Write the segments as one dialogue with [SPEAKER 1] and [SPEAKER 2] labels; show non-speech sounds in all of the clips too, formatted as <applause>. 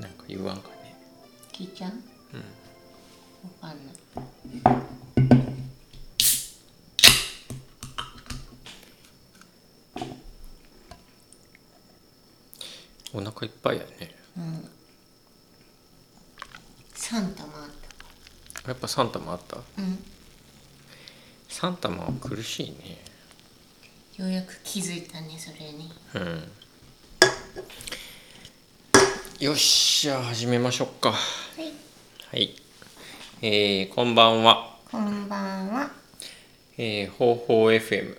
[SPEAKER 1] なんか言わんかね
[SPEAKER 2] キイちゃん
[SPEAKER 1] うん
[SPEAKER 2] わかんない
[SPEAKER 1] お腹いっぱいやね
[SPEAKER 2] うんサンタもあっ
[SPEAKER 1] やっぱ3玉あった
[SPEAKER 2] たうん
[SPEAKER 1] 3玉は苦しいね
[SPEAKER 2] ようやく気づいたねそれに
[SPEAKER 1] うんよっしゃ始めましょうか
[SPEAKER 2] はい
[SPEAKER 1] はいえー、こんばんは、
[SPEAKER 2] こんばんは
[SPEAKER 1] えー、方法 FM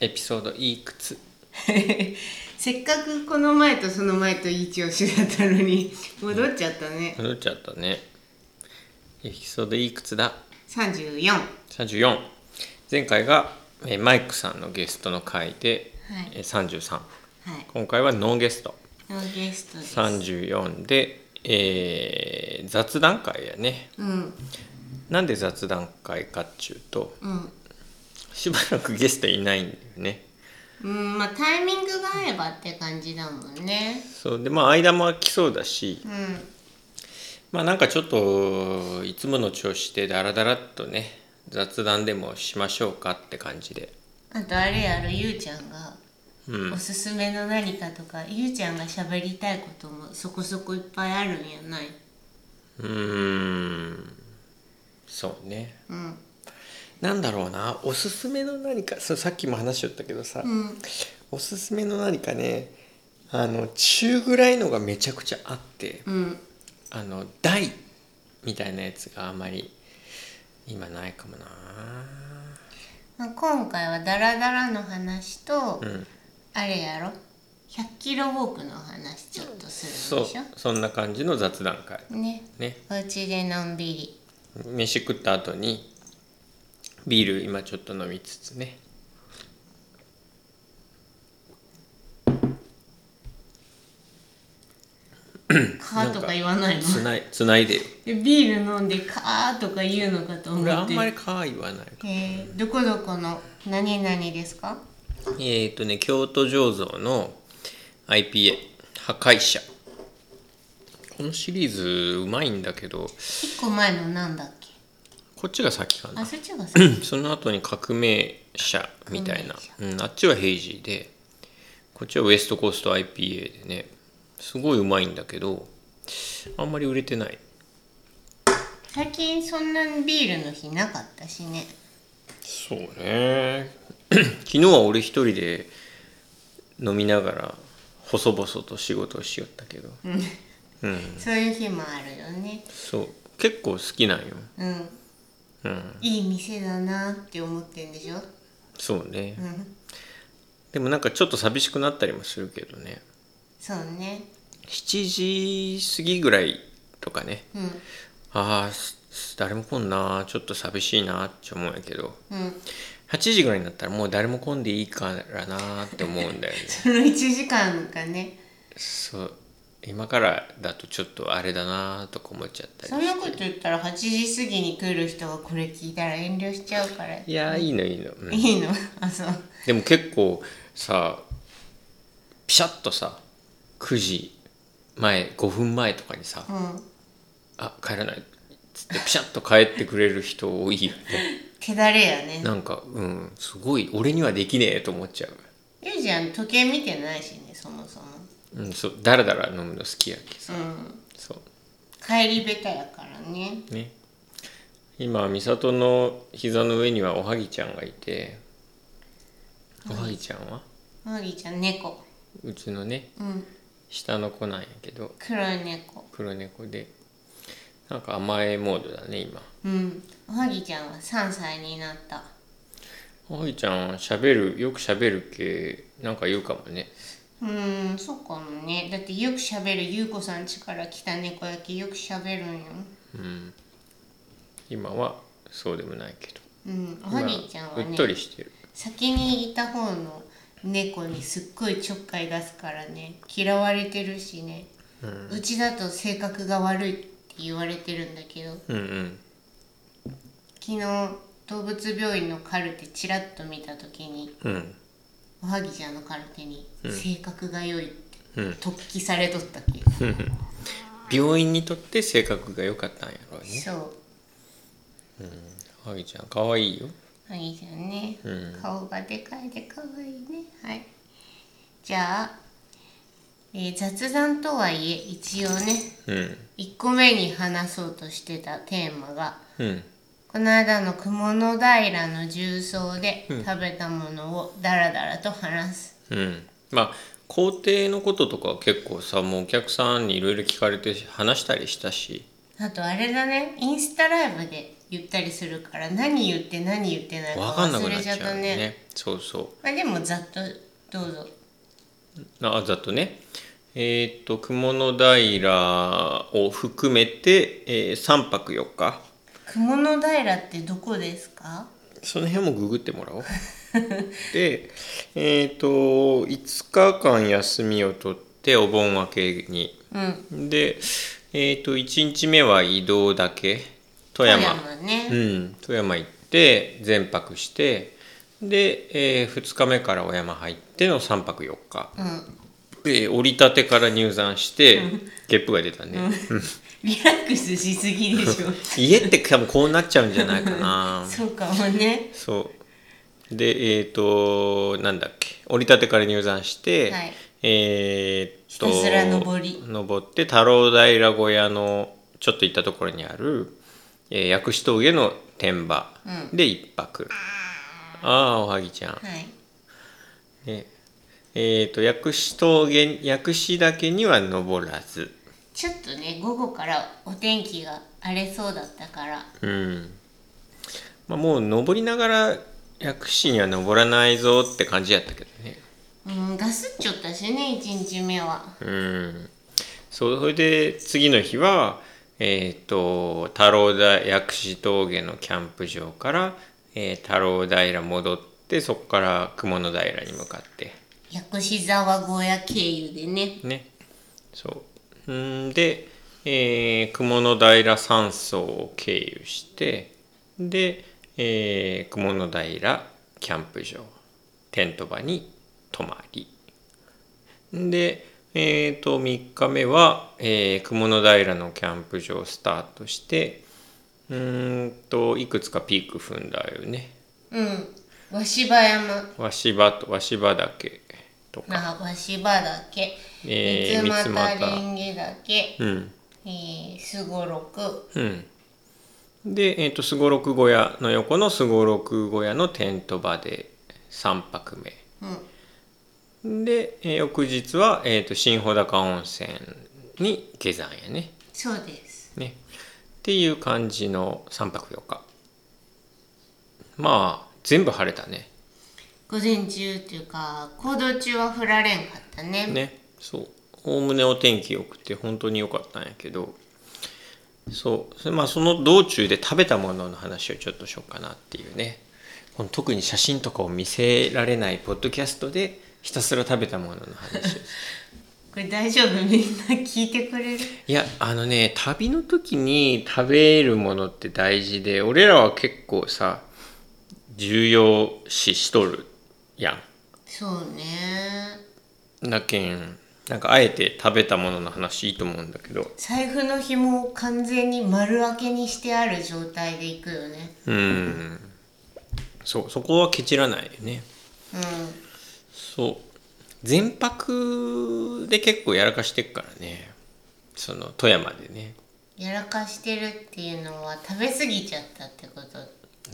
[SPEAKER 1] エピソードいくつ
[SPEAKER 2] <laughs> せっかくこの前とその前と一押しだったのに戻っちゃったね
[SPEAKER 1] 戻っちゃったねエピソードいくつだ
[SPEAKER 2] 34は
[SPEAKER 1] 34前回が、えーマイクさんのゲストの回で、
[SPEAKER 2] はい
[SPEAKER 1] えー33
[SPEAKER 2] はい
[SPEAKER 1] 今回はノーゲスト
[SPEAKER 2] ノーゲストです
[SPEAKER 1] 34で、えー雑談会やね
[SPEAKER 2] うん
[SPEAKER 1] なんで雑談会かっちゅうと
[SPEAKER 2] うん
[SPEAKER 1] しばらくゲストいないんだよね
[SPEAKER 2] うんまあタイミングが合えばって感じだもんね
[SPEAKER 1] そうでまあ間も空きそうだし
[SPEAKER 2] うん
[SPEAKER 1] まあなんかちょっといつもの調子でダラダラっとね雑談でもしましょうかって感じで
[SPEAKER 2] あとあれやろゆうちゃんが
[SPEAKER 1] うん
[SPEAKER 2] おすすめの何かとか、ゆうちゃんが喋りたいこともそこそこいっぱいあるんやないう
[SPEAKER 1] ーんそうね
[SPEAKER 2] うん
[SPEAKER 1] なんだろうなおすすめの何かそうさっきも話しよったけどさ、
[SPEAKER 2] うん
[SPEAKER 1] おすすめの何かねあの中ぐらいのがめちゃくちゃあって
[SPEAKER 2] うん
[SPEAKER 1] あの大みたいなやつがあまり今ないかもな
[SPEAKER 2] まあ今回はダラダラの話と、
[SPEAKER 1] うん
[SPEAKER 2] あれやろ100キロウォークの話ちょっとする
[SPEAKER 1] そ
[SPEAKER 2] ん
[SPEAKER 1] う
[SPEAKER 2] でしょ
[SPEAKER 1] そんな感じの雑談会
[SPEAKER 2] ね
[SPEAKER 1] ね
[SPEAKER 2] お家でのんびり
[SPEAKER 1] 飯食った後にビール今ちょっと飲みつつね
[SPEAKER 2] 「かー」とか言わないの
[SPEAKER 1] つないつないでよ
[SPEAKER 2] ビール飲んで「かー」とか言うのかと思って
[SPEAKER 1] 俺あんまり
[SPEAKER 2] え
[SPEAKER 1] かわいわない
[SPEAKER 2] ーどこどこの何々ですか
[SPEAKER 1] えっ、とね京都醸造の IPA 破壊者このシリーズうまいんだけど
[SPEAKER 2] 一個前のなんだっけ
[SPEAKER 1] こっちが先かな
[SPEAKER 2] あそっちがさ
[SPEAKER 1] その後に革命者みたいな、うん、あっちはヘイジーでこっちはウエストコースト IPA でねすごいうまいんだけどあんまり売れてない
[SPEAKER 2] 最近そんなにビールの日なかったしね
[SPEAKER 1] そうね <clears throat> 昨日は俺一人で飲みながら細々と仕事をしよったけどうん
[SPEAKER 2] そういう日もあるよね
[SPEAKER 1] そう結構好きなんよ
[SPEAKER 2] うん
[SPEAKER 1] うん
[SPEAKER 2] いい店だなって思ってんでしょ
[SPEAKER 1] そうね
[SPEAKER 2] うん
[SPEAKER 1] でもなんかちょっと寂しくなったりもするけどね
[SPEAKER 2] そうね
[SPEAKER 1] 7時過ぎぐらいとかね
[SPEAKER 2] うん
[SPEAKER 1] あー誰も来んなちょっと寂しいなって思うんやけど
[SPEAKER 2] うん
[SPEAKER 1] 8時ぐらいになったらもう誰も来んでいいからなって思うん
[SPEAKER 2] <laughs>
[SPEAKER 1] だよね
[SPEAKER 2] その1時間がね
[SPEAKER 1] そう今からだとちょっとあれだなとか思っちゃったり
[SPEAKER 2] そんなこと言ったら8時過ぎに来る人がこれ聞いたら遠慮しちゃうからい
[SPEAKER 1] いやーいいのいいの、うん
[SPEAKER 2] いの <laughs> あそう
[SPEAKER 1] でも結構さピシャッとさ9時前5分前とかにさ
[SPEAKER 2] うん
[SPEAKER 1] 「あ帰らない」っつってピシャッと帰ってくれる人多いよね
[SPEAKER 2] 手だれやね
[SPEAKER 1] なんかうんすごい俺にはできねえと思っちゃう
[SPEAKER 2] ゆうじゃん時計見てないしねそもそも
[SPEAKER 1] うん、そうだらだら飲むの好きやけど
[SPEAKER 2] うん
[SPEAKER 1] そ
[SPEAKER 2] 帰りべたやからね
[SPEAKER 1] うね今美里の膝の上にはおはぎちゃんがいておはぎちゃんは
[SPEAKER 2] マギちゃん猫
[SPEAKER 1] うちのね
[SPEAKER 2] うん
[SPEAKER 1] 下の子なんやけど
[SPEAKER 2] 黒い猫
[SPEAKER 1] 黒猫でなんか甘えモードだね今
[SPEAKER 2] うん、おはぎちゃんは3歳になった
[SPEAKER 1] おはぎちゃんしゃべるよくしゃべる系なんか言うかもね
[SPEAKER 2] うーんそうかもねだってよくしゃべるゆうこさん家から来た猫焼きよくしゃべるんよ
[SPEAKER 1] 今はそうでもないけど
[SPEAKER 2] うんおはぎちゃんは
[SPEAKER 1] 今うっ
[SPEAKER 2] ね
[SPEAKER 1] とりしてる
[SPEAKER 2] 先にいた方の猫にすっごいちょっかい出すからね嫌われてるしね、うちだと性格が悪いって言われてるんだけど
[SPEAKER 1] うんうん
[SPEAKER 2] 昨日動物病院のカルテチラッと見た時に
[SPEAKER 1] うん
[SPEAKER 2] おはぎちゃんのカルテに「性格が良い」って
[SPEAKER 1] うん
[SPEAKER 2] 突起されとったけ、
[SPEAKER 1] 病院にとって性格が良かったんやろうね
[SPEAKER 2] そう
[SPEAKER 1] ハギちゃん可愛いよ
[SPEAKER 2] はいじゃんね、
[SPEAKER 1] うん
[SPEAKER 2] 顔がでかいで可愛いねはいじゃあ、えー雑談とはいえ一応ね
[SPEAKER 1] うん
[SPEAKER 2] 1個目に話そうとしてたテーマが
[SPEAKER 1] うん
[SPEAKER 2] この間の雲の平の重曹で食べたものをダラダラと話す、
[SPEAKER 1] うんまあ工程のこととかは結構さもうお客さんにいろいろ聞かれて話したりしたし
[SPEAKER 2] あとあれだねインスタライブで言ったりするから何言って何言ってないか
[SPEAKER 1] 分かんなく
[SPEAKER 2] 忘
[SPEAKER 1] な
[SPEAKER 2] れ
[SPEAKER 1] っ
[SPEAKER 2] ち
[SPEAKER 1] ち
[SPEAKER 2] ゃ
[SPEAKER 1] ゃ
[SPEAKER 2] っ
[SPEAKER 1] う
[SPEAKER 2] たね
[SPEAKER 1] ねそうそう
[SPEAKER 2] まあ、でもざっとどうぞ
[SPEAKER 1] あざっとねえっ、と雲の平を含めて、え3泊4日
[SPEAKER 2] 雲の平ってどこですか
[SPEAKER 1] その辺もググってもらおう <laughs> でえっ、と5日間休みを取ってお盆明けに
[SPEAKER 2] うん
[SPEAKER 1] でえっ、と1日目は移動だけ富山
[SPEAKER 2] ね、
[SPEAKER 1] うん、富山行って全泊してで、え2日目からお山入っての3泊4日、
[SPEAKER 2] うん、
[SPEAKER 1] で折り立てから入山してゲップが出たね、
[SPEAKER 2] リラックスしすぎでしょ
[SPEAKER 1] <laughs> 家って多分こうなっちゃうんじゃないかな
[SPEAKER 2] そうかもね
[SPEAKER 1] そうでえっ、となんだっけ折り立てから入山して、
[SPEAKER 2] はい
[SPEAKER 1] えーっと
[SPEAKER 2] ひたすら登り
[SPEAKER 1] 登って太郎平小屋のちょっと行ったところにある、えー薬師峠の天場で一泊、ああおはぎちゃん、
[SPEAKER 2] はい
[SPEAKER 1] ねえーっと薬師峠薬師岳には登らず
[SPEAKER 2] ちょっとね午後からお天気が荒れそうだったから
[SPEAKER 1] うん、まあ、もう登りながら薬師には登らないぞって感じやったけどね
[SPEAKER 2] うんガスっちゃったしね1日目は
[SPEAKER 1] うんそうそれで次の日はえっ、と太郎平薬師峠のキャンプ場から、えー太郎平戻ってそこから雲の平に向かって
[SPEAKER 2] 薬師沢小屋経由でね
[SPEAKER 1] ねそううんで、えー雲の平山荘を経由してで、えー雲の平キャンプ場テント場に泊まりでえー、と3日目は、えー雲の平のキャンプ場をスタートしてうーんといくつかピーク踏んだよね
[SPEAKER 2] うん鷲羽山
[SPEAKER 1] 鷲羽と鷲羽岳とか、
[SPEAKER 2] な鷲羽岳
[SPEAKER 1] えー
[SPEAKER 2] 三俣
[SPEAKER 1] 三俣
[SPEAKER 2] 蓮華岳
[SPEAKER 1] うん、
[SPEAKER 2] えーすごろく
[SPEAKER 1] うん、で、えー、とすごろく小屋の横のすごろく小屋のテント場で3泊
[SPEAKER 2] うん
[SPEAKER 1] 目で、えー翌日は、えー、と新穂高温泉に下山やね
[SPEAKER 2] そうです
[SPEAKER 1] ねっていう感じの3泊4日まあ全部晴れたね
[SPEAKER 2] 午前中っていうか行動中は降られんかったね
[SPEAKER 1] ねそうおおむねお天気良くて本当に良かったんやけどそうそれまあその道中で食べたものの話をちょっとしようかなっていうねこの特に写真とかを見せられないポッドキャストでひたすら食べたものの話
[SPEAKER 2] これ大丈夫みんな聞いてくれる
[SPEAKER 1] いやあのね旅の時に食べるものって大事で俺らは結構さ重要視しとるやん
[SPEAKER 2] そうね
[SPEAKER 1] だけんなんかあえて食べたものの話いいと思うんだけど
[SPEAKER 2] 財布の紐を完全に丸開けにしてある状態でいくよね
[SPEAKER 1] うんそうそこはケチらないよね
[SPEAKER 2] う
[SPEAKER 1] そう全泊で結構やらかしてっからねその富山でね
[SPEAKER 2] んやらかしてるっていうのは食べ過ぎちゃったってこと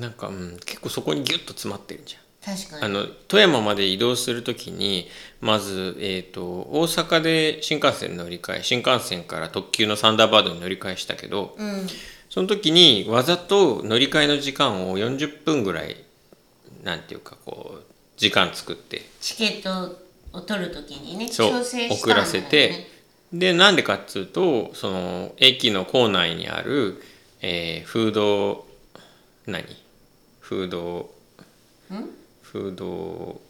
[SPEAKER 1] なんか、うん、結構そこにギュッと詰まってるじゃん
[SPEAKER 2] 確か
[SPEAKER 1] あ
[SPEAKER 2] に
[SPEAKER 1] の富山まで移動する時にまず、えー、と大阪で新幹線乗り換え新幹線から特急のサンダーバードに乗り換えしたけど
[SPEAKER 2] うん
[SPEAKER 1] その時にわざと乗り換えの時間を40分ぐらいなんていうかこう時間作って
[SPEAKER 2] チケットを取るときにね
[SPEAKER 1] そう
[SPEAKER 2] 調整したんだよね
[SPEAKER 1] 遅らせてでなんでかっつうとその駅の構内にある、えー、フード何フード
[SPEAKER 2] ん
[SPEAKER 1] フード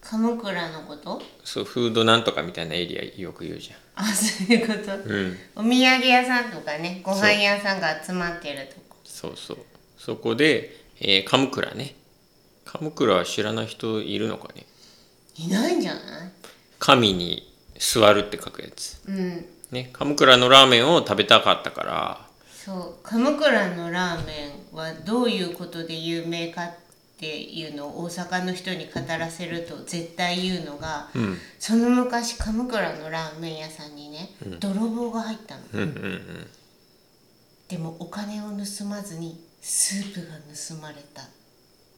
[SPEAKER 2] 鎌倉のこと
[SPEAKER 1] そうフードなんとかみたいなエリアよく言うじ
[SPEAKER 2] あそういうこと、
[SPEAKER 1] ゃんうん
[SPEAKER 2] お土産屋さんとかねご飯屋さんが集まってるとこ
[SPEAKER 1] そうそうそこで、えー、カムクラねカムクラは知らない人いるのかね
[SPEAKER 2] いないんじゃない
[SPEAKER 1] 神に座るって書くやつ
[SPEAKER 2] うん
[SPEAKER 1] ねカムクラのラーメンを食べたかったから
[SPEAKER 2] そう鎌倉のラーメンはどういうことで有名かっていうのを大阪の人に語らせると絶対言うのが、
[SPEAKER 1] うん
[SPEAKER 2] その昔鎌倉のラーメン屋さんにね、泥棒が入ったの、
[SPEAKER 1] うんうんうん
[SPEAKER 2] でもお金を盗まずにスープが盗まれたっ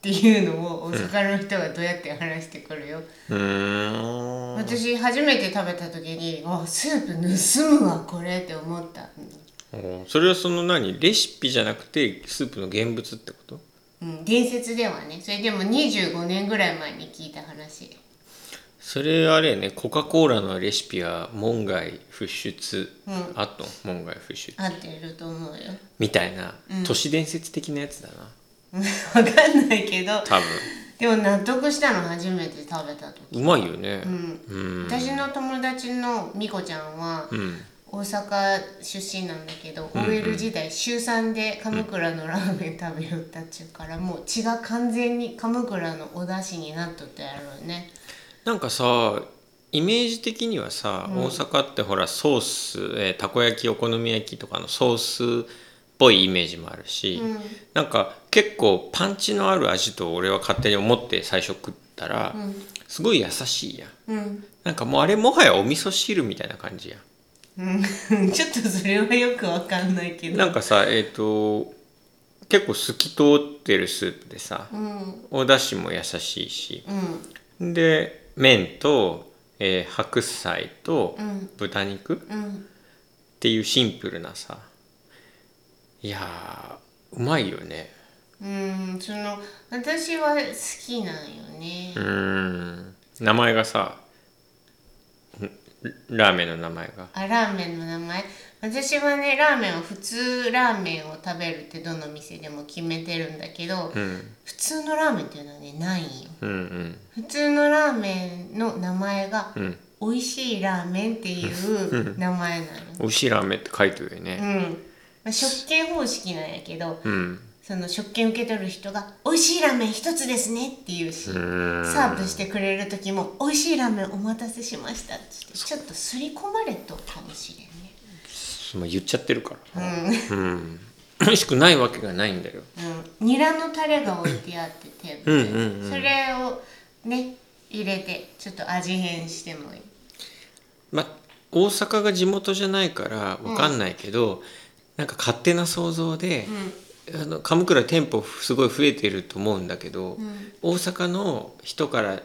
[SPEAKER 2] ていうのを大阪の人がどうやって話してくるよ、
[SPEAKER 1] うーん
[SPEAKER 2] 私初めて食べた時にあスープ盗むわこれって思ったの
[SPEAKER 1] おーそれはその何レシピじゃなくてスープの現物ってこと
[SPEAKER 2] うん、伝説ではねそれでも25年ぐらい前に聞いた話
[SPEAKER 1] それあれやねコカ・コーラのレシピは門外不出、
[SPEAKER 2] うん
[SPEAKER 1] あと門外不出
[SPEAKER 2] 合ってると思うよ
[SPEAKER 1] みたいな、都市伝説的なやつだな
[SPEAKER 2] <laughs> わかんないけど
[SPEAKER 1] 多分
[SPEAKER 2] でも納得したの初めて食べた時、
[SPEAKER 1] うまいよね
[SPEAKER 2] うん、
[SPEAKER 1] うん
[SPEAKER 2] 私の友達のみこちゃんは
[SPEAKER 1] うん
[SPEAKER 2] 大阪出身なんだけど、OL 時代週3で鎌倉のラーメン食べよったっちゅうからもう血が完全に鎌倉のお出汁になっとったやろうね
[SPEAKER 1] なんかさイメージ的にはさ、大阪ってほらソース、えーたこ焼きお好み焼きとかのソースっぽいイメージもあるし、
[SPEAKER 2] うん
[SPEAKER 1] なんか結構パンチのある味と俺は勝手に思って最初食ったら、
[SPEAKER 2] ん
[SPEAKER 1] すごい優しいやん
[SPEAKER 2] うん
[SPEAKER 1] なんかもうあれもはやお味噌汁みたいな感じやん
[SPEAKER 2] うん <laughs> ちょっとそれはよくわかんないけど
[SPEAKER 1] なんかさえっ、と結構透き通ってるスープでさ
[SPEAKER 2] うん
[SPEAKER 1] お出汁も優しいし
[SPEAKER 2] うん
[SPEAKER 1] で麺と、えー白菜と
[SPEAKER 2] うん
[SPEAKER 1] 豚肉、
[SPEAKER 2] うん
[SPEAKER 1] っていうシンプルなさいやーうまいよね
[SPEAKER 2] うんその私は好きなんよね
[SPEAKER 1] う、ーん名前がさんラーメンの名前が
[SPEAKER 2] あラーメンの名前私はねラーメンは普通ラーメンを食べるってどの店でも決めてるんだけど、
[SPEAKER 1] うん
[SPEAKER 2] 普通のラーメンっていうのはねないんよ
[SPEAKER 1] うんうん
[SPEAKER 2] 普通のラーメンの名前が
[SPEAKER 1] うん
[SPEAKER 2] 美味しいラーメンっていう名前なの
[SPEAKER 1] 美味しいラーメンって書いてるよ
[SPEAKER 2] う
[SPEAKER 1] ね
[SPEAKER 2] ん、まあ、食券方式なんやけど
[SPEAKER 1] うん
[SPEAKER 2] その食券受け取る人が「美味しいラーメン一つですね」っていうし、
[SPEAKER 1] うーん
[SPEAKER 2] サーブしてくれる時も「美味しいラーメンお待たせしました」っつってちょっとすり込まれとかもし
[SPEAKER 1] まあ言っちゃってるか
[SPEAKER 2] れ
[SPEAKER 1] ら
[SPEAKER 2] んね
[SPEAKER 1] うん美味しくないわけがないんだよ
[SPEAKER 2] うん、うん、ニラのタレが置いてあってテーブルに
[SPEAKER 1] うんうんうん
[SPEAKER 2] それをね入れてちょっと味変してもいい
[SPEAKER 1] まあ大阪が地元じゃないからわかんないけど、なんか勝手な想像で、あの鎌倉店舗すごい増えてると思うんだけど、
[SPEAKER 2] ん
[SPEAKER 1] 大阪の人から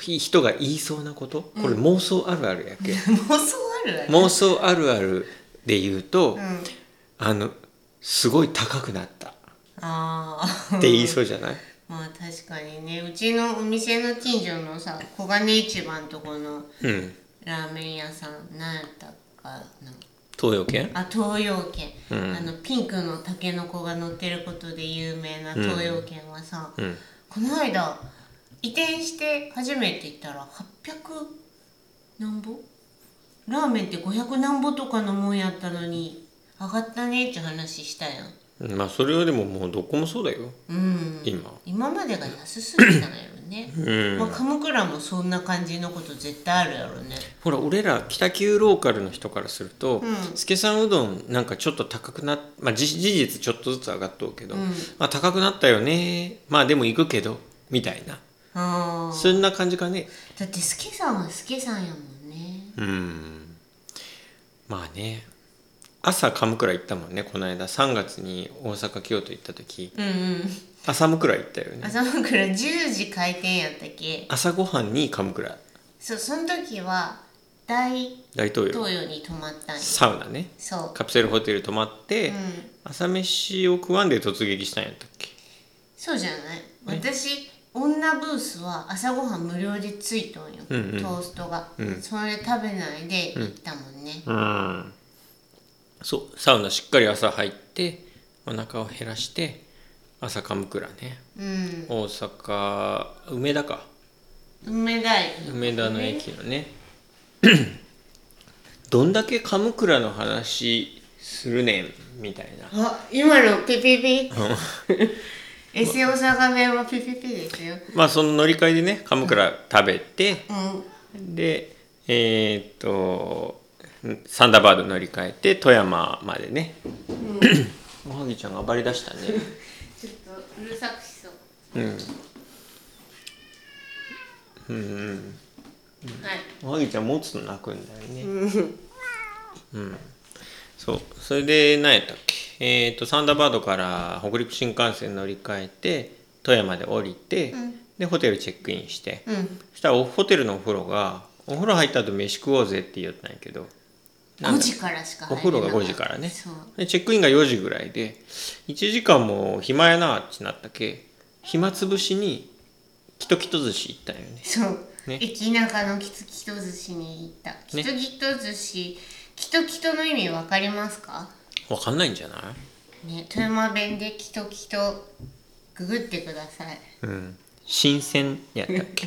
[SPEAKER 1] ひ人が言いそうなことこれ妄想あるあるやけ、
[SPEAKER 2] 妄想あるわね
[SPEAKER 1] 妄想あるあるで言うと、
[SPEAKER 2] うん
[SPEAKER 1] あのすごい高くなった
[SPEAKER 2] ああ
[SPEAKER 1] って言いそうじゃない、
[SPEAKER 2] まあ確かにねうちのお店の近所のさ小金市場のとこの
[SPEAKER 1] うん、
[SPEAKER 2] ラーメン屋さん何やったかな
[SPEAKER 1] 東洋圏
[SPEAKER 2] あ東洋軒、
[SPEAKER 1] うん
[SPEAKER 2] あのピンクのタケノコが乗ってることで有名な東洋軒はさ、
[SPEAKER 1] うん
[SPEAKER 2] この間移転して初めて行ったら800何ぼラーメンって500何ぼとかのもんやったのに上がったねって話したやん
[SPEAKER 1] うんまあそれよりももうどこもそうだよ
[SPEAKER 2] うん
[SPEAKER 1] 今
[SPEAKER 2] 今までが安すぎたんやろね、
[SPEAKER 1] うん
[SPEAKER 2] まあ、鎌倉もそんな感じのこと絶対あるやろね
[SPEAKER 1] ほら俺ら北九ローカルの人からすると、
[SPEAKER 2] うん
[SPEAKER 1] 助さんうどんなんかちょっと高くなっ、まあ、じ事実ちょっとずつ上がっとうけど、
[SPEAKER 2] うん
[SPEAKER 1] まあ、高くなったよねまあでも行くけどみたいな
[SPEAKER 2] あー
[SPEAKER 1] そんな感じかね
[SPEAKER 2] だってスケさんはスケさんやもんね
[SPEAKER 1] うんまあね朝鎌倉行ったもんねこの間3月に大阪京都行った時
[SPEAKER 2] うんうん
[SPEAKER 1] 朝向倉行ったよね
[SPEAKER 2] 朝枕10時開店やったっけ
[SPEAKER 1] 朝ごはんに鎌倉
[SPEAKER 2] そうその時は大
[SPEAKER 1] 大統領
[SPEAKER 2] 東洋に泊まったんよ
[SPEAKER 1] サウナね
[SPEAKER 2] そう、
[SPEAKER 1] カプセルホテル泊まって、
[SPEAKER 2] うん、
[SPEAKER 1] 朝飯を食わんで突撃したんやったっけ
[SPEAKER 2] そうじゃない私女ブースは朝ごはん無料でついとんよ、
[SPEAKER 1] うんうん
[SPEAKER 2] トーストが、
[SPEAKER 1] うん
[SPEAKER 2] それ食べないで行ったもんね、
[SPEAKER 1] うんそうサウナしっかり朝入ってお腹を減らして朝鎌倉ね
[SPEAKER 2] うん
[SPEAKER 1] 大阪梅田か
[SPEAKER 2] 梅田駅
[SPEAKER 1] 梅田の駅のね <coughs> どんだけ鎌倉の話するねんみたいな
[SPEAKER 2] あ今のピピピエセオサガメはピピピですよ
[SPEAKER 1] まあその乗り換えでね鎌倉食べて、
[SPEAKER 2] うん
[SPEAKER 1] でえーっとサンダーバード乗り換えて富山までね、おはぎちゃんが暴れだしたね
[SPEAKER 2] ちょっとうるさくしそう
[SPEAKER 1] うんうんうん
[SPEAKER 2] はい
[SPEAKER 1] おはぎちゃん持つと泣くんだよねうんそうそれで何やったっけえーっとサンダーバードから北陸新幹線乗り換えて富山で降りて、
[SPEAKER 2] うん
[SPEAKER 1] でホテルチェックインして、
[SPEAKER 2] うん
[SPEAKER 1] そしたらおホテルのお風呂が「お風呂入った後飯食おうぜ」って言ったんやけどなん
[SPEAKER 2] 5
[SPEAKER 1] だ
[SPEAKER 2] 時からしか
[SPEAKER 1] お風
[SPEAKER 2] 入れ
[SPEAKER 1] 呂
[SPEAKER 2] な
[SPEAKER 1] が
[SPEAKER 2] かった
[SPEAKER 1] 5時からね
[SPEAKER 2] そう
[SPEAKER 1] でチェックインが4時ぐらいで1時間も暇やなってなったけ暇つぶしにきときと寿司行ったんよね
[SPEAKER 2] そう、
[SPEAKER 1] ね
[SPEAKER 2] 駅中のきつきと寿司に行ったきときと寿司、きときとの意味わかりますか
[SPEAKER 1] わかんないんじゃない
[SPEAKER 2] ね富山弁できときとググってください
[SPEAKER 1] うん新鮮やったっけ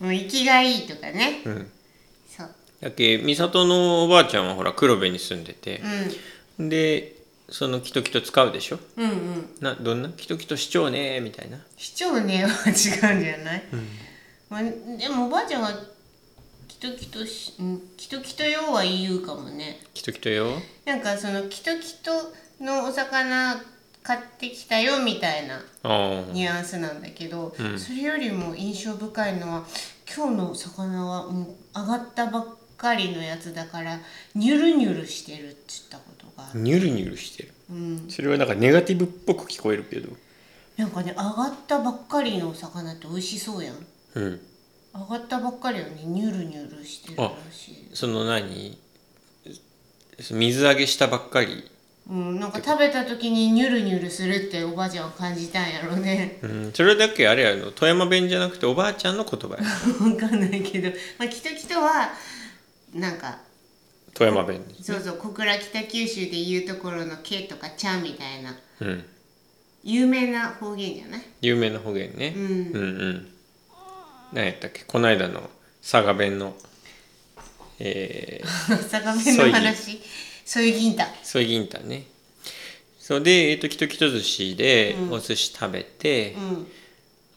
[SPEAKER 2] もう生きがいいとかね
[SPEAKER 1] うん
[SPEAKER 2] そう
[SPEAKER 1] だけ美里のおばあちゃんはほら黒部に住んでて
[SPEAKER 2] う、
[SPEAKER 1] でそのきときと使うでしょ
[SPEAKER 2] ん、うんうん
[SPEAKER 1] などんなきときとしちょうねみたいな
[SPEAKER 2] 市長ねは違うんじゃない、まあ、でもおばあちゃんがきときとし、うん、きときとようは言うかもね
[SPEAKER 1] きときとよ
[SPEAKER 2] なんかそのきときとのお魚買ってきたよみたいな
[SPEAKER 1] ああ
[SPEAKER 2] ニュアンスなんだけど、
[SPEAKER 1] うん
[SPEAKER 2] それよりも印象深いのは今日の魚はもう上がったばっかりのやつだからニュルニュルしてるっつったことがある、
[SPEAKER 1] ニュルニュルしてる
[SPEAKER 2] うん、
[SPEAKER 1] それはなんかネガティブっぽく聞こえるけど
[SPEAKER 2] なんかね上がったばっかりのお魚って美味しそうやん
[SPEAKER 1] うん
[SPEAKER 2] 上がったばっかりよねニュルニュルしてるらしい、
[SPEAKER 1] その何水揚げしたばっかり、
[SPEAKER 2] うん、なんか食べた時にニュルニュルするっておばあちゃんは感じたんやろうね <laughs>
[SPEAKER 1] うん、それだけあれやの富山弁じゃなくておばあちゃんの言葉や
[SPEAKER 2] わかんないけど、まあ、きっときっとはなんか
[SPEAKER 1] 富山弁です
[SPEAKER 2] そうそう小倉北九州でいうところの「け」とか「ちゃん」みたいな
[SPEAKER 1] うん、
[SPEAKER 2] 有名な方言じゃない
[SPEAKER 1] 有名な方言ね
[SPEAKER 2] う、 <laughs> ん
[SPEAKER 1] うんうん何やったっけこの間の佐賀弁のえー、
[SPEAKER 2] 坂弁の話そういう銀太
[SPEAKER 1] ソイ銀ンねそうでえっ、ときときと寿司でお寿司食べて、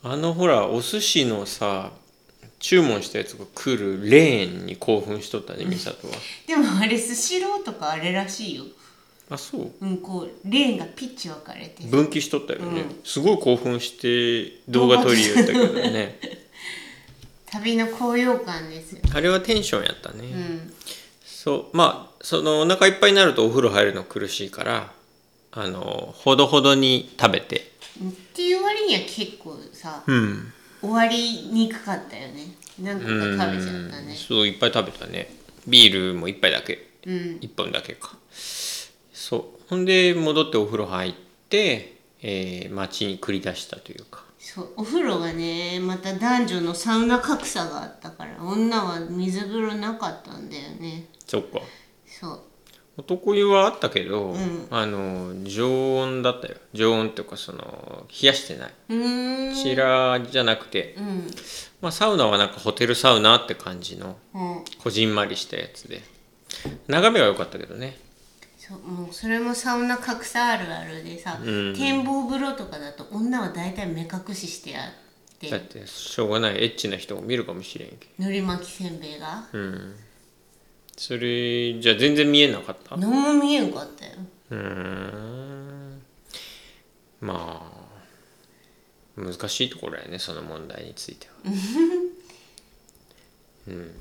[SPEAKER 2] うん
[SPEAKER 1] あのほらお寿司のさ注文したやつが来るレーンに興奮しとったね美里は
[SPEAKER 2] でもあれスシローとかあれらしいよ
[SPEAKER 1] あそう
[SPEAKER 2] うんこうレーンがピッチ分かれて
[SPEAKER 1] 分岐しとったよね、
[SPEAKER 2] うん
[SPEAKER 1] すごい興奮して動画撮りよったけどね
[SPEAKER 2] <laughs> 旅の高揚感ですよ
[SPEAKER 1] あれはテンションやったね、
[SPEAKER 2] うん
[SPEAKER 1] そうまあそのお腹いっぱいになるとお風呂入るの苦しいからあのほどほどに食べて
[SPEAKER 2] っていう割には結構さ
[SPEAKER 1] うん
[SPEAKER 2] 終わりにくかったよね何個
[SPEAKER 1] う
[SPEAKER 2] か食べちゃった
[SPEAKER 1] ん
[SPEAKER 2] ね
[SPEAKER 1] そういっぱい食べたねビールも一杯だけ
[SPEAKER 2] うん
[SPEAKER 1] 1本だけかそうほんで戻ってお風呂入って、えー街に繰り出したというか
[SPEAKER 2] そうお風呂がねまた男女のサウナ格差があったから女は水風呂なかったんだよね
[SPEAKER 1] そっか
[SPEAKER 2] そう
[SPEAKER 1] 男湯はあったけど、
[SPEAKER 2] ん
[SPEAKER 1] あの常温だったよ常温っていうかその冷やしてないう
[SPEAKER 2] ーん
[SPEAKER 1] シラじゃなくて、
[SPEAKER 2] うん
[SPEAKER 1] まあ、サウナはなんかホテルサウナって感じの
[SPEAKER 2] うん
[SPEAKER 1] こじんまりしたやつで眺めは良かったけどね
[SPEAKER 2] そうもうそれもサウナ格差あるあるでさ、
[SPEAKER 1] うん
[SPEAKER 2] 展望風呂とかだと女は大体目隠ししてあって
[SPEAKER 1] だってしょうがないエッチな人を見るかもしれんけ
[SPEAKER 2] のり巻きせんべいが
[SPEAKER 1] どうんそれじゃあ全然見えなかったう
[SPEAKER 2] 何も見えんかったよ
[SPEAKER 1] ーんまあ難しいところやねその問題についてはうん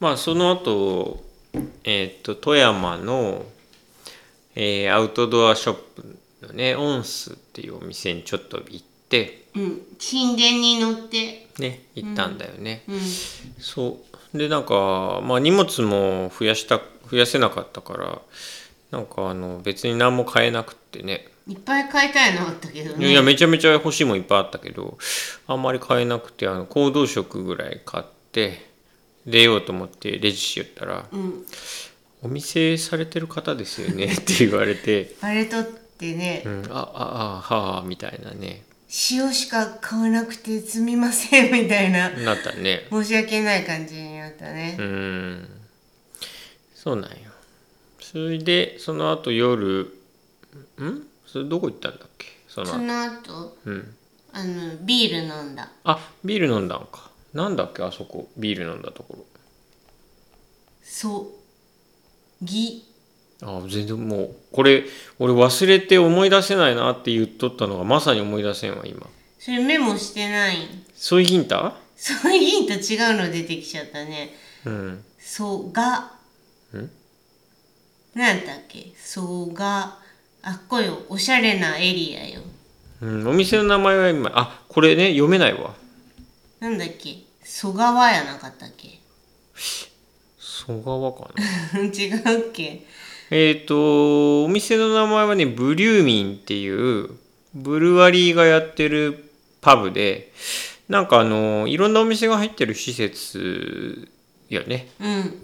[SPEAKER 1] まあその後えーっと富山の、えーアウトドアショップのねオンスっていうお店にちょっと行って
[SPEAKER 2] うん神殿に乗って
[SPEAKER 1] ね行ったんだよね、
[SPEAKER 2] うん
[SPEAKER 1] そうでなんか、まあ、荷物も増やした増やせなかったからなんかあの別に何も買えなくってね
[SPEAKER 2] いっぱい買いたいのあったけどね
[SPEAKER 1] いやめちゃめちゃ欲しいもんいっぱいあったけどあんまり買えなくてあの行動食ぐらい買って出ようと思ってレジしよったら
[SPEAKER 2] うん
[SPEAKER 1] 「お店されてる方ですよね」って言われて
[SPEAKER 2] あれとってね
[SPEAKER 1] 「う、ん、あああはあ」みたいなね
[SPEAKER 2] 塩しか買わなくてすみませんみたいな
[SPEAKER 1] なったね
[SPEAKER 2] 申し訳ない感じになったね
[SPEAKER 1] う、ーんそうなんよそれでその後夜んそれどこ行ったんだっけその
[SPEAKER 2] そ
[SPEAKER 1] 後
[SPEAKER 2] の後
[SPEAKER 1] うん
[SPEAKER 2] あのビール飲んだ
[SPEAKER 1] あビール飲んだんかなんだっけあそこビール飲んだとこ
[SPEAKER 2] そぎ
[SPEAKER 1] ろあ全然もうこれ俺忘れて思い出せないなって言っとったのがまさに思い出せんわ今
[SPEAKER 2] それメモしてない
[SPEAKER 1] そういうヒンタ
[SPEAKER 2] そういうヒント違うの出てきちゃったね
[SPEAKER 1] ーうん
[SPEAKER 2] そが
[SPEAKER 1] ん
[SPEAKER 2] なんだっけそがあっこよおしゃれなエリアよ
[SPEAKER 1] うん、お店の名前は今あこれね読めないわ
[SPEAKER 2] なんだっけそがわやなかったっけ <laughs>
[SPEAKER 1] 蘇川かな
[SPEAKER 2] 違うっけ
[SPEAKER 1] えっとお店の名前はねブリューミンっていうブルワリーがやってるパブでなんかあのいろんなお店が入ってる施設やね
[SPEAKER 2] うん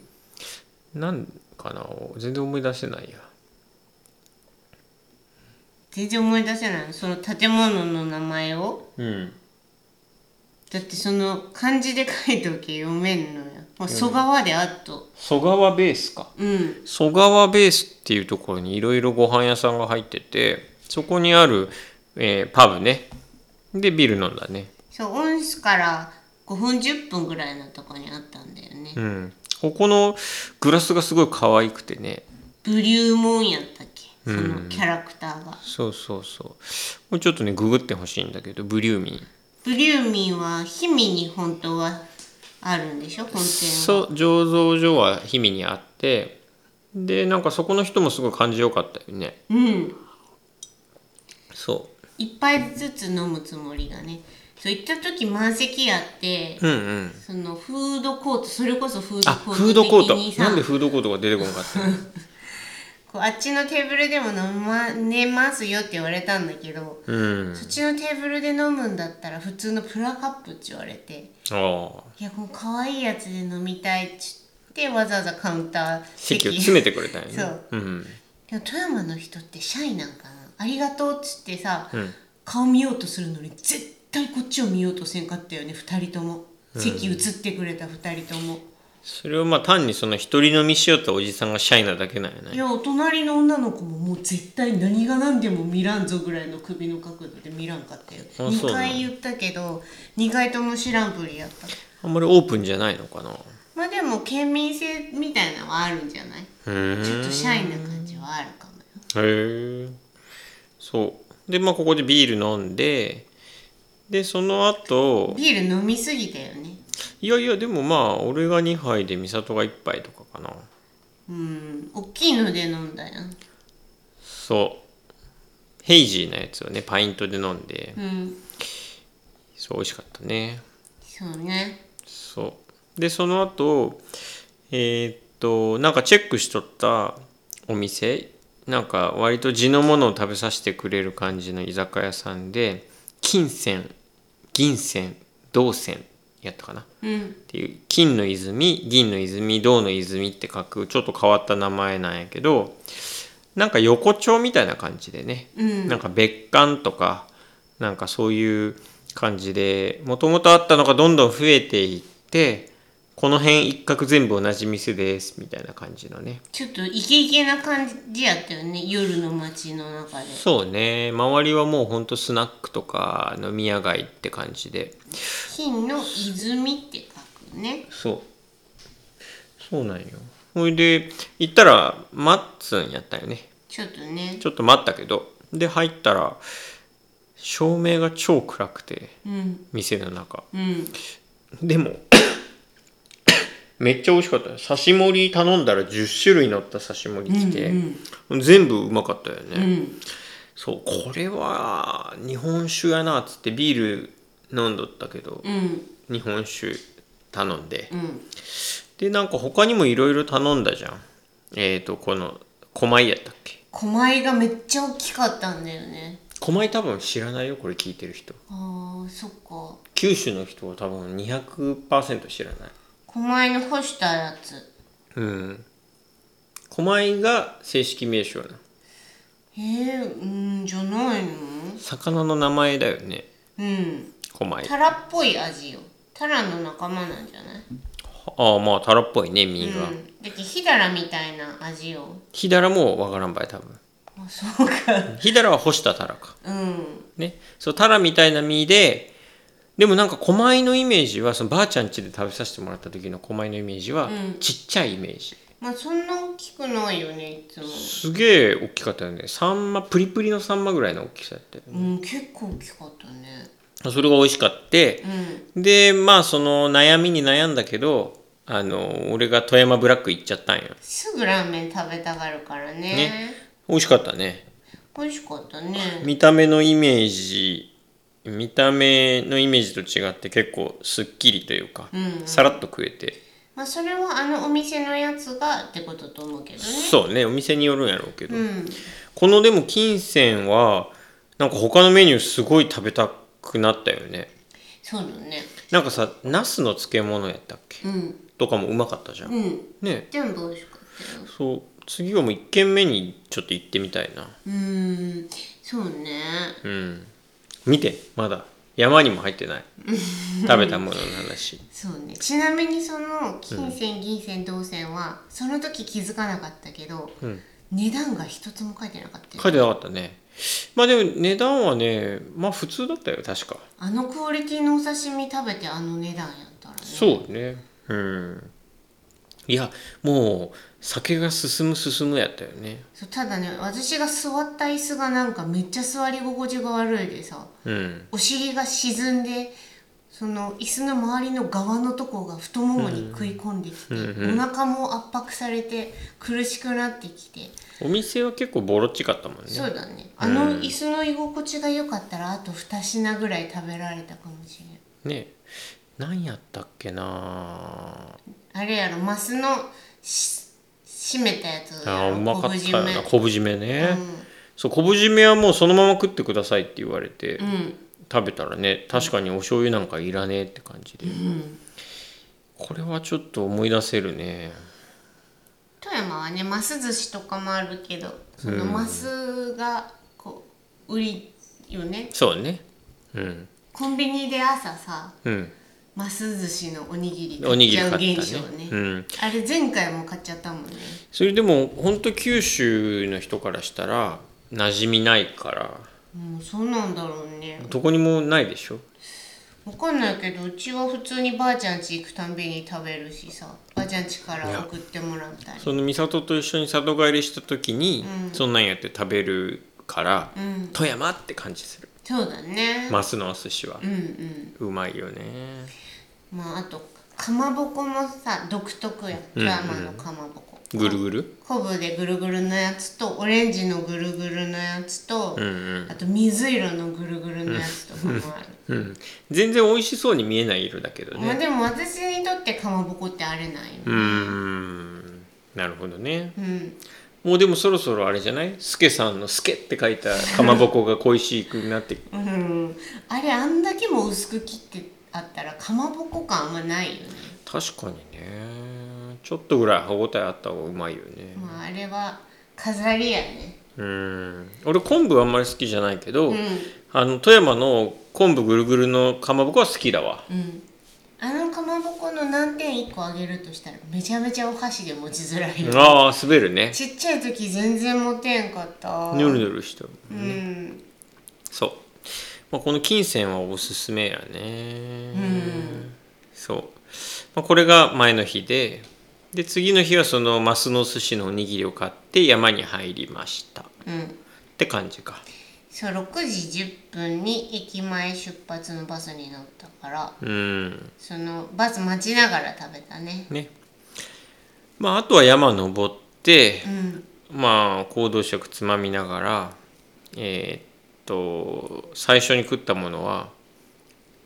[SPEAKER 1] なんかな全然思い出せないや
[SPEAKER 2] 全然思い出せないのその建物の名前を
[SPEAKER 1] うん
[SPEAKER 2] だってその漢字で書いておけ読めんのよもう蘇我であっと
[SPEAKER 1] 蘇川ベースか
[SPEAKER 2] うん
[SPEAKER 1] 蘇川ベースっていうところにいろいろご飯屋さんが入っててそこにある、えーパブねでビール飲んだね
[SPEAKER 2] そうオンスから5分10分ぐらいのとこにあったんだよね、
[SPEAKER 1] うん、ここのグラスがすごい可愛くてね
[SPEAKER 2] ブリューモンやったっけそのキャラクターが、
[SPEAKER 1] そうそうそうもうちょっとねググってほしいんだけどブリューミン
[SPEAKER 2] ブリューミンは氷見に本当はあるんでしょ本店は
[SPEAKER 1] そう醸造所は氷見にあってでなんかそこの人もすごい感じよかったよね
[SPEAKER 2] うん
[SPEAKER 1] そ
[SPEAKER 2] 一杯ずつ飲むつもりがねそう行った時満席やって、
[SPEAKER 1] ううんうん
[SPEAKER 2] そのフードコートそれこそフード
[SPEAKER 1] あ
[SPEAKER 2] コート
[SPEAKER 1] フードコ
[SPEAKER 2] 的に
[SPEAKER 1] ート
[SPEAKER 2] さ
[SPEAKER 1] なんでフードコートが出てこなかったの
[SPEAKER 2] こうあっちのテーブルでも飲まねますよって言われたんだけど、
[SPEAKER 1] うん
[SPEAKER 2] そっちのテーブルで飲むんだったら普通のプラカップって言われて
[SPEAKER 1] ああ
[SPEAKER 2] いやこの可愛いやつで飲みたいっつってわざわざカウンター
[SPEAKER 1] 席を詰めてくれたよね
[SPEAKER 2] そう
[SPEAKER 1] うん
[SPEAKER 2] でも富山の人ってシャイなんかなありがとうっつってさ、
[SPEAKER 1] うん
[SPEAKER 2] 顔見ようとするのに絶対こっちを見ようとせんかったよね2人とも席移ってくれた2人とも、
[SPEAKER 1] それをまあ単にその一人飲みしようったおじさんがシャイなだけなんや
[SPEAKER 2] い
[SPEAKER 1] ね
[SPEAKER 2] やお隣の女の子ももう絶対何が何でも見らんぞぐらいの首の角度で見らんかったよ
[SPEAKER 1] あそ
[SPEAKER 2] 2
[SPEAKER 1] うなの
[SPEAKER 2] 回言ったけど2回とも知らんぷりやった
[SPEAKER 1] あんまりオープンじゃないのかな
[SPEAKER 2] まあでも県民性みたいなのはあるんじゃない
[SPEAKER 1] うん
[SPEAKER 2] ちょっとシャイな感じはあるかもよ
[SPEAKER 1] へえそうでまあここでビール飲んででその後
[SPEAKER 2] ビール飲みすぎたよね
[SPEAKER 1] いやいやでもまあ俺が2杯で美里が1杯とかかな
[SPEAKER 2] うん大きいので飲んだよ
[SPEAKER 1] そうヘイジーなやつをねパイントで飲んで
[SPEAKER 2] うん
[SPEAKER 1] そう美味しかったね
[SPEAKER 2] そうね
[SPEAKER 1] そうでその後えーっとなんかチェックしとったお店なんか割と地のものを食べさせてくれる感じの居酒屋さんで金銭銀銭銅銭やったかな
[SPEAKER 2] うん
[SPEAKER 1] っていう金の泉銀の泉銅の泉って書くちょっと変わった名前なんやけどなんか横丁みたいな感じでね、
[SPEAKER 2] うん
[SPEAKER 1] なんか別館とかなんかそういう感じでもともとあったのがどんどん増えていってこの辺一角全部同じ店ですみたいな感じのね
[SPEAKER 2] ちょっとイケイケな感じやったよね夜の街の中で
[SPEAKER 1] そうね周りはもうほんとスナックとか飲み屋街って感じで
[SPEAKER 2] 金の泉って書くね
[SPEAKER 1] そうそうなんよほいで行ったらマッツンやったよね
[SPEAKER 2] ちょっとね
[SPEAKER 1] ちょっと待ったけどで入ったら照明が超暗くて
[SPEAKER 2] うん
[SPEAKER 1] 店の中
[SPEAKER 2] うん
[SPEAKER 1] でも <coughs> めっちゃ美味しかったよ刺し盛り頼んだら10種類乗った刺し盛り来て、
[SPEAKER 2] うん
[SPEAKER 1] 全部うまかったよね、
[SPEAKER 2] うん
[SPEAKER 1] そうこれは日本酒やなっつってビール飲んどったけど
[SPEAKER 2] うん
[SPEAKER 1] 日本酒頼んで
[SPEAKER 2] うん
[SPEAKER 1] でなんか他にもいろいろ頼んだじゃんえっ、ー、とこの狛江やったっけ
[SPEAKER 2] 狛江がめっちゃ大きかったんだよね
[SPEAKER 1] 狛江多分知らないよこれ聞いてる人
[SPEAKER 2] あーそっか
[SPEAKER 1] 九州の人は多分200%知らない
[SPEAKER 2] 狛江の干したやつ
[SPEAKER 1] うん狛江が正式名称なの
[SPEAKER 2] えー、うんじゃないの
[SPEAKER 1] 魚の名前だよね
[SPEAKER 2] うん
[SPEAKER 1] 狛江
[SPEAKER 2] タラっぽい味よタラの仲間なんじゃない
[SPEAKER 1] ああまあタラっぽいね
[SPEAKER 2] う
[SPEAKER 1] 実が、
[SPEAKER 2] んだってヒダラみたいな味よ
[SPEAKER 1] ヒダラもわからんばい多分
[SPEAKER 2] あそうか
[SPEAKER 1] ヒダラは干したタラか
[SPEAKER 2] うん
[SPEAKER 1] ねそうタラみたいな実ででもなんか狛江のイメージはそのばあちゃん家で食べさせてもらった時の狛江のイメージは、
[SPEAKER 2] うん
[SPEAKER 1] ちっちゃいイメージ
[SPEAKER 2] まあそんな大きくないよねいつも
[SPEAKER 1] すげえ大きかったよねサンマプリプリのサンマぐらいの大きさだったよね
[SPEAKER 2] うん結構大きかったね
[SPEAKER 1] それが美味しかって
[SPEAKER 2] うん
[SPEAKER 1] でまあその悩みに悩んだけどあの俺が富山ブラック行っちゃったんよ
[SPEAKER 2] すぐラーメン食べたがるからね
[SPEAKER 1] ね美味しかったね
[SPEAKER 2] 美味しかったね
[SPEAKER 1] 見た目のイメージ見た目のイメージと違って結構すっきりというか、
[SPEAKER 2] うんうん
[SPEAKER 1] さらっと食えて、
[SPEAKER 2] まあそれはあのお店のやつがってことと思うけどね
[SPEAKER 1] そうねお店によるんやろうけど、
[SPEAKER 2] うん
[SPEAKER 1] このでも金銭はなんか他のメニューすごい食べたくなったよね
[SPEAKER 2] そうだね
[SPEAKER 1] なんかさナスの漬物やったっけ
[SPEAKER 2] うん
[SPEAKER 1] とかもうまかったじゃん、
[SPEAKER 2] うん
[SPEAKER 1] ね
[SPEAKER 2] 全部美味しかったよ
[SPEAKER 1] そう次はもう1軒目にちょっと行ってみたいな
[SPEAKER 2] うーんそうね
[SPEAKER 1] うん見てまだ山にも入ってない食べたものの話
[SPEAKER 2] そうねちなみにその金銭銀銭銅銭は、その時気づかなかったけど、
[SPEAKER 1] うん
[SPEAKER 2] 値段が一つも書いてなかったよ
[SPEAKER 1] 書いてなかったねまあでも値段はねまあ普通だったよ確か
[SPEAKER 2] あのクオリティのお刺身食べてあの値段やったらね
[SPEAKER 1] そうねうんいやもう酒が進む進むやったよね
[SPEAKER 2] そうただね私が座った椅子がなんかめっちゃ座り心地が悪いでさ
[SPEAKER 1] うん
[SPEAKER 2] お尻が沈んでその椅子の周りの側のとこが太ももに食い込んできて、
[SPEAKER 1] うんうん
[SPEAKER 2] お腹も圧迫されて苦しくなってきて、
[SPEAKER 1] お店は結構ボロっちかったもんね
[SPEAKER 2] そうだねあの椅子の居心地が良かったらあと2品ぐらい食べられたかもしれん
[SPEAKER 1] ね何やったっけな
[SPEAKER 2] あれやろマスのし締めたやつ
[SPEAKER 1] ああ
[SPEAKER 2] やろ
[SPEAKER 1] うまかったよな
[SPEAKER 2] 昆
[SPEAKER 1] 昆布締めね、
[SPEAKER 2] 布締
[SPEAKER 1] そう昆布締めはもうそのまま食ってくださいって言われて、
[SPEAKER 2] めうん
[SPEAKER 1] 食べたらね確かにお醤油なんかいらねえって感じで、
[SPEAKER 2] うん、うん、
[SPEAKER 1] これはちょっと思い出せるね
[SPEAKER 2] 富山はねマス寿司とかもあるけどそのマスがこう売りよね
[SPEAKER 1] そうねうん
[SPEAKER 2] コンビニで朝さ
[SPEAKER 1] うん
[SPEAKER 2] マス寿司のおにぎり
[SPEAKER 1] おにぎり
[SPEAKER 2] 買
[SPEAKER 1] 買っ
[SPEAKER 2] っちゃ
[SPEAKER 1] た
[SPEAKER 2] う
[SPEAKER 1] ね
[SPEAKER 2] 現象ね
[SPEAKER 1] うん、
[SPEAKER 2] あれ前回も買っちゃったもんね
[SPEAKER 1] それでも本当九州の人からしたら馴染みないから
[SPEAKER 2] もうそうなんだろうね
[SPEAKER 1] どこにもないでしょ
[SPEAKER 2] わかんないけどうちは普通にばあちゃん家行くたんびに食べるしさばあちゃん家から送ってもらったり
[SPEAKER 1] その美里と一緒に里帰りした時に、そんなんやって食べるから、
[SPEAKER 2] うん
[SPEAKER 1] 富山って感じする
[SPEAKER 2] そうだね、
[SPEAKER 1] マスのお寿司は
[SPEAKER 2] う、んうん
[SPEAKER 1] うまいよね
[SPEAKER 2] まああとかまぼこもさ独特や富山のかまぼこ、
[SPEAKER 1] ぐるぐる
[SPEAKER 2] 昆布でぐるぐるのやつとオレンジのぐるぐるのやつと、
[SPEAKER 1] うんうん
[SPEAKER 2] あと水色のぐるぐるのやつとかもある、
[SPEAKER 1] うん、全然美味しそうに見えない色だけど
[SPEAKER 2] まあ
[SPEAKER 1] ね
[SPEAKER 2] でも私にとってかまぼこってあれなんよ、
[SPEAKER 1] うーんなるほどね
[SPEAKER 2] うん、
[SPEAKER 1] もうでもそろそろあれじゃないスケさんの「スケ」って書いたかまぼこが恋しくなって
[SPEAKER 2] うん、あれあんだけも薄く切ってあったらかまぼこ感あんまないよね、
[SPEAKER 1] 確かにねちょっとぐらい歯ごたえあった方がうまいよね
[SPEAKER 2] まあ、あれは飾りやね
[SPEAKER 1] うん俺昆布あんまり好きじゃないけど、
[SPEAKER 2] うん
[SPEAKER 1] あの富山の昆布ぐるぐるのかまぼこは好きだわ
[SPEAKER 2] うんあのかまぼこの難点1個あげるとしたらめちゃめちゃお箸で持ちづらいよ
[SPEAKER 1] ああ滑るね
[SPEAKER 2] ちっちゃい時全然持てんかった
[SPEAKER 1] ぬるぬるしてる
[SPEAKER 2] うん
[SPEAKER 1] そう、まあ、この金銭はおすすめやね
[SPEAKER 2] うん
[SPEAKER 1] そう、まあ、これが前の日でで次の日はそのマスの寿司のおにぎりを買って山に入りましたっ
[SPEAKER 2] うん
[SPEAKER 1] て感じか
[SPEAKER 2] そう6時10分に駅前出発のバスに乗ったから
[SPEAKER 1] うん
[SPEAKER 2] そのバス待ちながら食べたね
[SPEAKER 1] ねまああとは山登って
[SPEAKER 2] うん
[SPEAKER 1] まあ行動食つまみながらえーっと最初に食ったものは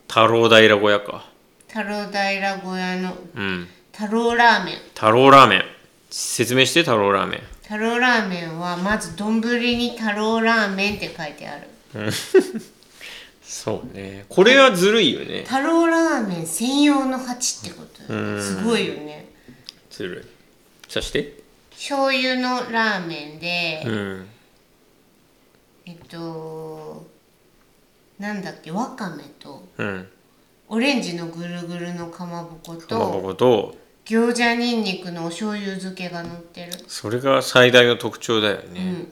[SPEAKER 1] 太郎平小屋か
[SPEAKER 2] 太郎平小屋の
[SPEAKER 1] うん
[SPEAKER 2] 太郎ラーメン
[SPEAKER 1] 太郎ラーメン説明して太郎ラーメン
[SPEAKER 2] 太郎ラーメンはまず丼に太郎ラーメンって書いてある
[SPEAKER 1] そうねこれはずるいよね
[SPEAKER 2] 太郎ラーメン専用の鉢ってことよ
[SPEAKER 1] うん
[SPEAKER 2] すごいよね
[SPEAKER 1] ずるいそして
[SPEAKER 2] 醤油のラーメンで、
[SPEAKER 1] うん
[SPEAKER 2] えっとなんだっけわかめと
[SPEAKER 1] うん
[SPEAKER 2] オレンジのぐるぐるのかまぼこ
[SPEAKER 1] かまぼ
[SPEAKER 2] と
[SPEAKER 1] こと
[SPEAKER 2] 餃子にんにくのお醤油漬けが乗ってる、
[SPEAKER 1] それが最大の特徴だよ
[SPEAKER 2] う
[SPEAKER 1] ね、
[SPEAKER 2] ん、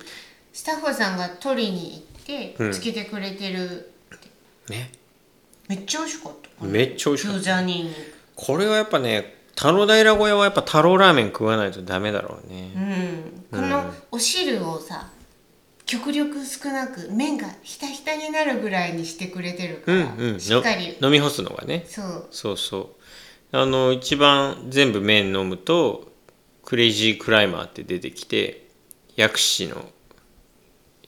[SPEAKER 2] スタッフさんが取りに行っ
[SPEAKER 1] うん
[SPEAKER 2] てつけてくれてる、
[SPEAKER 1] ね
[SPEAKER 2] めっちゃ美味しかったこれ
[SPEAKER 1] めっちゃ美味しかった
[SPEAKER 2] 餃子にんにく
[SPEAKER 1] これはやっぱね太郎平小屋はやっぱ太郎ラーメン食わないとダメだろう
[SPEAKER 2] う
[SPEAKER 1] ね、
[SPEAKER 2] ん、このお汁をさ極力少なく麺がひたひたになるぐらいにしてくれてるか
[SPEAKER 1] うん、
[SPEAKER 2] ら、
[SPEAKER 1] うん
[SPEAKER 2] しっかり
[SPEAKER 1] の飲み干すのがね
[SPEAKER 2] そう
[SPEAKER 1] そうそうあの一番全部麺飲むとクレイジークライマーって出てきて薬師の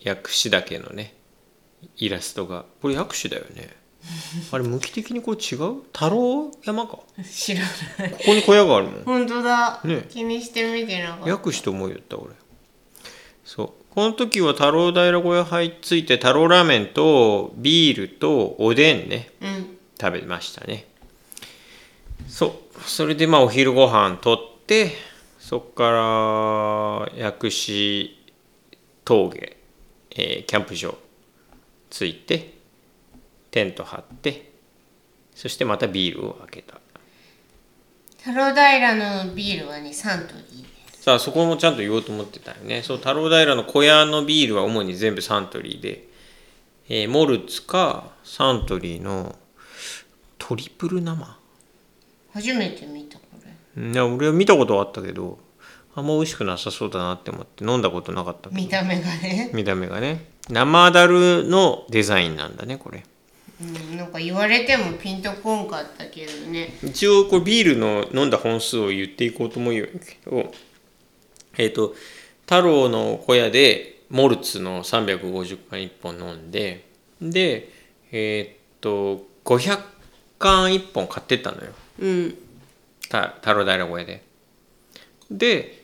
[SPEAKER 1] 薬師だけのねイラストがこれ薬師だよねあれ向き的にこれ違う太郎山かこ
[SPEAKER 2] 知
[SPEAKER 1] <laughs>
[SPEAKER 2] らない
[SPEAKER 1] こに小屋がある
[SPEAKER 2] <laughs>
[SPEAKER 1] もん
[SPEAKER 2] 本当だ、
[SPEAKER 1] ね
[SPEAKER 2] 気にしてみてなかった
[SPEAKER 1] 訳して思いよった俺そうこの時は太郎平小屋入っついて太郎ラーメンとビールとおでんね
[SPEAKER 2] うん
[SPEAKER 1] 食べましたねそうそれでまあお昼ご飯とってそっから薬師峠、えーキャンプ場着いてテント張ってそしてまたビールを開けた
[SPEAKER 2] 太郎平のビールはねサントリー
[SPEAKER 1] さあそこもちゃんと言おうと思ってたよねそう太郎平の小屋のビールは主に全部サントリーで、えーモルツかサントリーのトリプル生
[SPEAKER 2] 初めて見たこれ
[SPEAKER 1] うんいや俺は見たことはあったけどあんま美味しくなさそうだなって思って飲んだことなかったけど
[SPEAKER 2] 見た目がね、
[SPEAKER 1] 見た目がね生だるのデザインなんだねこれ
[SPEAKER 2] うん、なんか言われてもピンとこんかったけどね
[SPEAKER 1] 一応こうビールの飲んだ本数を言っていこうと思うけどえっ、と太郎の小屋でモルツの350缶1本飲んででえっ、と500缶1本買ってったのよ
[SPEAKER 2] うん
[SPEAKER 1] た太郎平小屋でで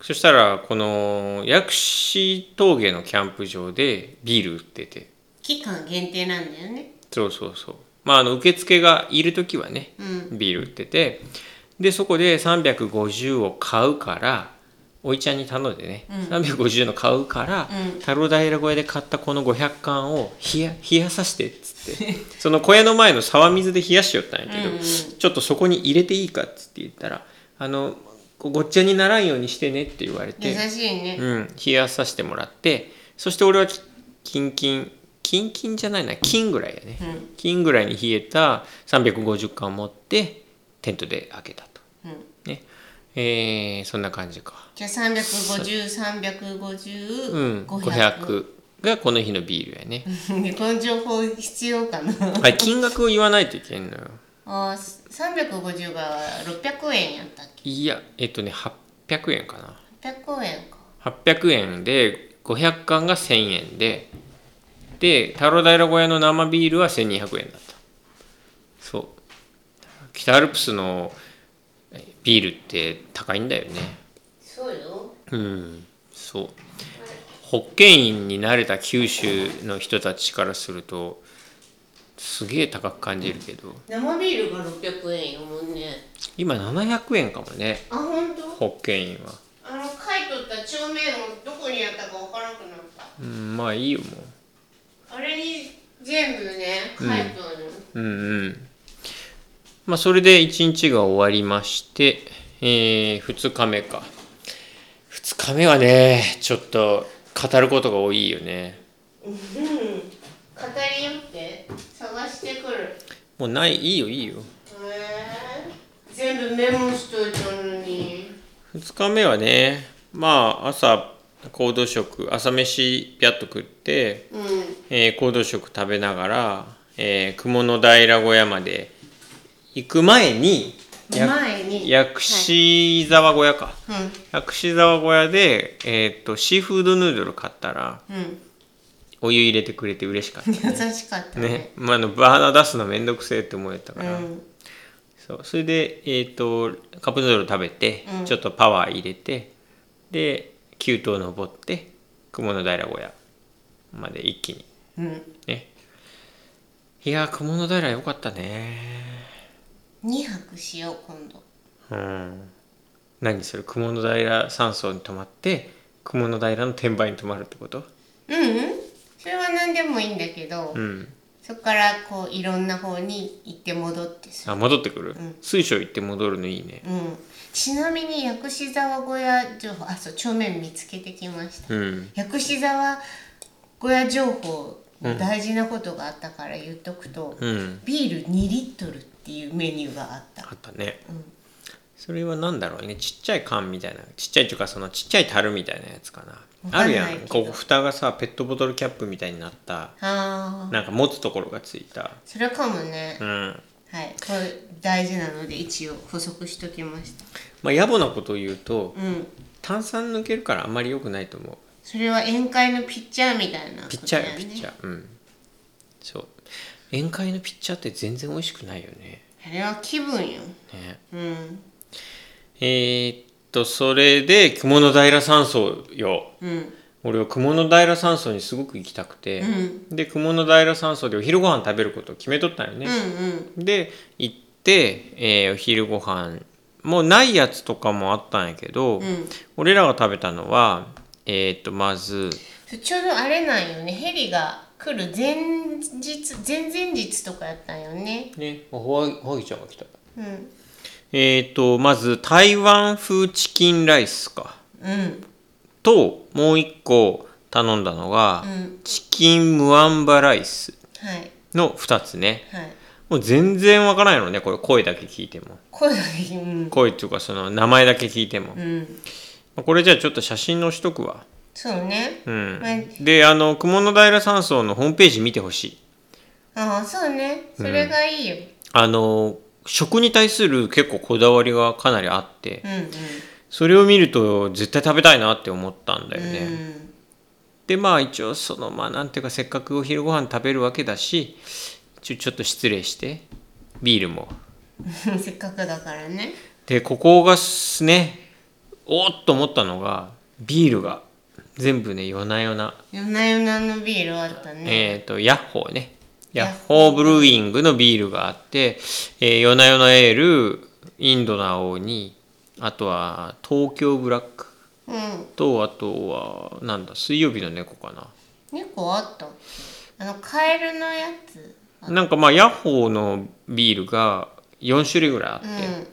[SPEAKER 1] そしたらこの薬師峠のキャンプ場でビール売ってて
[SPEAKER 2] 期間限定なんだよね
[SPEAKER 1] そうそうそうまああの受付がいる時はね
[SPEAKER 2] うん
[SPEAKER 1] ビール売っててでそこで350を買うからおいちゃんに頼んでね、350の買うから、
[SPEAKER 2] う
[SPEAKER 1] 太郎平小屋で買ったこの500缶を冷や冷やさせてっつってその小屋の前の沢水で冷やしよったんやけど、
[SPEAKER 2] うんうん
[SPEAKER 1] ちょっとそこに入れていいかっつって言ったらあのこうごっちゃにならんようにしてねって言われて
[SPEAKER 2] 優しいね、
[SPEAKER 1] うん、冷やさせてもらってそして俺はきキンキンキンキンじゃないな金ぐらいやね、
[SPEAKER 2] うん
[SPEAKER 1] 金ぐらいに冷えた350缶持ってテントで開けたと
[SPEAKER 2] うん
[SPEAKER 1] ねえーそんな感じか
[SPEAKER 2] じゃあ350350、
[SPEAKER 1] うん500が
[SPEAKER 2] <laughs>
[SPEAKER 1] この日のビールやね、
[SPEAKER 2] 500この情報必要か
[SPEAKER 1] <laughs>
[SPEAKER 2] な
[SPEAKER 1] はい金額を言わないといけんのよ
[SPEAKER 2] あー350が600円やったっ
[SPEAKER 1] いやえっとね800円かな
[SPEAKER 2] け800円か
[SPEAKER 1] 800円で500缶が1000円でで太郎平小屋の生ビールは1200円だったそう北アルプスのえビールって高いんだよね
[SPEAKER 2] そうよ
[SPEAKER 1] うんそう保険員に慣れた九州の人たちからするとすげえ高く感じるけど
[SPEAKER 2] 生ビールが600円やもんね
[SPEAKER 1] 今700円かもね
[SPEAKER 2] あ本当
[SPEAKER 1] 保険員は
[SPEAKER 2] あの書いとった帳面をどこにやったか分からなくなっ
[SPEAKER 1] うんまあいいよもう
[SPEAKER 2] たあれに全部ね書いとる、
[SPEAKER 1] うんうんまあそれで1日が終わりまして、え2日目か2日目はねちょっと語ることが多いよね
[SPEAKER 2] うん、語りよって探してくるへ
[SPEAKER 1] もうないいいよいいよ
[SPEAKER 2] え全部メモしといたのに
[SPEAKER 1] 2日目はねまあ朝行動食朝飯ピャッと食って、
[SPEAKER 2] うん
[SPEAKER 1] えー行動食食べながら、えー、雲の平小屋まで行く前にや
[SPEAKER 2] 前に
[SPEAKER 1] 薬師沢小屋か、
[SPEAKER 2] うん
[SPEAKER 1] 薬師沢小屋で、えー、とシーフードヌードル買ったら
[SPEAKER 2] うん、
[SPEAKER 1] お湯入れてくれて嬉しかった
[SPEAKER 2] 優しか <laughs> ったね
[SPEAKER 1] ね、まあ、あのバーナー出すのめんどくせえって思えた
[SPEAKER 2] う
[SPEAKER 1] から、
[SPEAKER 2] ん、
[SPEAKER 1] そうそれで、えー、とカップヌードル食べて、
[SPEAKER 2] うん
[SPEAKER 1] ちょっとパワー入れてで急登登って雲の平小屋まで一気に
[SPEAKER 2] うん、
[SPEAKER 1] ねいやー雲の平よかったね
[SPEAKER 2] 2泊しよう今度
[SPEAKER 1] うん何それ雲の平山荘に泊まって雲の平の転売に泊まるってこと
[SPEAKER 2] うんうんそれは何でもいいんだけど、
[SPEAKER 1] うん
[SPEAKER 2] 三そこからこういろんな方に行って戻ってする
[SPEAKER 1] あ戻ってくる、
[SPEAKER 2] ん
[SPEAKER 1] 水晶行って戻るのいいね
[SPEAKER 2] うんちなみに薬師沢小屋情報あそう帳面見つけてきました、
[SPEAKER 1] うん
[SPEAKER 2] 薬師沢小屋情報の大事なことがあったから言っとくと、
[SPEAKER 1] うん
[SPEAKER 2] ビール2リットルっていうメニューがあった
[SPEAKER 1] あったね、
[SPEAKER 2] うん
[SPEAKER 1] それは何だろうねちっちゃい缶みたいなちっちゃいっていうかそのちっちゃい樽みたいなやつか
[SPEAKER 2] わ
[SPEAKER 1] な
[SPEAKER 2] か
[SPEAKER 1] あ
[SPEAKER 2] ん
[SPEAKER 1] る
[SPEAKER 2] ない
[SPEAKER 1] や
[SPEAKER 2] けど
[SPEAKER 1] んこう蓋がさペットボトルキャップみたいになった
[SPEAKER 2] あー
[SPEAKER 1] なんか持つところがついた
[SPEAKER 2] それかもね、
[SPEAKER 1] うん
[SPEAKER 2] はいこれ大事なので一応補足しときました
[SPEAKER 1] まあ野暮なことを言うと
[SPEAKER 2] うん
[SPEAKER 1] 炭酸抜けるからあんまり良くないと思う
[SPEAKER 2] それは宴会のピッチャーみたいなことだよね
[SPEAKER 1] ピッチャーよピッチャーうんそう宴会のピッチャーって全然美味しくないよね
[SPEAKER 2] あれは気分よ
[SPEAKER 1] ね
[SPEAKER 2] うん
[SPEAKER 1] えー、っとそれで雲の平山荘よ
[SPEAKER 2] うん
[SPEAKER 1] 俺は雲の平山荘にすごく行きたくて、
[SPEAKER 2] うん
[SPEAKER 1] で雲の平山荘でお昼ご飯食べることを決めとったんよ
[SPEAKER 2] う
[SPEAKER 1] ね、
[SPEAKER 2] ん
[SPEAKER 1] で行って、えーお昼ご飯もうないやつとかもあったんやけど、
[SPEAKER 2] うんうん
[SPEAKER 1] 俺らが食べたのはえー、っとまず
[SPEAKER 2] そうちょうどあれなんよねヘリが来る前日前々日とかやったんよね
[SPEAKER 1] ねおはぎおはぎちゃんが来た
[SPEAKER 2] うん
[SPEAKER 1] えー、とまず台湾風チキンライスか
[SPEAKER 2] うん
[SPEAKER 1] ともう一個頼んだのが、
[SPEAKER 2] うん
[SPEAKER 1] チキンムアンバライス
[SPEAKER 2] はい
[SPEAKER 1] の2つね
[SPEAKER 2] はい
[SPEAKER 1] もう全然わからないのねこれ声だけ聞いても
[SPEAKER 2] 声だけうん
[SPEAKER 1] 声っていうかその名前だけ聞いても、ま
[SPEAKER 2] うん
[SPEAKER 1] あこれじゃあちょっと写真のしとくわ
[SPEAKER 2] そうね
[SPEAKER 1] うん
[SPEAKER 2] はい
[SPEAKER 1] であの雲の平山荘のホームページ見てほしい
[SPEAKER 2] ああそうねそれがいいよ
[SPEAKER 1] あの食に対する結構こだわりがかなりあって
[SPEAKER 2] うんうん
[SPEAKER 1] それを見ると絶対食べたいなって思ったんだよね、
[SPEAKER 2] うん
[SPEAKER 1] でまあ一応そのまあなんていうかせっかくお昼ご飯食べるわけだしちょちょっと失礼してビールも
[SPEAKER 2] <laughs> せっかくだからね
[SPEAKER 1] でここがすねおーっと思ったのがビールが全部ね夜な夜な、
[SPEAKER 2] 夜な夜なのビールあったね、
[SPEAKER 1] えっ、とヤッホーね
[SPEAKER 2] ヤ
[SPEAKER 1] ヤ
[SPEAKER 2] ッ
[SPEAKER 1] ッホーブルーイングのビールがあって、えー夜な夜なエールインドの青にあとは東京ブラック
[SPEAKER 2] うん
[SPEAKER 1] とあとはなんだ水曜日の猫かな
[SPEAKER 2] 猫あったっけあのカエルのやつ
[SPEAKER 1] なんかまあヤッホーのビールが4種類ぐらいあって、
[SPEAKER 2] う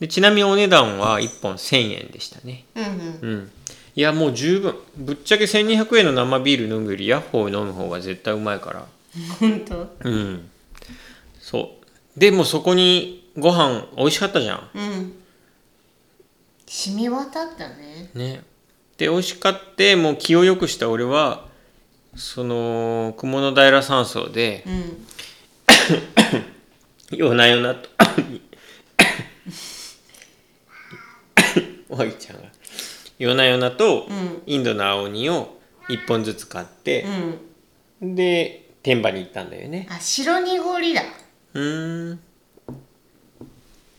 [SPEAKER 1] でちなみにお値段は1本1000円でしたね
[SPEAKER 2] んうんうん
[SPEAKER 1] うんいやもう十分ぶっちゃけ1200円の生ビール飲むよりヤッホー飲む方が絶対うまいから
[SPEAKER 2] 本当
[SPEAKER 1] うんそうでもうそこにご飯美味しかったじゃん
[SPEAKER 2] うん染み渡ったね
[SPEAKER 1] ねで美味しかってもう気を良くした俺はその雲の平山荘で
[SPEAKER 2] うん
[SPEAKER 1] 夜な夜な <laughs> とおはぎちゃんが夜な夜なと
[SPEAKER 2] うん
[SPEAKER 1] インドの青鬼を1本ずつ買って
[SPEAKER 2] う、ん
[SPEAKER 1] で天場に行ったんだよね
[SPEAKER 2] あ白濁りだ
[SPEAKER 1] うーん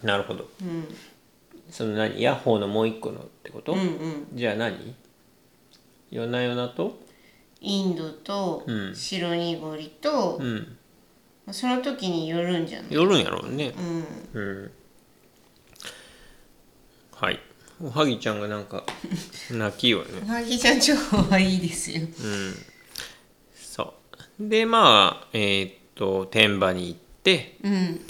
[SPEAKER 1] なるほど
[SPEAKER 2] うん
[SPEAKER 1] その何ヤッホーのもう一個のってこと、
[SPEAKER 2] うんうん
[SPEAKER 1] じゃあ何夜な夜なと
[SPEAKER 2] インドと
[SPEAKER 1] うん
[SPEAKER 2] 白濁りと
[SPEAKER 1] う、ん
[SPEAKER 2] その時によるんじゃない
[SPEAKER 1] 夜んやろうね
[SPEAKER 2] うん
[SPEAKER 1] うんはいおはぎちゃんがなん <laughs> か泣きよね
[SPEAKER 2] おはぎちゃん情報はいいですよ
[SPEAKER 1] うんそうでまあえーっと天場に行って、
[SPEAKER 2] うん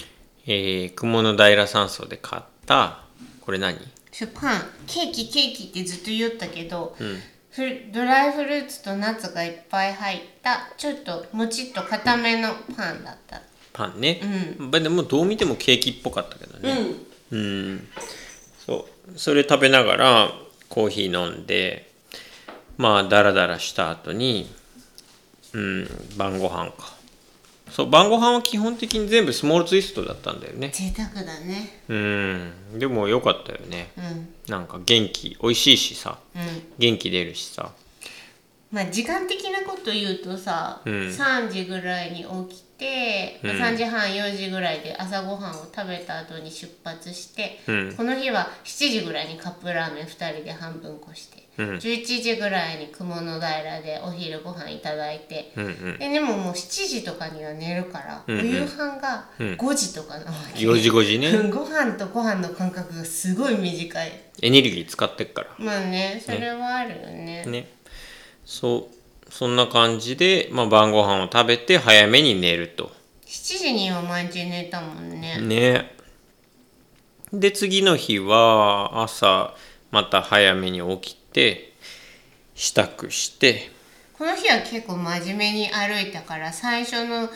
[SPEAKER 1] えー、雲の平山荘で買ったこれ何
[SPEAKER 2] それパンケーキケーキってずっと言ったけど、
[SPEAKER 1] うん
[SPEAKER 2] フルドライフルーツとナッツがいっぱい入ったちょっともちっと固めのパンだった
[SPEAKER 1] パンね
[SPEAKER 2] う、ん
[SPEAKER 1] まあでもどう見てもケーキっぽかったけど
[SPEAKER 2] う
[SPEAKER 1] ね
[SPEAKER 2] ん
[SPEAKER 1] うんそうそれ食べながらコーヒー飲んでまあダラダラした後にうん晩ご飯かそう晩ご飯は基本的に全部スモールツイストだったんだよね
[SPEAKER 2] 贅沢だね
[SPEAKER 1] うんでも良かったよね
[SPEAKER 2] うん
[SPEAKER 1] なんか元気美味しいしさ
[SPEAKER 2] うん
[SPEAKER 1] 元気出るしさ
[SPEAKER 2] まあ時間的なこと言うとさ、
[SPEAKER 1] うん
[SPEAKER 2] 3時ぐらいに起きて、まあ
[SPEAKER 1] うん
[SPEAKER 2] 3時半4時ぐらいで朝ごはんを食べた後に出発して、
[SPEAKER 1] うん
[SPEAKER 2] この日は7時ぐらいにカップラーメン2人で半分こして、
[SPEAKER 1] うん
[SPEAKER 2] 11時ぐらいに雲の平でお昼ご飯いただいて、
[SPEAKER 1] うんうん
[SPEAKER 2] ででももう7時とかには寝るから、
[SPEAKER 1] うんうん
[SPEAKER 2] お夕飯が
[SPEAKER 1] うん
[SPEAKER 2] 5時とかなわけ、
[SPEAKER 1] 4時5時
[SPEAKER 2] う
[SPEAKER 1] ね
[SPEAKER 2] ん <laughs> ご飯とご飯の間隔がすごい短い
[SPEAKER 1] エネルギー使ってっから
[SPEAKER 2] まあねそれはあるよね
[SPEAKER 1] ねそうそんな感じで、まあ、晩ご飯を食べて早めに寝ると。
[SPEAKER 2] 7時には毎日寝たもんね
[SPEAKER 1] ねで次の日は朝また早めに起きて支度して
[SPEAKER 2] この日は結構真面目に歩いたから最初の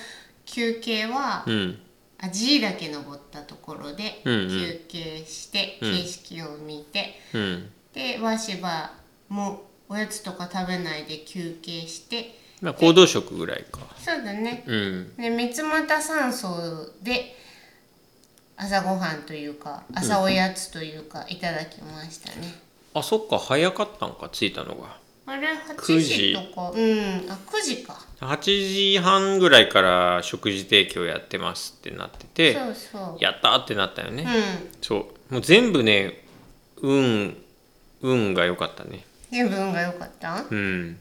[SPEAKER 2] 休憩は、
[SPEAKER 1] うん
[SPEAKER 2] あ G だけ登ったところで
[SPEAKER 1] うんうん
[SPEAKER 2] 休憩して、
[SPEAKER 1] うん
[SPEAKER 2] 景色を見て、
[SPEAKER 1] うん
[SPEAKER 2] でわしばもおやつとか食べないで休憩して
[SPEAKER 1] まあ行動食ぐらいか
[SPEAKER 2] そうだね
[SPEAKER 1] うん
[SPEAKER 2] で三俣山荘で朝ごはんというか朝おやつというか、いただきましたね
[SPEAKER 1] あそっか早かったんか着いたのが
[SPEAKER 2] あれ8
[SPEAKER 1] 九
[SPEAKER 2] 時
[SPEAKER 1] 時
[SPEAKER 2] とかうんあ9時か
[SPEAKER 1] 8時半ぐらいから食事提供やってますってなってて
[SPEAKER 2] そうそう
[SPEAKER 1] やったーってなったよね、
[SPEAKER 2] うん
[SPEAKER 1] そうもう全部ね運運が良かったね
[SPEAKER 2] 全部運が良かった
[SPEAKER 1] うん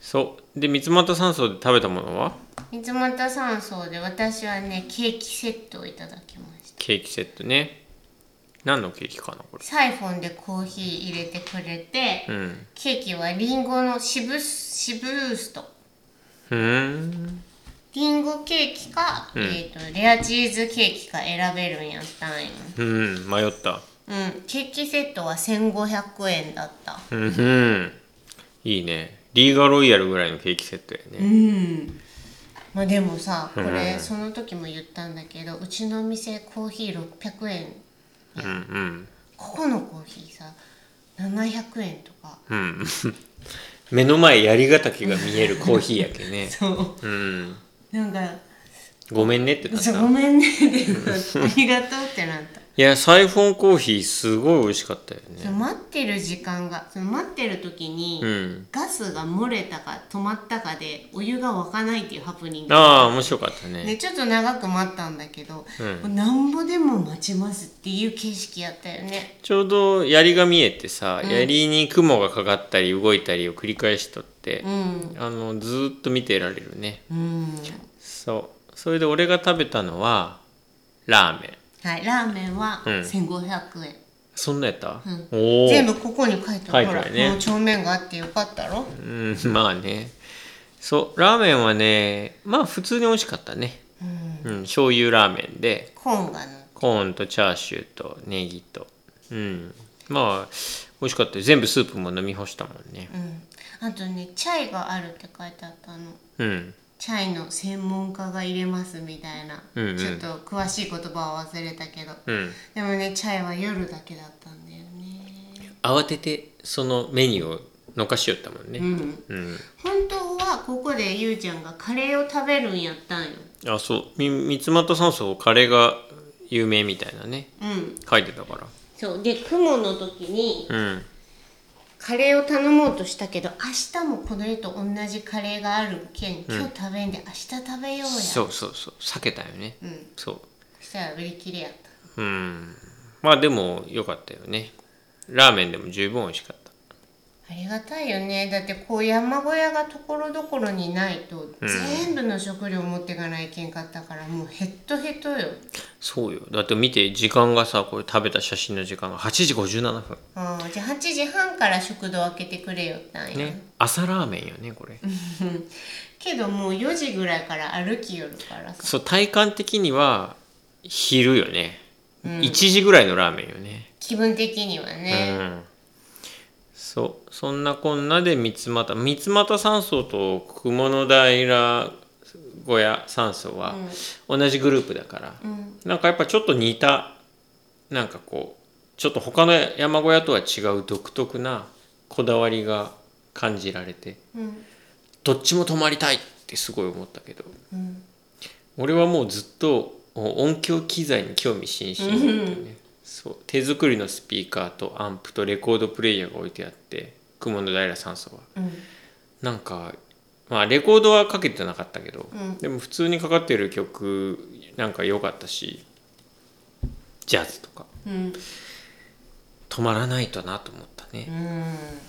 [SPEAKER 1] そうで三俣山荘で食べたものは
[SPEAKER 2] 三俣山荘で私はねケーキセットをいただきました
[SPEAKER 1] ケーキセットね何のケーキかなこれ
[SPEAKER 2] サイフォンでコーヒー入れてくれて、
[SPEAKER 1] うん
[SPEAKER 2] ケーキはリンゴのシブシブースト
[SPEAKER 1] ふーん
[SPEAKER 2] リンゴケーキか、
[SPEAKER 1] うん
[SPEAKER 2] えっ、とレアチーズケーキか選べるんやったんよ
[SPEAKER 1] うん迷った
[SPEAKER 2] うんケーキセットは1500円だった
[SPEAKER 1] うんふんいいねリーガロイヤルぐらいのケーキセットや
[SPEAKER 2] う
[SPEAKER 1] ね
[SPEAKER 2] んまあでもさこれ、
[SPEAKER 1] うん
[SPEAKER 2] その時も言ったんだけどうちの店コーヒー600円
[SPEAKER 1] うんうん
[SPEAKER 2] ここのコーヒーさ700円とか
[SPEAKER 1] うん目の前槍ヶ岳が見えるコーヒーやけね
[SPEAKER 2] そう
[SPEAKER 1] うん
[SPEAKER 2] なんか
[SPEAKER 1] ごめんねってなっ
[SPEAKER 2] そう
[SPEAKER 1] た
[SPEAKER 2] ご
[SPEAKER 1] い
[SPEAKER 2] <laughs> めんねでもありがとうってなった
[SPEAKER 1] やサイフォンコーヒーすごい美味しかったよ
[SPEAKER 2] その
[SPEAKER 1] ね
[SPEAKER 2] 待ってる時間がその待ってる時に、
[SPEAKER 1] うん
[SPEAKER 2] ガスが漏れたか止まったかでお湯が沸かないっていうハプニング
[SPEAKER 1] ああ面白かったね
[SPEAKER 2] でちょっと長く待ったんだけど、
[SPEAKER 1] う
[SPEAKER 2] なんぼでも待ちますっていう景色やったよね
[SPEAKER 1] ちょうど槍が見えてさ
[SPEAKER 2] うん
[SPEAKER 1] 槍に雲がかかったり動いたりを繰り返しとって
[SPEAKER 2] うん
[SPEAKER 1] あのずーっと見てられるね
[SPEAKER 2] うん
[SPEAKER 1] そうそれで俺が食べたのはラーメン
[SPEAKER 2] はいラーメンは
[SPEAKER 1] うん
[SPEAKER 2] 1500円、
[SPEAKER 1] そんなやった、
[SPEAKER 2] うん
[SPEAKER 1] おお
[SPEAKER 2] 全部ここに書いてあ
[SPEAKER 1] 書
[SPEAKER 2] る
[SPEAKER 1] いて
[SPEAKER 2] ほ
[SPEAKER 1] あ
[SPEAKER 2] ら
[SPEAKER 1] るね
[SPEAKER 2] もう帳面があってよかったろ
[SPEAKER 1] うんまあねそうラーメンはねまあ普通に美味しかったね
[SPEAKER 2] うん
[SPEAKER 1] うん醤油ラーメンで
[SPEAKER 2] コーンがの
[SPEAKER 1] コーンとチャーシューとネギとうんまあ美味しかったよ全部スープも飲み干したもんね
[SPEAKER 2] うんあとねチャイがあるって書いてあったの
[SPEAKER 1] うん
[SPEAKER 2] チャイの専門家が入れますみたいな、
[SPEAKER 1] うんうん
[SPEAKER 2] ちょっと詳しい言葉は忘れたけど、
[SPEAKER 1] うん
[SPEAKER 2] でもねチャイは夜だけだったんだよね
[SPEAKER 1] 慌ててそのメニューをのかしよったもん
[SPEAKER 2] う
[SPEAKER 1] ね
[SPEAKER 2] ん
[SPEAKER 1] うん、
[SPEAKER 2] 本当はここでゆうちゃんがカレーを食べるんやったんよ
[SPEAKER 1] あそうみ三つ俣山荘カレーが有名みたいなね
[SPEAKER 2] うん
[SPEAKER 1] 書いてたから
[SPEAKER 2] そうで雲の時に
[SPEAKER 1] うん
[SPEAKER 2] カレーを頼もうとしたけど明日もこの絵と同じカレーがあるけん今日食べんで明日食べようや、
[SPEAKER 1] そうそうそう避けたよね
[SPEAKER 2] うん
[SPEAKER 1] そ
[SPEAKER 2] そしたら売り切れやった
[SPEAKER 1] ううんまあでも良かったよねラーメンでも十分美味しかった
[SPEAKER 2] ありがたいよねだってこう山小屋がところどころにないと、
[SPEAKER 1] うん
[SPEAKER 2] 全部の食料持ってかないけんかったからもうヘッドヘッドよ
[SPEAKER 1] そうよだって見て時間がさこれ食べた写真の時間が8時57分
[SPEAKER 2] あーじゃあ8時半から食堂開けてくれよったんや、
[SPEAKER 1] ね朝ラーメンよねこれ
[SPEAKER 2] けどもう4時ぐらいから歩きよるからさ
[SPEAKER 1] そう体感的には昼よね、
[SPEAKER 2] うん
[SPEAKER 1] 1時ぐらいのラーメンよね
[SPEAKER 2] 気分的にはね、
[SPEAKER 1] うん、そうそんなこんなで三俣三俣山荘と雲の平小屋山荘は同じグループだから、
[SPEAKER 2] うん
[SPEAKER 1] なんかやっぱちょっと似たなんかこうちょっと他の山小屋とは違う独特なこだわりが感じられて
[SPEAKER 2] うん
[SPEAKER 1] どっちも泊まりたいってすごい思ったけど
[SPEAKER 2] うん
[SPEAKER 1] 俺はもうずっと音響機材に興味津々だったよね、そう手作りのスピーカーとアンプとレコードプレイヤーが置いてあって雲の平山荘は
[SPEAKER 2] うん
[SPEAKER 1] なんかまあレコードはかけてなかったけど、
[SPEAKER 2] うん
[SPEAKER 1] でも普通にかかってる曲なんか良かったしジャズとか
[SPEAKER 2] うん
[SPEAKER 1] 止まらないとなと思ったね、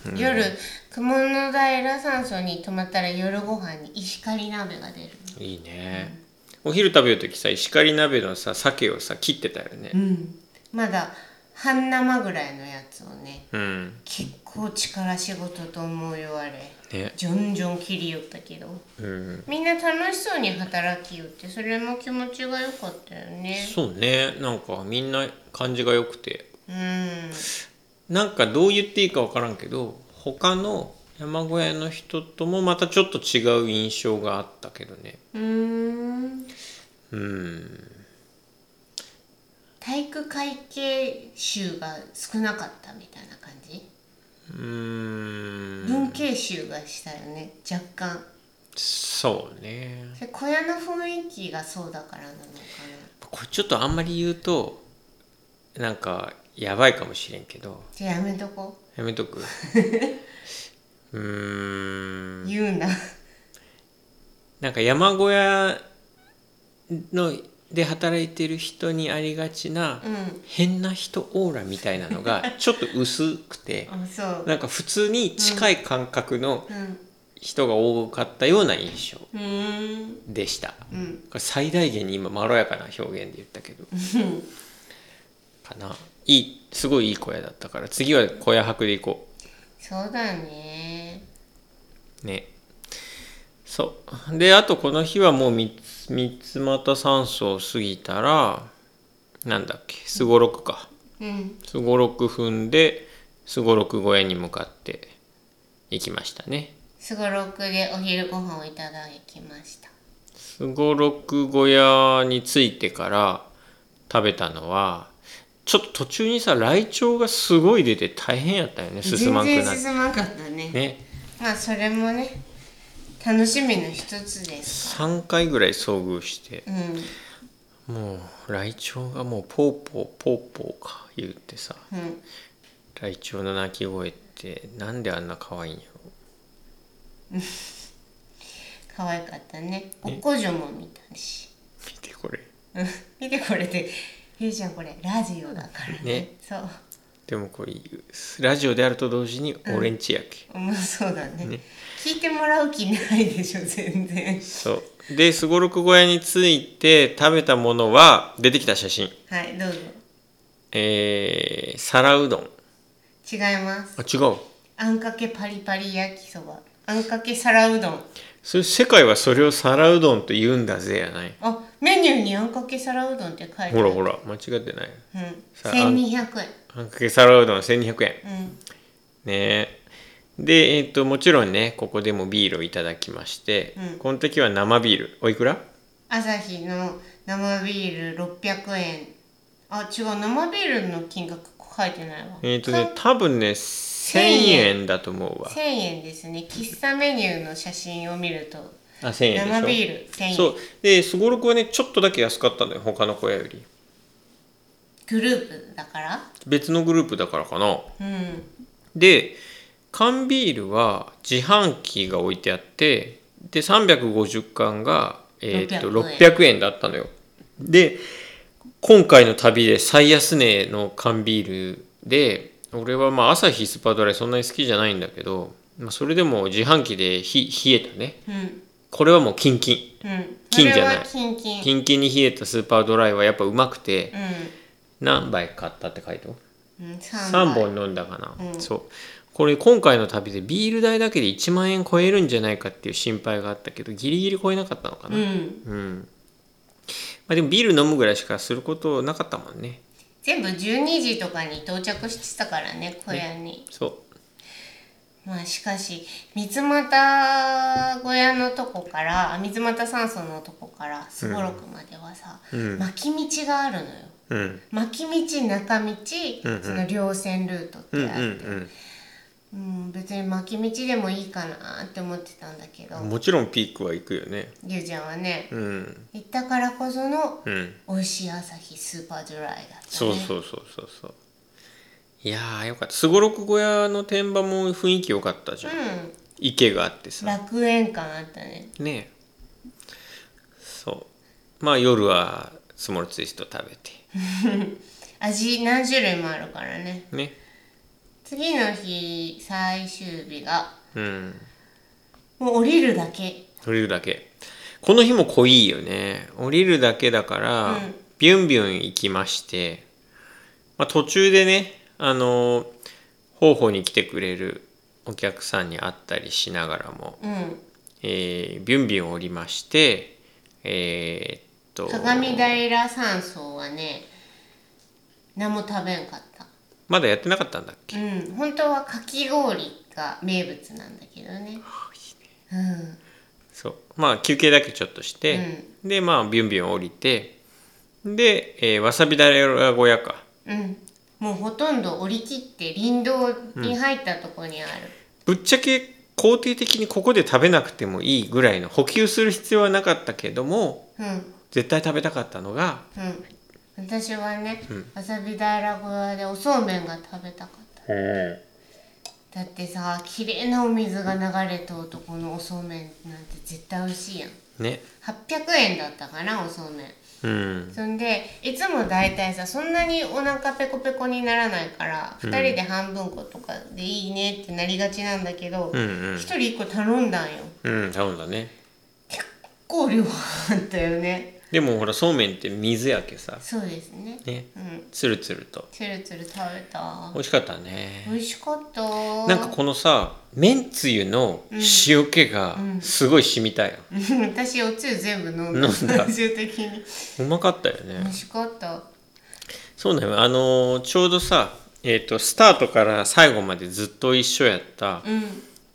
[SPEAKER 2] うん夜雲の平山荘に泊まったら夜ご飯に石狩鍋が出る
[SPEAKER 1] いいね、お昼食べる時さ石狩鍋のさ鮭をさ切ってたよね、
[SPEAKER 2] うん、まだ半生ぐらいのやつをね
[SPEAKER 1] うん
[SPEAKER 2] 結構力仕事と思うよあれ
[SPEAKER 1] ね
[SPEAKER 2] じょんじょん切りよったけど
[SPEAKER 1] うん
[SPEAKER 2] みんな楽しそうに働きよってそれも気持ちが良かったよね
[SPEAKER 1] そうねなんかみんな感じが良くて
[SPEAKER 2] うん
[SPEAKER 1] なんかどう言っていいか分からんけど他の山小屋の人ともまたちょっと違う印象があったけどね
[SPEAKER 2] うーん
[SPEAKER 1] うん
[SPEAKER 2] 体育会系集が少なかったみたいな感じ、
[SPEAKER 1] うん
[SPEAKER 2] 文系集がしたよね若干
[SPEAKER 1] そうね
[SPEAKER 2] それ小屋の雰囲気がそうだからなのか
[SPEAKER 1] これちょっとあんまり言うとなんかやばいかもしれんけど
[SPEAKER 2] なじゃあやめとこ
[SPEAKER 1] やめとくうー
[SPEAKER 2] うん言う <laughs> な
[SPEAKER 1] なんか山小屋ので働いてる人にありがちな
[SPEAKER 2] うん
[SPEAKER 1] 変な人オーラみたいなのがちょっと薄くて
[SPEAKER 2] あそう
[SPEAKER 1] なんか普通に近い感覚の
[SPEAKER 2] うん
[SPEAKER 1] 人が多かったような印象
[SPEAKER 2] うーん
[SPEAKER 1] でした
[SPEAKER 2] うん
[SPEAKER 1] これ最大限に今まろやかな表現で言ったけどかないいすごいいい小屋だったから次は小屋泊で行こ
[SPEAKER 2] そうだね
[SPEAKER 1] うねそうであとこの日はもう三つ三つ股山荘を過ぎたらなんだっけすごろくか
[SPEAKER 2] うん
[SPEAKER 1] すごろく踏んですごろく小屋に向かって行きましたね
[SPEAKER 2] すごろくでお昼ご飯をいただきました
[SPEAKER 1] すごろく小屋に着いてから食べたのはちょっと途中にさライチョウがすごい出て大変やったよね進まんく
[SPEAKER 2] 全
[SPEAKER 1] なっ
[SPEAKER 2] 然
[SPEAKER 1] て
[SPEAKER 2] 進まんかったね
[SPEAKER 1] ね
[SPEAKER 2] まあそれもね楽しみの一つです
[SPEAKER 1] 3回ぐらい遭遇して
[SPEAKER 2] うん
[SPEAKER 1] もうライチョウがもうポーポーポーポーか言ってさ
[SPEAKER 2] うん
[SPEAKER 1] ライチョウの鳴き声ってなんであんな可愛いんや
[SPEAKER 2] 可愛かったねおっこじょも見たし
[SPEAKER 1] ろ見てこれ
[SPEAKER 2] うん見てこれでゆうちゃんこれラジオだから
[SPEAKER 1] ね
[SPEAKER 2] そう
[SPEAKER 1] でもこれラジオであると同時に俺んちやけ、
[SPEAKER 2] うんそうだね聞いてもらう気ないでしょ全然
[SPEAKER 1] そうですごろく小屋に着いて食べたものは出てきた写真
[SPEAKER 2] はいどうぞ
[SPEAKER 1] えー、皿うどん
[SPEAKER 2] 違います
[SPEAKER 1] あ違う
[SPEAKER 2] あんかけパリパリ焼きそばあんかけ皿うどん
[SPEAKER 1] それ世界はそれを皿うどんと言うんだぜやない
[SPEAKER 2] あメニューにあんかけ皿うどんって書いてある
[SPEAKER 1] ほらほら間違ってない
[SPEAKER 2] うん、
[SPEAKER 1] さあ
[SPEAKER 2] 1200
[SPEAKER 1] あんかけ皿うどん1200円
[SPEAKER 2] 円
[SPEAKER 1] ねえで、えっともちろんねここでもビールをいただきまして、
[SPEAKER 2] うん
[SPEAKER 1] この時は生ビールおいくら
[SPEAKER 2] 朝日の生ビール600円あ違う生ビールの金額書いてないわ
[SPEAKER 1] えっ、と
[SPEAKER 2] か
[SPEAKER 1] ね多分ね1000円だと思うわ
[SPEAKER 2] 1000円ですね喫茶メニューの写真を見ると
[SPEAKER 1] あ1000円でしょ
[SPEAKER 2] 生ビール1000円
[SPEAKER 1] そうですごろくはねちょっとだけ安かったのよ他の小屋より
[SPEAKER 2] グループだから
[SPEAKER 1] 別のグループだからかな
[SPEAKER 2] うん
[SPEAKER 1] で缶ビールは自販機が置いてあってで350缶が、えーっと
[SPEAKER 2] 600
[SPEAKER 1] 600円だったのよで今回の旅で最安値の缶ビールで俺はまあ朝日スパドライそんなに好きじゃないんだけど、まあ、それでも自販機でひ冷えたね
[SPEAKER 2] うん
[SPEAKER 1] これはもうキンキン
[SPEAKER 2] うん
[SPEAKER 1] 金じゃない
[SPEAKER 2] これは金金
[SPEAKER 1] キンキンに冷えたスーパードライはやっぱうまくて何杯買ったって書いてある
[SPEAKER 2] うん、うん、
[SPEAKER 1] 3
[SPEAKER 2] 3
[SPEAKER 1] 本飲んだかな、
[SPEAKER 2] うん
[SPEAKER 1] そうこれ今回の旅でビール代だけで1万円超えるんじゃないかっていう心配があったけどギリギリ超えなかったのかな
[SPEAKER 2] う
[SPEAKER 1] うん、
[SPEAKER 2] ん
[SPEAKER 1] まあ、でもビール飲むぐらいしかすることなかったもんね
[SPEAKER 2] 全部12時とかに到着してたからね小屋に、
[SPEAKER 1] そ
[SPEAKER 2] まあしかし三俣小屋のとこからあ三俣山荘のとこからすごろくまではさ、
[SPEAKER 1] うん
[SPEAKER 2] 巻き道があるのよ
[SPEAKER 1] ううん
[SPEAKER 2] 巻き道中道、
[SPEAKER 1] うんうん
[SPEAKER 2] その稜線ルートっ
[SPEAKER 1] うんうん
[SPEAKER 2] てあって、うん別に巻き道でもいいかなって思ってたんだけど
[SPEAKER 1] うんもちろんピークは行くよね
[SPEAKER 2] りゅうちゃんはね
[SPEAKER 1] うん
[SPEAKER 2] 行ったからこその
[SPEAKER 1] うん
[SPEAKER 2] 美味しい朝日スーパードライだったね
[SPEAKER 1] そうそうそうそうそういやーよかったすごろく小屋の天場も雰囲気良かったじゃん、
[SPEAKER 2] う
[SPEAKER 1] 池があってさ
[SPEAKER 2] ん楽園感あったね
[SPEAKER 1] ねえそうまあ夜はスモールツイスト食べて
[SPEAKER 2] 味何種類もあるからね
[SPEAKER 1] ね
[SPEAKER 2] 次の日最終日が
[SPEAKER 1] うん
[SPEAKER 2] もう降りるだけ
[SPEAKER 1] 降りるだけこの日も濃いよね降りるだけだから、
[SPEAKER 2] うん
[SPEAKER 1] ビュンビュン行きましてまあ、途中でねあの方法に来てくれるお客さんに会ったりしながらも、
[SPEAKER 2] うん
[SPEAKER 1] えービュンビュン降りましてえーっと
[SPEAKER 2] 鏡平山荘はね何も食べんかった
[SPEAKER 1] まだやってなかったんだっけ
[SPEAKER 2] うん本当はかき氷が名物なんだけどねうん
[SPEAKER 1] そうまあ休憩だけちょっとして、でまあビュンビュン降りてで、えーわさびだれ小屋か
[SPEAKER 2] うんもうほとんど降り切って林道に入ったとこにある、
[SPEAKER 1] ぶっちゃけ肯定的にここで食べなくてもいいぐらいの補給する必要はなかったけども
[SPEAKER 2] うん、うん
[SPEAKER 1] 絶対食べたかったのが
[SPEAKER 2] 私はね、わさび平小屋でおそうめんが食べたかっ
[SPEAKER 1] へ
[SPEAKER 2] ただってさ綺麗なお水が流れた男のおそうめんなんて絶対美味しいやん
[SPEAKER 1] ね
[SPEAKER 2] 800円だったかなおそうめん
[SPEAKER 1] うん
[SPEAKER 2] そんでいつも大体さそんなにお腹ペコペコにならないから、二2人で半分ことかでいいねってなりがちなんだけど、
[SPEAKER 1] う
[SPEAKER 2] 一
[SPEAKER 1] んうん
[SPEAKER 2] 1人1個頼んだんよ
[SPEAKER 1] うん頼んだね
[SPEAKER 2] 結構量あったよね
[SPEAKER 1] でもほらそうめんって水やけさ
[SPEAKER 2] そうですね
[SPEAKER 1] ね
[SPEAKER 2] うん
[SPEAKER 1] つるつると
[SPEAKER 2] つるつる食べた
[SPEAKER 1] 美味しかったね
[SPEAKER 2] 美味しかった
[SPEAKER 1] なんかこのさめんつゆの塩気がすごい染みたよ、
[SPEAKER 2] うん私おつゆ全部飲ん
[SPEAKER 1] 飲ん
[SPEAKER 2] だ
[SPEAKER 1] だ
[SPEAKER 2] 最終的に
[SPEAKER 1] うまかったよ
[SPEAKER 2] 美
[SPEAKER 1] ね
[SPEAKER 2] 味しかった
[SPEAKER 1] そうだよあのーちょうどさえっ、とスタートから最後までずっと一緒やった、
[SPEAKER 2] うん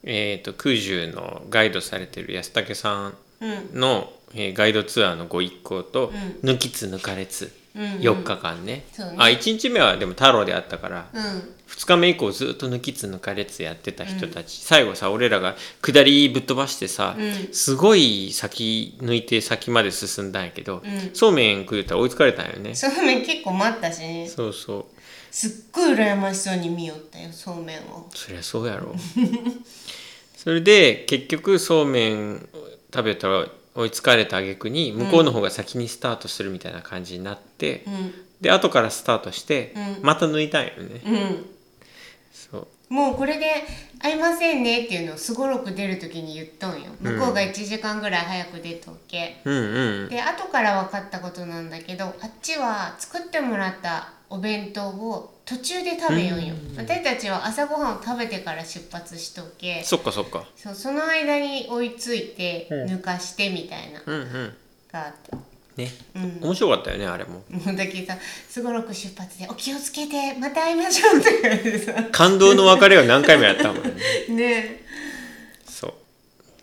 [SPEAKER 1] えっ、と空中のガイドされてる安武さん
[SPEAKER 2] うん
[SPEAKER 1] の、えーガイドツアーのご一行と、抜きつ抜かれつ
[SPEAKER 2] うん
[SPEAKER 1] 4日間ね,、
[SPEAKER 2] そうね
[SPEAKER 1] あ1日目はでも太郎であったから
[SPEAKER 2] うん
[SPEAKER 1] 2日目以降ずっと抜きつ抜かれつやってた人たち、最後さ俺らが下りぶっ飛ばしてさ、
[SPEAKER 2] うん
[SPEAKER 1] すごい先抜いて先まで進んだんやけど、
[SPEAKER 2] うん
[SPEAKER 1] そうめん食うたら追いつかれたんよね
[SPEAKER 2] そうめん結構待ったしね
[SPEAKER 1] そうそう
[SPEAKER 2] すっごい羨ましそうに見よったよそうめんを
[SPEAKER 1] そりゃそうやろ <laughs> それで結局そうめん食べたら追いつかれた挙句に向こうの方が先にスタートするみたいな感じになって、
[SPEAKER 2] うん
[SPEAKER 1] で後からスタートして、
[SPEAKER 2] う
[SPEAKER 1] また抜いたんよね
[SPEAKER 2] うん
[SPEAKER 1] そう
[SPEAKER 2] もうこれで「会いませんね」っていうのをすごろく出る時に言っとんよ向こうが1時間ぐらい早く出とけ、
[SPEAKER 1] うんうん
[SPEAKER 2] で後から分かったことなんだけどあっちは作ってもらったお弁当を途中で食べよんよ、私たちは朝ごはんを食べてから出発しとけ
[SPEAKER 1] そっかそっか
[SPEAKER 2] そうその間に追いついて
[SPEAKER 1] うん
[SPEAKER 2] 抜かしてみたいなの
[SPEAKER 1] うんうん
[SPEAKER 2] があった、
[SPEAKER 1] ね
[SPEAKER 2] うん
[SPEAKER 1] 面白かったよねあれも
[SPEAKER 2] もうだけさすごろく出発で「お気をつけてまた会いましょう」って言われてさ
[SPEAKER 1] 感動の別れを何回もやったもんね <laughs>
[SPEAKER 2] ね
[SPEAKER 1] そう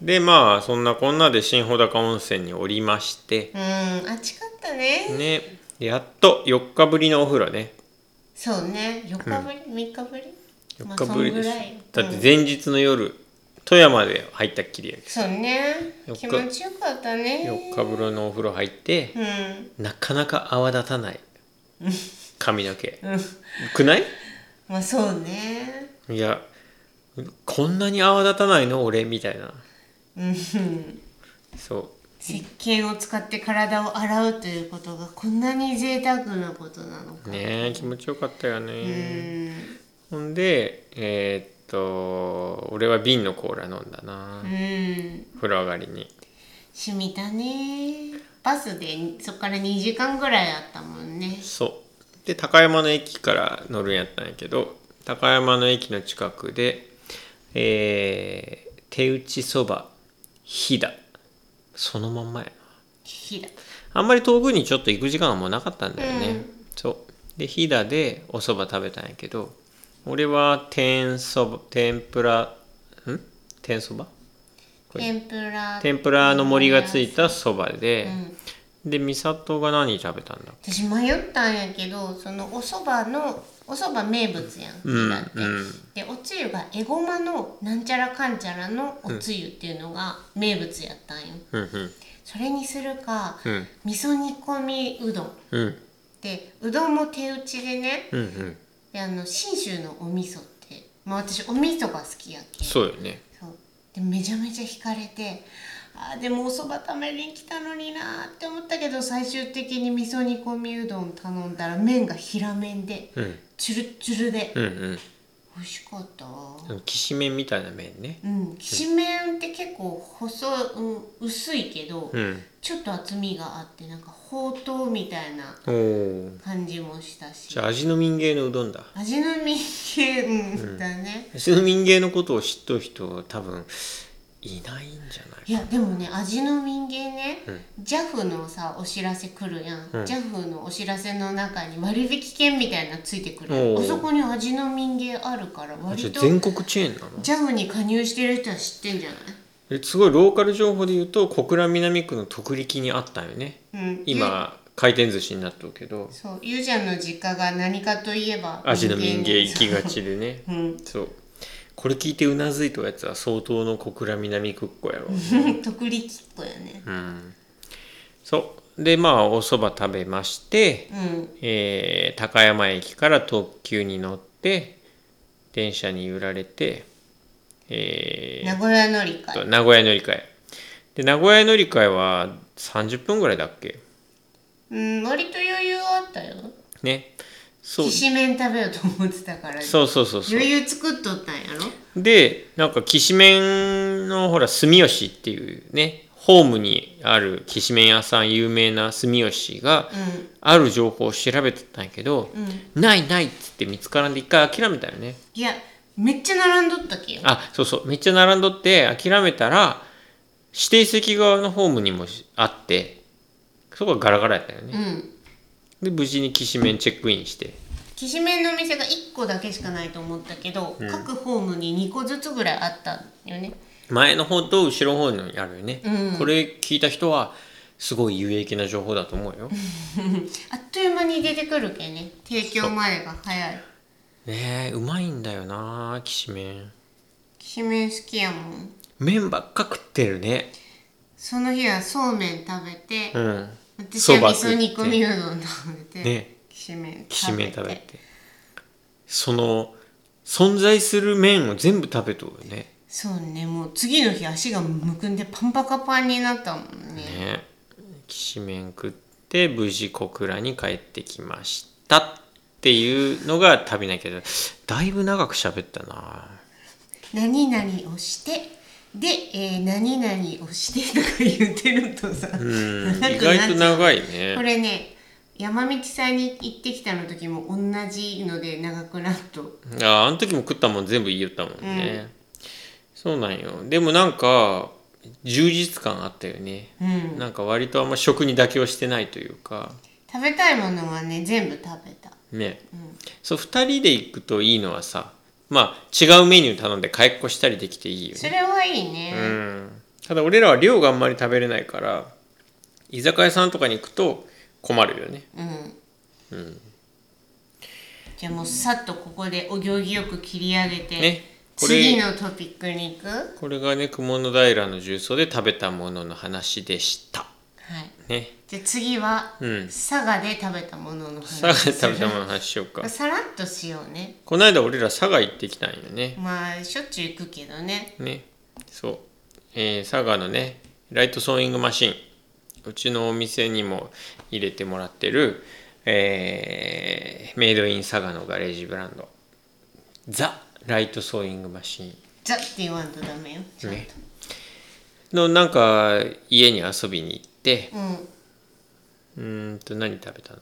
[SPEAKER 1] でまあそんなこんなで新穂高温泉におりまして
[SPEAKER 2] うんあ近かったね
[SPEAKER 1] ねやっと4日ぶりのお風呂ね
[SPEAKER 2] そうね4日ぶり、3日ぶり
[SPEAKER 1] 4日ぶりです、
[SPEAKER 2] まあ、そんぐらい
[SPEAKER 1] だって前日の夜富山で入ったっきりやけ
[SPEAKER 2] そうね
[SPEAKER 1] 四日
[SPEAKER 2] 気持ちよかったね
[SPEAKER 1] ど4日ぶりのお風呂入って
[SPEAKER 2] うん
[SPEAKER 1] なかなか泡立たない髪の毛くない
[SPEAKER 2] まあそうね
[SPEAKER 1] いやこんなに泡立たないの俺みたいな
[SPEAKER 2] うん
[SPEAKER 1] そ
[SPEAKER 2] 石鹸を使って体を洗うということがこんなに贅沢なことなの
[SPEAKER 1] う
[SPEAKER 2] か、
[SPEAKER 1] ねえ気持ちよかったよ
[SPEAKER 2] う
[SPEAKER 1] ね
[SPEAKER 2] ん
[SPEAKER 1] ほんでえーっと俺は瓶のコーラ飲んだな
[SPEAKER 2] うん
[SPEAKER 1] 風呂上がりに
[SPEAKER 2] しみたねバスでそっから2時間ぐらいあったもんね
[SPEAKER 1] そうで高山の駅から乗るんやったんやけど高山の駅の近くでえー手打ちそば飛騨そのまんまやな
[SPEAKER 2] ひだ
[SPEAKER 1] あんまり遠くにちょっと行く時間はもうなかったんだよね、
[SPEAKER 2] うん
[SPEAKER 1] そうで飛騨でお蕎麦食べたんやけど俺は天そば天ぷらん天そばこれ
[SPEAKER 2] 天ぷら
[SPEAKER 1] 天ぷらの盛りがついたそばで
[SPEAKER 2] う、ん
[SPEAKER 1] で美里が何食べたんだ
[SPEAKER 2] 私迷ったんやけどそのおそばのおそば名物やん、
[SPEAKER 1] うん
[SPEAKER 2] だって、
[SPEAKER 1] うん
[SPEAKER 2] でおつゆがえごまのなんちゃらかんちゃらのおつゆっていうのが名物やったんよ、
[SPEAKER 1] うんうん
[SPEAKER 2] それにするか、
[SPEAKER 1] うん
[SPEAKER 2] 味噌煮込みうどん
[SPEAKER 1] うん
[SPEAKER 2] でうどんも手打ちでね
[SPEAKER 1] うんうん
[SPEAKER 2] であの信州のお味噌って、まあ、私お味噌が好きやけん
[SPEAKER 1] そうよね
[SPEAKER 2] そうでめちゃめちゃ惹かれてあーでもおそば食べに来たのになーって思ったけど最終的に味噌煮込みうどん頼んだら麺が平麺で
[SPEAKER 1] うん
[SPEAKER 2] チュルッチュルで
[SPEAKER 1] うんうん
[SPEAKER 2] 美味しかったわ
[SPEAKER 1] あのきしめんみたいな麺ね
[SPEAKER 2] うんきしめんって結構細い、うん、薄いけど、
[SPEAKER 1] うん
[SPEAKER 2] ちょっと厚みがあってなんかほうとうみたいな
[SPEAKER 1] おお
[SPEAKER 2] 感じもしたし
[SPEAKER 1] じゃあ味の民芸のうどんだ
[SPEAKER 2] 味の民系、うん、だね
[SPEAKER 1] 味の民芸のことを知っとる人多分いないんじゃない
[SPEAKER 2] いやでもね味の民芸ね、
[SPEAKER 1] うん
[SPEAKER 2] JAF のさお知らせ来るやん、
[SPEAKER 1] うん
[SPEAKER 2] JAF のお知らせの中に割引券みたいなのついてくるや
[SPEAKER 1] お
[SPEAKER 2] ん
[SPEAKER 1] う
[SPEAKER 2] あそこに味の民芸あるから
[SPEAKER 1] あじゃ
[SPEAKER 2] 割
[SPEAKER 1] あ
[SPEAKER 2] と
[SPEAKER 1] 全国チェーンなの
[SPEAKER 2] JAF に加入してる人は知ってんじゃ
[SPEAKER 1] えすごいローカル情報で言うと小倉南区の徳力にあったよね
[SPEAKER 2] ない、うん、
[SPEAKER 1] 今回転寿司になっとるけど
[SPEAKER 2] そうゆうちゃんの実家が何かといえば
[SPEAKER 1] 味の民芸行きがちでね
[SPEAKER 2] <laughs> うん
[SPEAKER 1] そうこれ聞いてうなずいたやつは相当の小倉南区っ子や
[SPEAKER 2] <laughs>
[SPEAKER 1] ろうね
[SPEAKER 2] 特利きっこやね
[SPEAKER 1] うんそうでまあお蕎麦食べまして、
[SPEAKER 2] うん
[SPEAKER 1] えー高山駅から特急に乗って電車に揺られて、えー
[SPEAKER 2] 名古屋乗り換
[SPEAKER 1] と
[SPEAKER 2] え
[SPEAKER 1] 名古屋乗り換えで名古屋乗り換えは30分ぐらいだっけ
[SPEAKER 2] うん割と余裕あったよ
[SPEAKER 1] ねそう
[SPEAKER 2] きしめん食べようと思ってたから
[SPEAKER 1] そうそうそうそう
[SPEAKER 2] 余裕作っとったんやろ
[SPEAKER 1] でなんかきしめんのほら住吉っていうねホームにあるきしめん屋さん有名な住吉がある情報を調べてたんやけど、
[SPEAKER 2] うんうん
[SPEAKER 1] ないないっつって見つからんで一回諦めたよね
[SPEAKER 2] いやめっちゃ並んどったけよ
[SPEAKER 1] あそうそうめっちゃ並んどって諦めたら指定席側のホームにもあってそこはガラガラやったよ
[SPEAKER 2] う
[SPEAKER 1] ね、
[SPEAKER 2] ん
[SPEAKER 1] で無事にきしめんチェックインして
[SPEAKER 2] きしめんのお店が1個だけしかないと思ったけど、
[SPEAKER 1] うん
[SPEAKER 2] 各ホームに2個ずつぐらいあったんよね
[SPEAKER 1] 前の方と後ろの方にあるよね、
[SPEAKER 2] うん
[SPEAKER 1] これ聞いた人はすごい有益な情報だと思うよ、
[SPEAKER 2] あっという間に出てくるけね提供前が早い
[SPEAKER 1] ねえうまいんだよなきしめん
[SPEAKER 2] きしめん好きやもん
[SPEAKER 1] 麺ばっか食ってるね
[SPEAKER 2] その日はそうめん食べて、
[SPEAKER 1] うん
[SPEAKER 2] 私は味
[SPEAKER 1] そば
[SPEAKER 2] 噌
[SPEAKER 1] 食って
[SPEAKER 2] 煮込みうどん食べて、
[SPEAKER 1] ね
[SPEAKER 2] きしめん食べて
[SPEAKER 1] きしめん食べてその存在する麺を全部食べとるよね
[SPEAKER 2] そうねもう次の日足がむくんでパンパカパンになったもんね
[SPEAKER 1] ねきしめん食って無事小倉に帰ってきましたっていうのが旅なきゃだいぶ長く喋ったな
[SPEAKER 2] 何々をしてで、えー何々をしてとか言ってるとさ、
[SPEAKER 1] うん
[SPEAKER 2] なん
[SPEAKER 1] 意
[SPEAKER 2] かな
[SPEAKER 1] 外
[SPEAKER 2] ん
[SPEAKER 1] と
[SPEAKER 2] ていう
[SPEAKER 1] 長い
[SPEAKER 2] こ
[SPEAKER 1] ね
[SPEAKER 2] れね山道さんに行ってきたの時も同じので長くなっと
[SPEAKER 1] ああの時も食ったもん全部言いよったもんね、そうなんよでもなんか充実感あったよね
[SPEAKER 2] うん
[SPEAKER 1] なんか割とあんま食に妥協してないというか
[SPEAKER 2] 食べたいものはね全部食べた
[SPEAKER 1] ね
[SPEAKER 2] うん
[SPEAKER 1] そう2人で行くといいのはさまあ違うメニュー頼んで買いっこしたりできていいよね
[SPEAKER 2] それはいいね、
[SPEAKER 1] うんただ俺らは量があんまり食べれないから居酒屋さんとかに行くと困るよね
[SPEAKER 2] うん、じゃあもうさっとここでお行儀よく切り上げて、
[SPEAKER 1] ねこ
[SPEAKER 2] 次
[SPEAKER 1] れ
[SPEAKER 2] のトピックに行くはい
[SPEAKER 1] これがね雲の平の重曹で食べたものの話でしたね
[SPEAKER 2] じゃあ次は、
[SPEAKER 1] うん
[SPEAKER 2] 佐賀で食べたものの話
[SPEAKER 1] 佐賀で食べたものの話しようか
[SPEAKER 2] さらっとしようね
[SPEAKER 1] この間俺ら佐賀行ってきたんよね
[SPEAKER 2] まあしょっちゅう行くけどね
[SPEAKER 1] ねそう、えー佐賀のねライトソーイングマシンうちのお店にも入れてもらってる、えーメイドイン佐賀のガレージブランドザ・ライトソーイングマシン
[SPEAKER 2] ザって言わんとダメよちゃんと、
[SPEAKER 1] ねのなんか家に遊びに行って
[SPEAKER 2] うん
[SPEAKER 1] うーんと何食べたの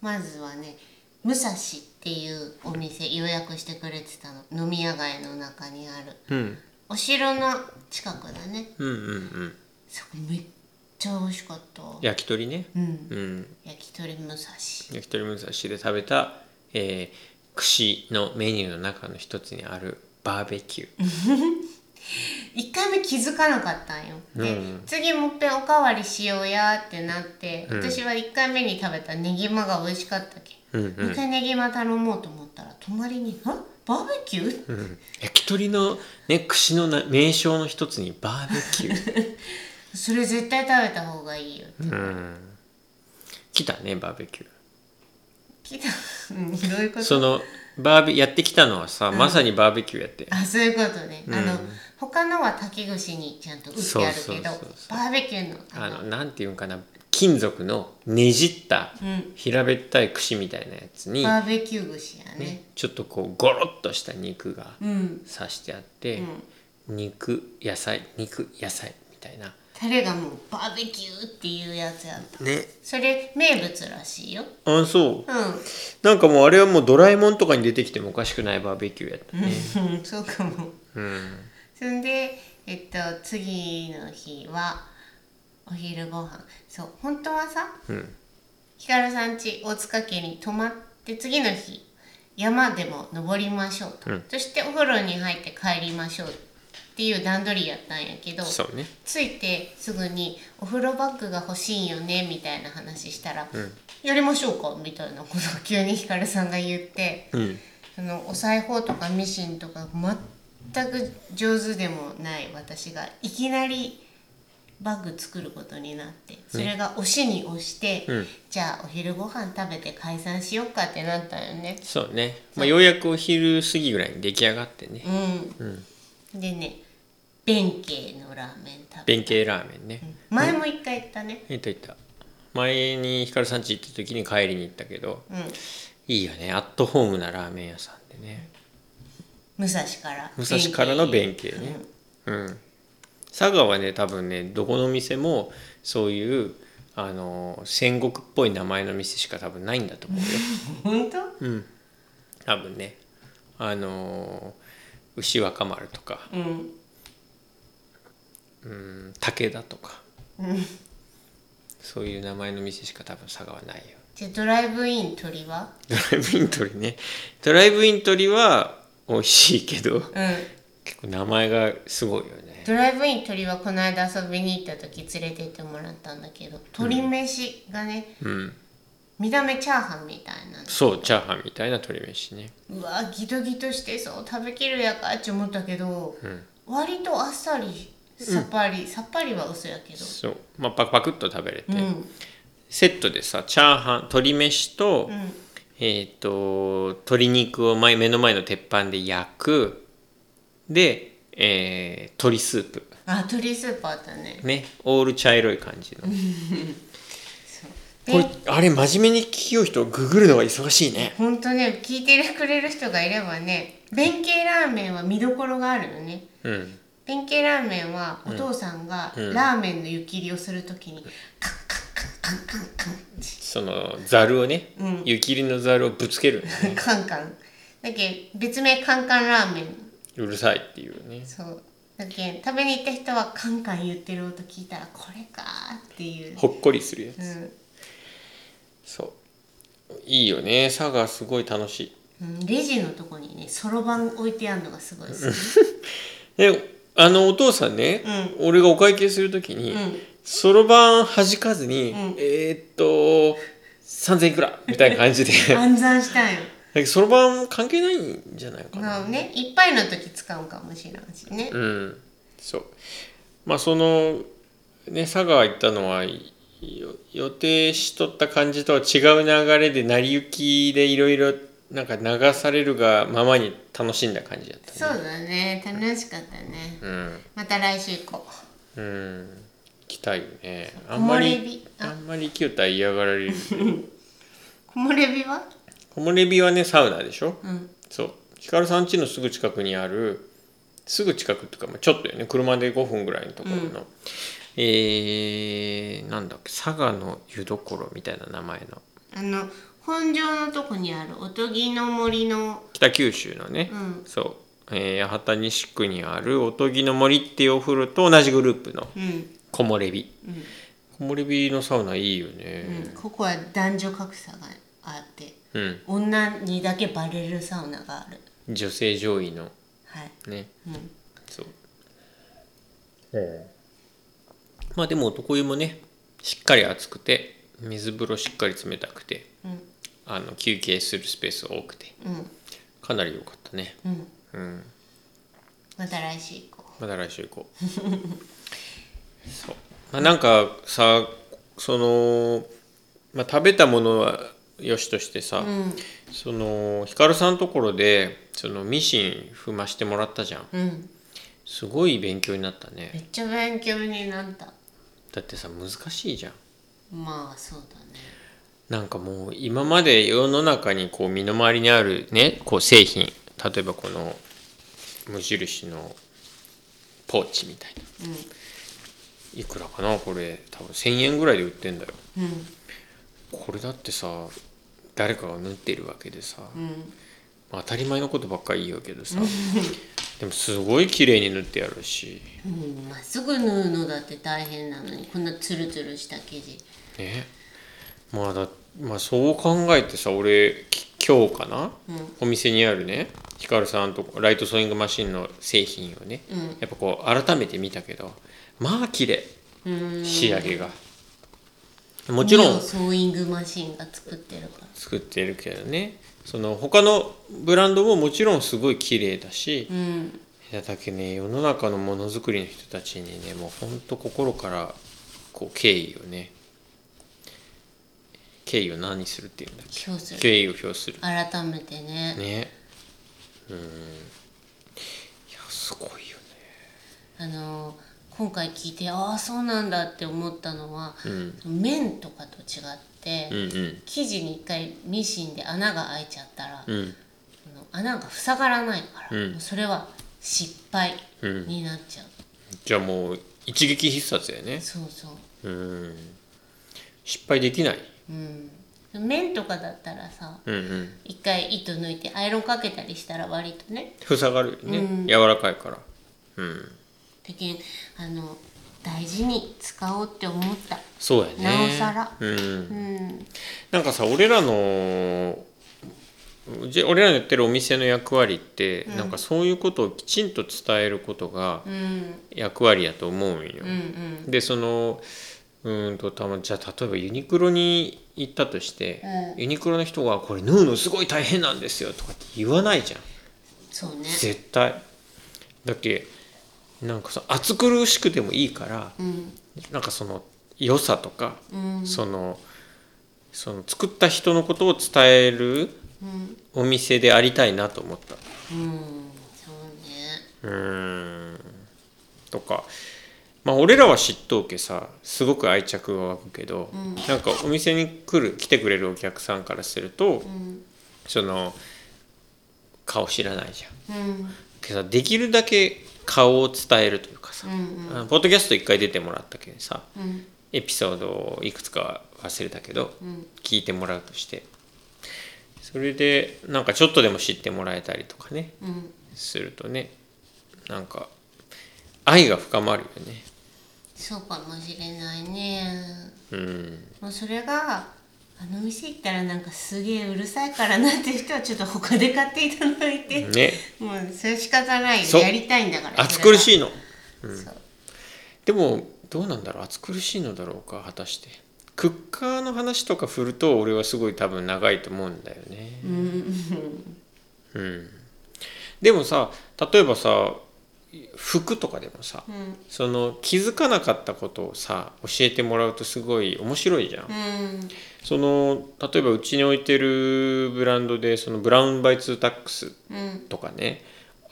[SPEAKER 2] まずはね武蔵っていうお店予約してくれてたの飲み屋街の中にある
[SPEAKER 1] うん
[SPEAKER 2] お城の近くだね
[SPEAKER 1] うんうんうん
[SPEAKER 2] そこめっちゃ美味しかった
[SPEAKER 1] 焼き鳥ね
[SPEAKER 2] うん
[SPEAKER 1] うん
[SPEAKER 2] 焼き鳥武蔵
[SPEAKER 1] 焼き鳥武蔵で食べた、えー串のメニューの中の一つにあるバーベキュー
[SPEAKER 2] 一回目気づかなかったんよで、
[SPEAKER 1] うん
[SPEAKER 2] 次もっぺんおかわりしようやってなって、
[SPEAKER 1] うん
[SPEAKER 2] 私は一回目に食べたネギマが美味しかったけ
[SPEAKER 1] うんうん
[SPEAKER 2] もう一回ネギマ頼もうと思ったら隣に「あバーベキュー?」
[SPEAKER 1] うん焼き鳥の、ね、串のな名称の一つにバーベキュ
[SPEAKER 2] <laughs>
[SPEAKER 1] ー、
[SPEAKER 2] それ絶対食べた方がいいよ
[SPEAKER 1] うん、来たねバーベキュ
[SPEAKER 2] 来たうんどういうこ
[SPEAKER 1] ー
[SPEAKER 2] と
[SPEAKER 1] そのバーベやってきたのはさ、まさにバーベキューやって
[SPEAKER 2] あそういうことね、あ
[SPEAKER 1] う
[SPEAKER 2] の
[SPEAKER 1] ん
[SPEAKER 2] 他のは竹串にちゃんと打ってあるけど
[SPEAKER 1] そうそうそうそう
[SPEAKER 2] バーベキューのあ
[SPEAKER 1] あ
[SPEAKER 2] の
[SPEAKER 1] のなんていうんかな金属のねじった
[SPEAKER 2] うん
[SPEAKER 1] 平べったい串みたいなやつに、
[SPEAKER 2] バーベキュー串やね
[SPEAKER 1] ね、ちょっとこうゴロッとした肉が
[SPEAKER 2] うん
[SPEAKER 1] 刺してあっ
[SPEAKER 2] う
[SPEAKER 1] て、
[SPEAKER 2] ん
[SPEAKER 1] 肉野菜肉野菜みたいな
[SPEAKER 2] タレがもうバーベキューっていうやつやった
[SPEAKER 1] ね
[SPEAKER 2] それ名物らしいよ
[SPEAKER 1] あそう
[SPEAKER 2] う
[SPEAKER 1] なんかもうあれはもうドラえもんとかに出てきてもおかしくないバーベキューやったね
[SPEAKER 2] ん、 <laughs> そうかも
[SPEAKER 1] うん
[SPEAKER 2] そんでえっと次の日はお昼ご飯そう本当はさ
[SPEAKER 1] うん
[SPEAKER 2] ひかるさん家大塚家に泊まって次の日山でも登りましょうと、
[SPEAKER 1] うん
[SPEAKER 2] そしてお風呂に入って帰りましょうっていう段取りやったんやけど
[SPEAKER 1] そうね
[SPEAKER 2] 着いてすぐにお風呂バッグが欲しいよねみたいな話したら、
[SPEAKER 1] ん
[SPEAKER 2] やりましょうかみたいなことを急にひかるさんが言って。
[SPEAKER 1] うん
[SPEAKER 2] そのお裁縫とかミシンとか全く上手でもない私がいきなりバッグ作ることになってそれが押しに押して、
[SPEAKER 1] うん
[SPEAKER 2] じゃあお昼ご飯食べて解散しよっかってなったよね。
[SPEAKER 1] そうね、まあ、ようやくお昼過ぎぐらいに出来上がってね
[SPEAKER 2] うんでね弁慶のラーメン食べ
[SPEAKER 1] 弁慶ラーメンね、
[SPEAKER 2] 前も一回行ったね。
[SPEAKER 1] えっといった前にひかるさん家行った時に帰りに行ったけど
[SPEAKER 2] うん、
[SPEAKER 1] いいよねアットホームなラーメン屋さんでね
[SPEAKER 2] 武蔵から
[SPEAKER 1] 武蔵からの弁慶ねうん佐賀はね多分ねどこの店もそういうあの戦国っぽい名前の店しか多分ないんだと
[SPEAKER 2] <laughs>
[SPEAKER 1] 思うよ
[SPEAKER 2] 本当
[SPEAKER 1] うん多分ねあの牛若丸とか
[SPEAKER 2] うん
[SPEAKER 1] うん武田とか
[SPEAKER 2] うん
[SPEAKER 1] そういう名前の店しか多分佐賀はないよ
[SPEAKER 2] じゃあドライブイン鳥は
[SPEAKER 1] ドライブイン鳥ねドライブイン鳥は美味しいけど
[SPEAKER 2] うん
[SPEAKER 1] 結構名前がすごいよね
[SPEAKER 2] ドライブイン鳥はこの間遊びに行った時連れて行ってもらったんだけど鳥飯がね、
[SPEAKER 1] うん
[SPEAKER 2] 見た目チャーハンみたいな
[SPEAKER 1] そうチャーハンみたいな鶏飯ね
[SPEAKER 2] のうわギトギトしてそう食べきるやかって思ったけど、
[SPEAKER 1] うん
[SPEAKER 2] 割とあっさりさっぱり、さっぱりは嘘やけど
[SPEAKER 1] そうまあパクパクっと食べれて、
[SPEAKER 2] うん
[SPEAKER 1] セットでさチャーハン鶏飯と、
[SPEAKER 2] うん
[SPEAKER 1] えっ、と鶏肉を前目の前の鉄板で焼くで、えー鶏スープ
[SPEAKER 2] あ鳥スーパーだね
[SPEAKER 1] ねオール茶色い感じの
[SPEAKER 2] で
[SPEAKER 1] これあれ真面目に聞きよう人ググるのが忙しいね
[SPEAKER 2] ほんとね聞いてくれる人がいればね弁慶ラーメンは見どころがあるのね
[SPEAKER 1] うん
[SPEAKER 2] 弁慶ラーメンはお父さんが
[SPEAKER 1] うん
[SPEAKER 2] ラーメンの湯切りをするときにカンカンカンカンカンカンって
[SPEAKER 1] そのざるをね、
[SPEAKER 2] うん
[SPEAKER 1] 湯切りのざるをぶつけるん
[SPEAKER 2] <laughs>
[SPEAKER 1] だね
[SPEAKER 2] カンカンだけ別名カンカンラーメン
[SPEAKER 1] うるさいっていうね
[SPEAKER 2] そうだけ食べに行った人はカンカン言ってる音聞いたらこれかーっていう、
[SPEAKER 1] ほっこりするやつ、
[SPEAKER 2] うん
[SPEAKER 1] そういいよね佐賀すごい楽しい
[SPEAKER 2] うん、レジのとこにねそろばん置いてあるのがすごい好き
[SPEAKER 1] であのお父さんね、俺がお会計するときに
[SPEAKER 2] うん
[SPEAKER 1] そろばん弾かずに、
[SPEAKER 2] ん
[SPEAKER 1] えーっと3,000いくらみたいな感じ
[SPEAKER 2] <laughs>
[SPEAKER 1] で
[SPEAKER 2] 暗算したんよ
[SPEAKER 1] なんかそろばん関係ないんじゃないかな、
[SPEAKER 2] まあねいっぱいの時使うかもしれんしね
[SPEAKER 1] うんそうまあそのね佐賀行ったのはいよ予定しとった感じとは違う流れで成り行きでいろいろなんか流されるがままに楽しんだ感じだったね
[SPEAKER 2] そうだね楽しかったね
[SPEAKER 1] うん
[SPEAKER 2] また来週行こ
[SPEAKER 1] うん行きたいよね
[SPEAKER 2] う
[SPEAKER 1] あ
[SPEAKER 2] 木
[SPEAKER 1] んま
[SPEAKER 2] 漏れ
[SPEAKER 1] り
[SPEAKER 2] 日
[SPEAKER 1] あ
[SPEAKER 2] あ
[SPEAKER 1] んまり行きよったら嫌がられる
[SPEAKER 2] 木漏れ日は
[SPEAKER 1] 木漏れ日はねサウナでしょ
[SPEAKER 2] うん
[SPEAKER 1] そうヒカルさん家のすぐ近くにあるすぐ近くっていうか、まあ、ちょっとよね車で5分ぐらいのところの、えー、なんだっけ佐賀の湯どころみたいな名前の
[SPEAKER 2] あの本庄のとこにあるおとぎの森の
[SPEAKER 1] 北九州のね
[SPEAKER 2] う、ん
[SPEAKER 1] そう、えー八幡西区にあるおとぎの森っていうお風呂と同じグループの
[SPEAKER 2] うん
[SPEAKER 1] 木漏れ日
[SPEAKER 2] うん
[SPEAKER 1] 木漏れ日のサウナいいよね
[SPEAKER 2] うん、ここは男女格差があって
[SPEAKER 1] うん、
[SPEAKER 2] 女にだけバレるサウナがある
[SPEAKER 1] 女性上位の
[SPEAKER 2] はい、
[SPEAKER 1] ね
[SPEAKER 2] うん、
[SPEAKER 1] そうまあでも男湯もねしっかり熱くて水風呂しっかり冷たくて、
[SPEAKER 2] うん
[SPEAKER 1] あの休憩するスペース多くて
[SPEAKER 2] うん
[SPEAKER 1] かなり良かったね
[SPEAKER 2] うん
[SPEAKER 1] うん
[SPEAKER 2] また来週行こ
[SPEAKER 1] また来週行こう
[SPEAKER 2] <laughs>
[SPEAKER 1] そう、まあ、なんかさその、まあ、食べたものはよしとしてさ、
[SPEAKER 2] ううん
[SPEAKER 1] そのヒカルさんのところでそのミシン踏ましてもらったじゃん
[SPEAKER 2] うん
[SPEAKER 1] すごい勉強になったね
[SPEAKER 2] めっちゃ勉強になった
[SPEAKER 1] だってさ難しいじゃん
[SPEAKER 2] まあそうだね
[SPEAKER 1] なんかもう今まで世の中にこう身の回りにあるねこう製品例えばこの無印のポーチみたいなうんいくらかなこれ多分1,000円ぐらいで売ってんだよ
[SPEAKER 2] う
[SPEAKER 1] これだってさ誰かが縫ってるわけでさ、
[SPEAKER 2] んうん
[SPEAKER 1] まあ当たり前のことばっかり言うけどさでもすごい綺麗に縫ってやるし
[SPEAKER 2] うんまっすぐ縫うのだって大変なのにこんなツルツルした生地
[SPEAKER 1] ねまあだまあそう考えてさ俺き今日かな
[SPEAKER 2] うん
[SPEAKER 1] お店にあるねヒカルさんとこライトソーイングマシンの製品をね
[SPEAKER 2] うん
[SPEAKER 1] やっぱこう改めて見たけどまあ綺麗
[SPEAKER 2] うん
[SPEAKER 1] 仕上げが、もちろ
[SPEAKER 2] ミオ
[SPEAKER 1] ん
[SPEAKER 2] ソーイングマシンが作ってるから
[SPEAKER 1] 作ってるけどねその他のブランドももちろんすごい綺麗だし、
[SPEAKER 2] うん
[SPEAKER 1] いやだけね世の中のものづくりの人たちにねもうほんと心からこう敬意をね敬意を何にするっていうんだっけ
[SPEAKER 2] 今日する
[SPEAKER 1] 敬意を表する
[SPEAKER 2] 改めてね
[SPEAKER 1] ねうんいやすごいよ
[SPEAKER 2] あの今回聞いてああそうなんだって思ったのは、
[SPEAKER 1] ね
[SPEAKER 2] 麺とかと違って、
[SPEAKER 1] うんうん
[SPEAKER 2] 生地に一回ミシンで穴が開いちゃったら、
[SPEAKER 1] うんうん
[SPEAKER 2] あの穴が塞がらないから、
[SPEAKER 1] うん
[SPEAKER 2] もうそれは失敗
[SPEAKER 1] うん
[SPEAKER 2] になっちゃう、
[SPEAKER 1] じゃあもう一撃必殺だよね
[SPEAKER 2] そうそう
[SPEAKER 1] うん失敗できない
[SPEAKER 2] うん麺とかだったらさ
[SPEAKER 1] うんうん
[SPEAKER 2] 一回糸抜いてアイロンかけたりしたら割とね
[SPEAKER 1] 塞がるよね、
[SPEAKER 2] うん
[SPEAKER 1] 柔らかいからうん
[SPEAKER 2] だけんあの大事に使おうって思った
[SPEAKER 1] そうやね
[SPEAKER 2] なおさら
[SPEAKER 1] うん
[SPEAKER 2] うん
[SPEAKER 1] なんかさ俺らのじ俺らのやってるお店の役割って、
[SPEAKER 2] うん
[SPEAKER 1] なんかそういうことをきちんと伝えることが
[SPEAKER 2] うん
[SPEAKER 1] 役割やと思うんよ。
[SPEAKER 2] うんうん
[SPEAKER 1] でそのうーんとたまじゃあ例えばユニクロに行ったとして、
[SPEAKER 2] うん
[SPEAKER 1] ユニクロの人が「これ縫うのすごい大変なんですよ」とかって言わないじゃん
[SPEAKER 2] そうね
[SPEAKER 1] 絶対。だっけなんかさ暑苦しくてもいいから
[SPEAKER 2] うん
[SPEAKER 1] なんかその良さとか
[SPEAKER 2] うん
[SPEAKER 1] そのその作った人のことを伝える
[SPEAKER 2] うん
[SPEAKER 1] お店でありたいなと思った
[SPEAKER 2] うんそうね
[SPEAKER 1] うーんとかまあ俺らは知っとうけさすごく愛着が湧くけど、
[SPEAKER 2] うん
[SPEAKER 1] なんかお店に来る来てくれるお客さんからすると
[SPEAKER 2] うん
[SPEAKER 1] その顔知らないじゃん
[SPEAKER 2] うん
[SPEAKER 1] けどさできるだけ顔を伝えるというかさ、
[SPEAKER 2] うん
[SPEAKER 1] あのポッドキャスト一回出てもらったけどさ
[SPEAKER 2] うん
[SPEAKER 1] エピソードをいくつか忘れたけど
[SPEAKER 2] うん
[SPEAKER 1] 聞いてもらうとしてそれでなんかちょっとでも知ってもらえたりとかね
[SPEAKER 2] うん
[SPEAKER 1] するとねなんか愛が深まるよね
[SPEAKER 2] そうかもしれないね
[SPEAKER 1] うん
[SPEAKER 2] もうそれがあの店行ったらなんかすげえうるさいからなっていう人はちょっと他で買っていただいて、
[SPEAKER 1] ね
[SPEAKER 2] もうそれ仕方ない
[SPEAKER 1] そ
[SPEAKER 2] よ
[SPEAKER 1] う
[SPEAKER 2] やりたいんだから
[SPEAKER 1] 暑苦
[SPEAKER 2] い、
[SPEAKER 1] しいの
[SPEAKER 2] そう
[SPEAKER 1] でもどうなんだろう暑苦しいのだろうか果たしてクッカーの話とか振ると俺はすごい多分長いと思うんだよね
[SPEAKER 2] うんうん
[SPEAKER 1] うんでもさ例えばさ服とかでもさ
[SPEAKER 2] うん
[SPEAKER 1] その気づかなかったことをさ教えてもらうとすごい面白いじゃん
[SPEAKER 2] うん
[SPEAKER 1] その例えばうちに置いてるブランドでそのブラウンバイツータックス
[SPEAKER 2] うん
[SPEAKER 1] とかね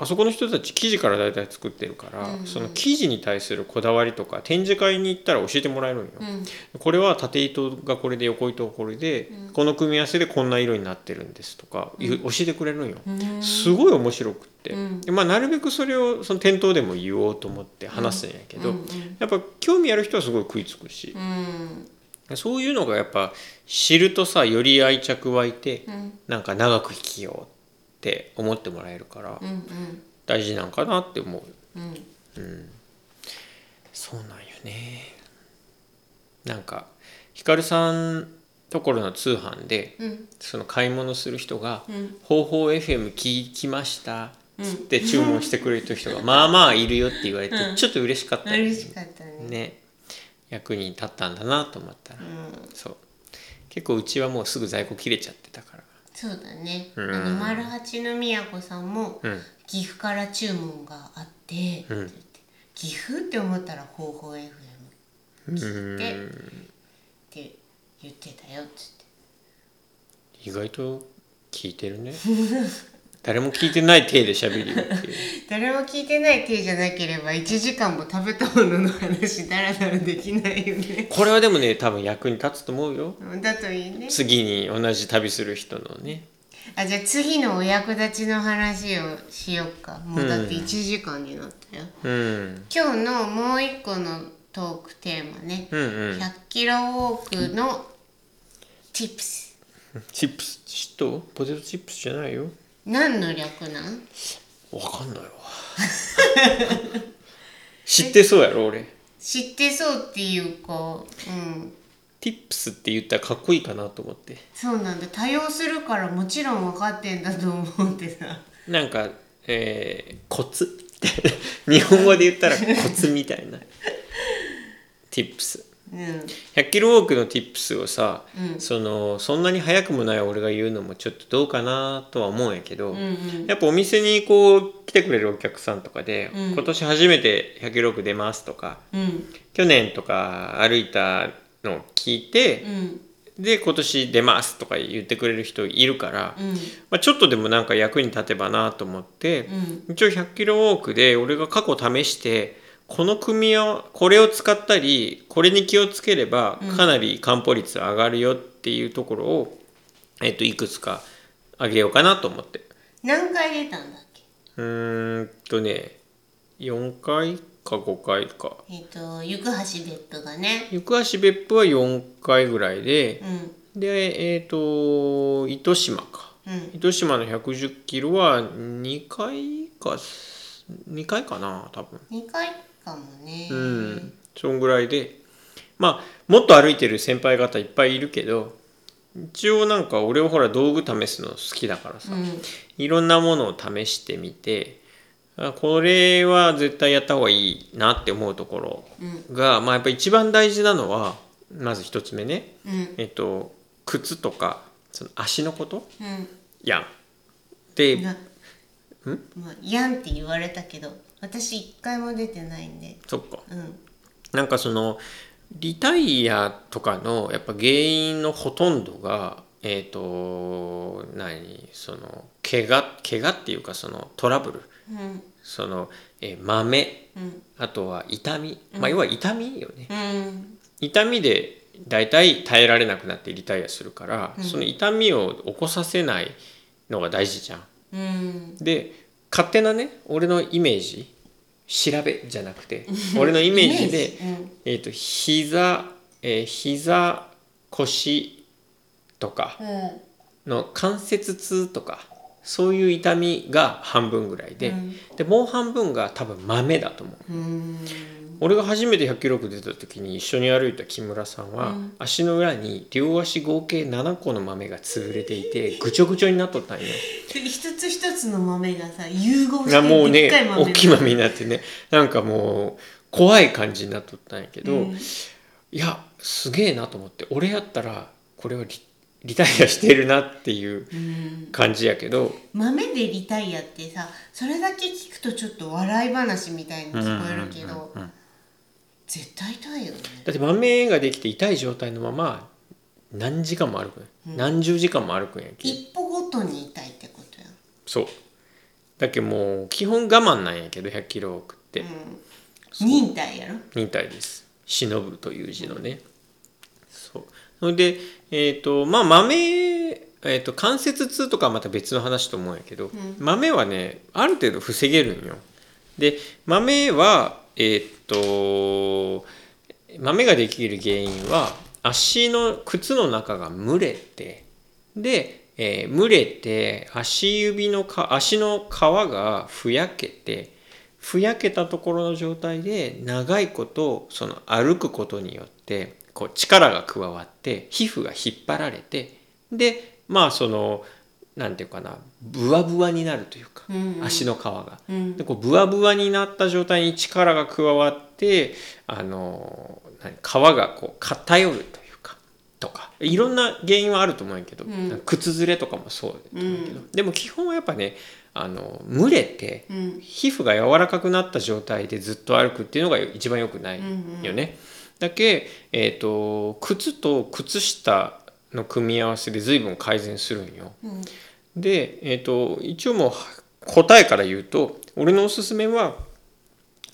[SPEAKER 1] あそこの人たち生地から大体作ってるから、
[SPEAKER 2] うんうん
[SPEAKER 1] その生地に対するこだわりとか展示会に行ったら教えてもらえるんよ、
[SPEAKER 2] うん
[SPEAKER 1] これは縦糸がこれで横糸がこれで、
[SPEAKER 2] うん
[SPEAKER 1] この組み合わせでこんな色になってるんですとか、いう
[SPEAKER 2] う
[SPEAKER 1] 教
[SPEAKER 2] ん
[SPEAKER 1] えてくれるんよ、
[SPEAKER 2] うん
[SPEAKER 1] すごい面白くって、
[SPEAKER 2] うん
[SPEAKER 1] でまあ、なるべくそれをその店頭でも言おうと思って話すんやけど、
[SPEAKER 2] うんうん
[SPEAKER 1] やっぱ興味ある人はすごい食いつくし
[SPEAKER 2] う、ん
[SPEAKER 1] そういうのがやっぱ知るとさより愛着湧いて、
[SPEAKER 2] うん
[SPEAKER 1] なんか長く生きようって思ってもらえるから、
[SPEAKER 2] うん
[SPEAKER 1] 大事なんかなって思う
[SPEAKER 2] うん
[SPEAKER 1] そうなんよねなんかひかるさんところの通販で
[SPEAKER 2] うん
[SPEAKER 1] その買い物する人が
[SPEAKER 2] うん
[SPEAKER 1] 「方法 FM 聞きました」つって注文してくれる人がまあまあいるよって言われて
[SPEAKER 2] うん
[SPEAKER 1] ちょっと嬉しかったよ
[SPEAKER 2] 嬉しかったね
[SPEAKER 1] ね役に立ったんだなと思ったら
[SPEAKER 2] うん
[SPEAKER 1] そう結構うちはもうすぐ在庫切れちゃってたから
[SPEAKER 2] そうだね、
[SPEAKER 1] うん
[SPEAKER 2] あの丸八の宮子さんも
[SPEAKER 1] うん
[SPEAKER 2] 岐阜から注文があって,、
[SPEAKER 1] うん
[SPEAKER 2] って言って岐阜って思ったら「方法 FM」
[SPEAKER 1] うーん
[SPEAKER 2] って言ってたよっつって
[SPEAKER 1] 意外と聞いてるね誰も聞いてない体で喋るよっていう
[SPEAKER 2] 誰も聞いてない体じゃなければ1時間も食べたものの話だらだらできないよね
[SPEAKER 1] これはでもね多分役に立つと思うよ
[SPEAKER 2] だといいね
[SPEAKER 1] 次に同じ旅する人のね
[SPEAKER 2] あじゃあ次のお役立ちの話をしようかもうだって1時間になったよ、
[SPEAKER 1] うん
[SPEAKER 2] 今日のもう一個のトークテーマね、
[SPEAKER 1] うんうん
[SPEAKER 2] 100キロウォークの tips
[SPEAKER 1] チップスチットポテトチップスじゃないよ
[SPEAKER 2] 何の略なん
[SPEAKER 1] わかんないわ知ってそうやろ俺
[SPEAKER 2] 知ってそうっていうかうん
[SPEAKER 1] ティップスって言ったらかっこいいかなと思って
[SPEAKER 2] そうなんだ多用するからもちろん分かってんだと思ってさ
[SPEAKER 1] なんか、えー、コツ <laughs> 日本語で言ったらコツみたいなティップス
[SPEAKER 2] うん
[SPEAKER 1] 100キロウォークのティップスをさ、
[SPEAKER 2] うん
[SPEAKER 1] そのそんなに速くもない俺が言うのもちょっとどうかなとは思うんやけど、
[SPEAKER 2] うんうん
[SPEAKER 1] やっぱお店にこう来てくれるお客さんとかで、
[SPEAKER 2] うん
[SPEAKER 1] 今年初めて100キロウォーク出ますとか
[SPEAKER 2] うん
[SPEAKER 1] 去年とか歩いたのを聞いて
[SPEAKER 2] う、ん
[SPEAKER 1] で今年出ますとか言ってくれる人いるから、
[SPEAKER 2] うん
[SPEAKER 1] まあ、ちょっとでもなんか役に立てばなと思って、
[SPEAKER 2] うん
[SPEAKER 1] 一応100キロウォークで俺が過去試してこの組み合わこれを使ったりこれに気をつければ
[SPEAKER 2] うん
[SPEAKER 1] かなり完歩率上がるよっていうところを、えっといくつか上げようかなと思って
[SPEAKER 2] 何回出たんだっけ
[SPEAKER 1] うーんとね4回か5回か
[SPEAKER 2] えっ、と行く橋別府がね
[SPEAKER 1] 行橋別府は4回ぐらいで
[SPEAKER 2] うん
[SPEAKER 1] でえっ、と糸島か
[SPEAKER 2] うん
[SPEAKER 1] 糸島の110キロは2回か2回かな多分
[SPEAKER 2] 2回かもね
[SPEAKER 1] うん、そんぐらいでまあもっと歩いてる先輩方いっぱいいるけど一応なんか俺はほら道具試すの好きだからさ、
[SPEAKER 2] うん
[SPEAKER 1] いろんなものを試してみてあこれは絶対やった方がいいなって思うところ
[SPEAKER 2] うん
[SPEAKER 1] が、まあやっぱ一番大事なのはまず一つ目ね
[SPEAKER 2] うん
[SPEAKER 1] えっと靴とかその足のこと
[SPEAKER 2] うん
[SPEAKER 1] やん。で
[SPEAKER 2] なまあ、やんって言われたけど私一回も出てないんで
[SPEAKER 1] そっか
[SPEAKER 2] うん
[SPEAKER 1] なんかそのリタイアとかのやっぱ原因のほとんどがえっ、と何その怪我怪我っていうかそのトラブル
[SPEAKER 2] うん
[SPEAKER 1] その、えー豆
[SPEAKER 2] うん
[SPEAKER 1] あとは痛み、まあ、要は痛みよね
[SPEAKER 2] うん
[SPEAKER 1] 痛みで大体耐えられなくなってリタイアするから、
[SPEAKER 2] うん
[SPEAKER 1] その痛みを起こさせないのが大事じゃん。
[SPEAKER 2] うん
[SPEAKER 1] で勝手なね俺のイメージ調べじゃなくて俺 <laughs> のイメージで。えー、と膝、えー膝腰とか
[SPEAKER 2] うんうん
[SPEAKER 1] の関節痛とかそういう痛みが半分ぐらいで、
[SPEAKER 2] うん
[SPEAKER 1] でもう半分が多分豆だと思う
[SPEAKER 2] うん
[SPEAKER 1] 俺が初めて1 0 0キロ出た時に一緒に歩いた木村さんは、
[SPEAKER 2] うん
[SPEAKER 1] 足の裏に両足合計7個の豆が潰れていてぐちょぐちょになっとったんよ。
[SPEAKER 2] で一つ一つの豆がさ融合し
[SPEAKER 1] な
[SPEAKER 2] て
[SPEAKER 1] もう
[SPEAKER 2] で
[SPEAKER 1] ね
[SPEAKER 2] っかい豆
[SPEAKER 1] 大きい豆になってねなんかもう怖い感じになっとったんやけど、
[SPEAKER 2] うん
[SPEAKER 1] いやすげえなと思って俺やったらこれはリリタイアしてるなっていう
[SPEAKER 2] うん
[SPEAKER 1] 感じやけど、
[SPEAKER 2] 豆でリタイアってさそれだけ聞くとちょっと笑い話みたいに聞こえるけど、
[SPEAKER 1] うんだ
[SPEAKER 2] 絶対痛いよね
[SPEAKER 1] って豆ができて痛い状態のまま何時間も歩くん、何十時間も歩くんやけ
[SPEAKER 2] 一歩ごとに痛いってことや
[SPEAKER 1] そうだけもう基本我慢なんやけど1 0 0キロ送って、
[SPEAKER 2] うん忍耐やろ
[SPEAKER 1] 忍耐です忍ぶという字のね、そうそれでえっ、とまあ豆、えー、と関節痛とかはまた別の話と思うんやけど、
[SPEAKER 2] ん
[SPEAKER 1] 豆はねある程度防げるんよで豆はえっ、と豆ができる原因は足の靴の中が蒸れてで、えー蒸れて足指のか足の皮がふやけてふやけたところの状態で長いことその歩くことによってこう力が加わって皮膚が引っ張られてでまあそのなんていうかなブワブワになるというか、
[SPEAKER 2] うんうん
[SPEAKER 1] 足の皮が。
[SPEAKER 2] うん
[SPEAKER 1] でこうブワブワになった状態に力が加わってあの何皮がこう偏るというかとかいろんな原因はあると思うんやけど、
[SPEAKER 2] うん
[SPEAKER 1] なんか靴ずれとかもそうだと思うんやけど、でも基本はやっぱねあの蒸れて
[SPEAKER 2] うん
[SPEAKER 1] 皮膚が柔らかくなった状態でずっと歩くっていうのが一番良くないよね。
[SPEAKER 2] うん
[SPEAKER 1] だけ、えー、と靴と靴下の組み合わせで随分改善するんよ。
[SPEAKER 2] うん
[SPEAKER 1] で、えっと一応もう答えから言うと俺のおすすめは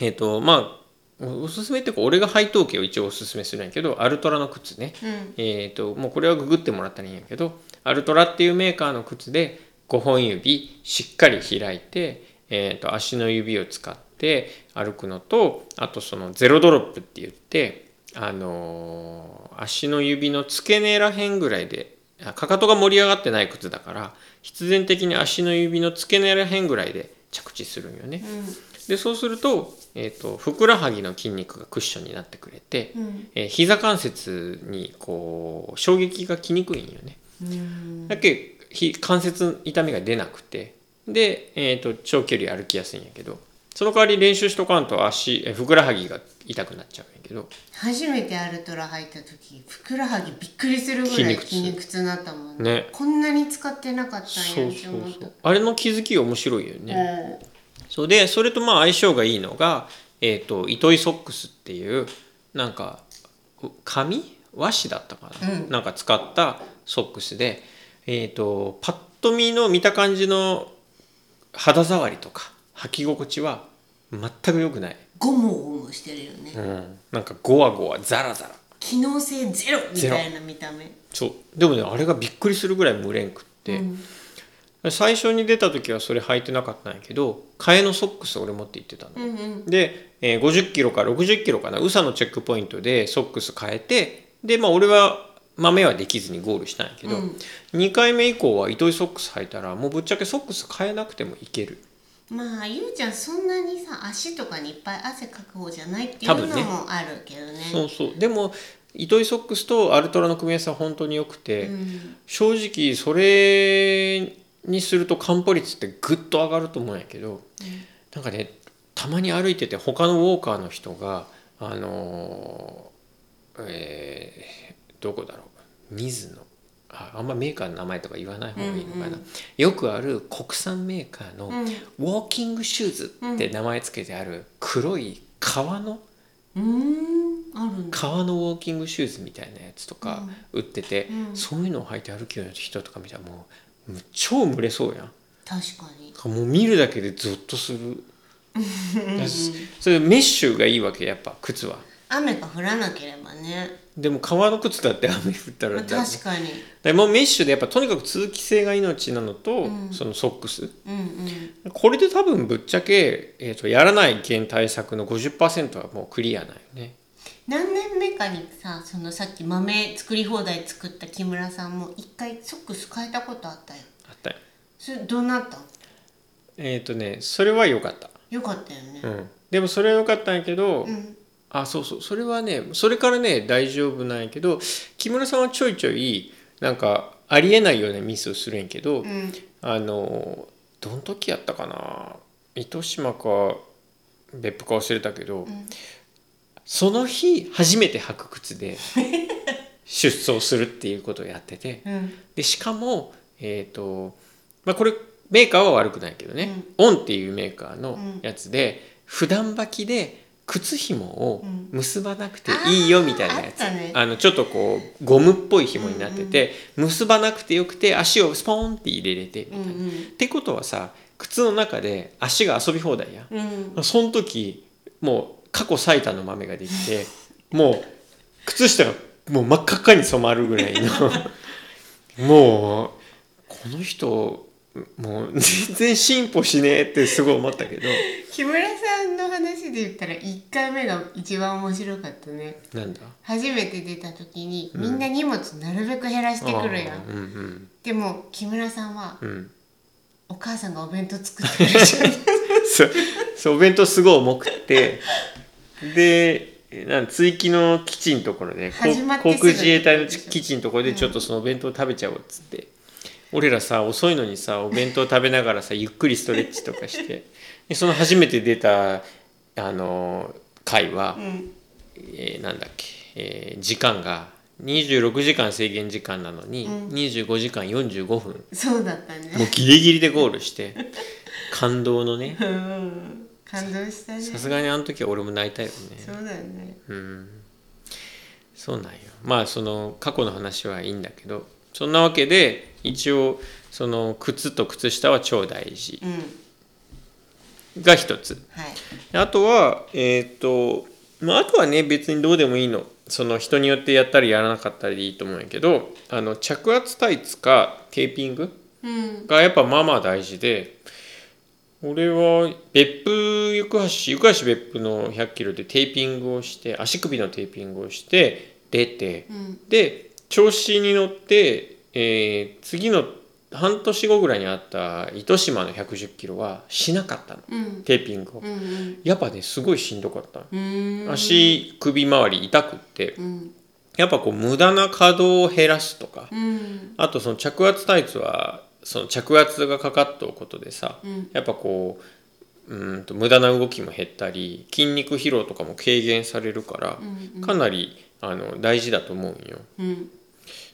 [SPEAKER 1] えっ、とまあおおすすめっていうか俺が配当家を一応おすすめするんやけどアルトラの靴ね、
[SPEAKER 2] うん
[SPEAKER 1] えー、ともうこれはググってもらったらいいんやけどアルトラっていうメーカーの靴で5本指しっかり開いて、えー、と足の指を使って歩くのとあとそのゼロドロップって言って、あのー足の指の付け根らへんぐらいであかかとが盛り上がってない靴だから必然的に足の指の付け根らへんぐらいで着地するんよね。でそうすると,、えー、とふくらはぎの筋肉がクッションになってくれて、
[SPEAKER 2] うん
[SPEAKER 1] えー膝関節にこう衝撃が来にくいんよね
[SPEAKER 2] うん
[SPEAKER 1] だけひ関節痛みが出なくてで、えー、と長距離歩きやすいんやけどその代わり練習しとかんと足えーふくらはぎが痛くなっちゃうんやけど
[SPEAKER 2] 初めてアルトラ履いた時ふくらはぎびっくりするぐらい筋
[SPEAKER 1] 筋
[SPEAKER 2] 肉
[SPEAKER 1] 肉
[SPEAKER 2] 痛になったもん
[SPEAKER 1] ね
[SPEAKER 2] こんなに使ってなかったん
[SPEAKER 1] そ
[SPEAKER 2] や
[SPEAKER 1] う
[SPEAKER 2] って
[SPEAKER 1] そう
[SPEAKER 2] 思った
[SPEAKER 1] そうあれの気づきが面白いよね、
[SPEAKER 2] うん
[SPEAKER 1] そうでそれとまあ相性がいいのが、えー、と糸井ソックスっていうなんかう紙和紙だったかな、
[SPEAKER 2] うん
[SPEAKER 1] なんか使ったソックスで、えー、とパッと見の見た感じの肌触りとか履き心地は全く良くない、
[SPEAKER 2] ゴモゴモしてるよね、
[SPEAKER 1] うん、なんかゴワゴワザラザラ
[SPEAKER 2] 機能性ゼロみたいな見た目
[SPEAKER 1] そうでもねあれがびっくりするぐらい蒸れんくって、
[SPEAKER 2] うん
[SPEAKER 1] 最初に出た時はそれ履いてなかったんやけど替えのソックスを俺持って行ってたの、
[SPEAKER 2] うんうん
[SPEAKER 1] で、えー50キロから60キロかな宇佐のチェックポイントでソックス変えてでまあ俺は豆はできずにゴールしたんやけど、
[SPEAKER 2] うん
[SPEAKER 1] 2回目以降は糸井ソックス履いたらもうぶっちゃけソックス変えなくてもいける
[SPEAKER 2] まあゆうちゃんそんなにさ足とかにいっぱい汗かく方じゃないっていうのもあるけどね
[SPEAKER 1] そうそうでも糸井ソックスとアルトラの組み合わせは本当に良くて、
[SPEAKER 2] うん
[SPEAKER 1] 正直それにすると完歩率ってぐっと上がると思うんやけど、なんかねたまに歩いてて他のウォーカーの人があのーえーどこだろう水野ああんまメーカーの名前とか言わない方がいいのかな、
[SPEAKER 2] うんうん
[SPEAKER 1] よくある国産メーカーの
[SPEAKER 2] うん
[SPEAKER 1] ウォーキングシューズって名前つけてある黒い革の
[SPEAKER 2] うーんあるんだ
[SPEAKER 1] 革のウォーキングシューズみたいなやつとか売ってて、
[SPEAKER 2] うん
[SPEAKER 1] そういうのを履いて歩きような人とか見たらもうもう超蒸れそうやん
[SPEAKER 2] 確か <laughs> に
[SPEAKER 1] もう見るだけでゾッとするだしそれメッシュがいいわけやっぱ靴は
[SPEAKER 2] 雨が降らなければね、
[SPEAKER 1] でも革の靴だって雨降ったら
[SPEAKER 2] まあ、
[SPEAKER 1] だ
[SPEAKER 2] 確かに
[SPEAKER 1] でもうメッシュでやっぱとにかく通気性が命なのと、
[SPEAKER 2] うん
[SPEAKER 1] そのソックス
[SPEAKER 2] うんうん
[SPEAKER 1] これで多分ぶっちゃけ、えー、とやらない減対策の50%はもうクリアなんよね
[SPEAKER 2] 何年目かにさそのさっき豆作り放題作った木村さんも一回ソックス変えたことあったよ
[SPEAKER 1] あったよ
[SPEAKER 2] それどうなったの
[SPEAKER 1] えっ、とねそれは良かった、
[SPEAKER 2] よかったよね
[SPEAKER 1] うん、でもそれは良かったんやけど、
[SPEAKER 2] うん
[SPEAKER 1] あそうそうそれはねそれからね大丈夫なんやけど木村さんはちょいちょいなんかありえないようなミスをするんやけど、
[SPEAKER 2] うん
[SPEAKER 1] あのどん時やったかな糸島か別府か忘れたけど、
[SPEAKER 2] ん
[SPEAKER 1] その日初めて履く靴で出走するっていうことをやってて
[SPEAKER 2] うん
[SPEAKER 1] でしかもえっ、とまあこれメーカーは悪くないけどね、オンっていうメーカーのやつで、普段履きで靴紐を結ばなくていいよみたいなやつ、
[SPEAKER 2] あーあったね
[SPEAKER 1] あのちょっとこうゴムっぽい紐になってて、結ばなくてよくて足をスポーンって入れれてみたいな、
[SPEAKER 2] うんうん
[SPEAKER 1] ってことはさ靴の中で足が遊び放題や、
[SPEAKER 2] うん
[SPEAKER 1] その時もう過去最多の豆ができてもう靴下がもう真っ赤っかに染まるぐらいのもうこの人もう全然進歩しねえってすごい思ったけど
[SPEAKER 2] 木村さんの話で言ったら1回目が一番面白かったね
[SPEAKER 1] なんだ
[SPEAKER 2] 初めて出た時にみんな荷物なるべく減らしてくるやん、
[SPEAKER 1] あーうん
[SPEAKER 2] でも木村さんは
[SPEAKER 1] うんうん
[SPEAKER 2] お母さんがお弁当作ってくれちゃう
[SPEAKER 1] そうそうお弁当すごい重くてでなん追記の基地のところでこ
[SPEAKER 2] 始まってすぐ
[SPEAKER 1] 航空自衛隊の基地のところでちょっとそのお弁当食べちゃおうっつって、俺らさ遅いのにさお弁当食べながらさゆっくりストレッチとかしてでその初めて出たあの回は、
[SPEAKER 2] うん
[SPEAKER 1] えーなんだっけ、えー時間が26時間制限時間なのに、
[SPEAKER 2] うん
[SPEAKER 1] 25時間45分
[SPEAKER 2] そうだったね
[SPEAKER 1] もうギリギリでゴールして感動のね
[SPEAKER 2] うん感動したね
[SPEAKER 1] さすがにあの時は俺も泣いたよね
[SPEAKER 2] そうだよね
[SPEAKER 1] うんそうなんよまあその過去の話はいいんだけどそんなわけで一応その靴と靴下は超大事
[SPEAKER 2] うん
[SPEAKER 1] が一つ
[SPEAKER 2] はい
[SPEAKER 1] あとはえっ、とまああとはね別にどうでもいいのその人によってやったりやらなかったりでいいと思うんやけどあの着圧タイツかテーピング
[SPEAKER 2] うん
[SPEAKER 1] がやっぱまあまあ大事で俺は別府行橋行橋別府の1 0 0キロでテーピングをして足首のテーピングをして出て
[SPEAKER 2] うん
[SPEAKER 1] で調子に乗って、えー次の半年後ぐらいにあった糸島の1 1 0キロはしなかったの
[SPEAKER 2] うん
[SPEAKER 1] テーピングを
[SPEAKER 2] うんうん
[SPEAKER 1] やっぱねすごいしんどかったの
[SPEAKER 2] うーん
[SPEAKER 1] 足首周り痛くって
[SPEAKER 2] うん
[SPEAKER 1] やっぱこう無駄な可動を減らすとか
[SPEAKER 2] うん
[SPEAKER 1] あとその着圧タイツはその着圧がかかっとうことでさ
[SPEAKER 2] うん
[SPEAKER 1] やっぱこううーんと無駄な動きも減ったり筋肉疲労とかも軽減されるから
[SPEAKER 2] うん
[SPEAKER 1] かなりあの大事だと思うんよ。
[SPEAKER 2] うん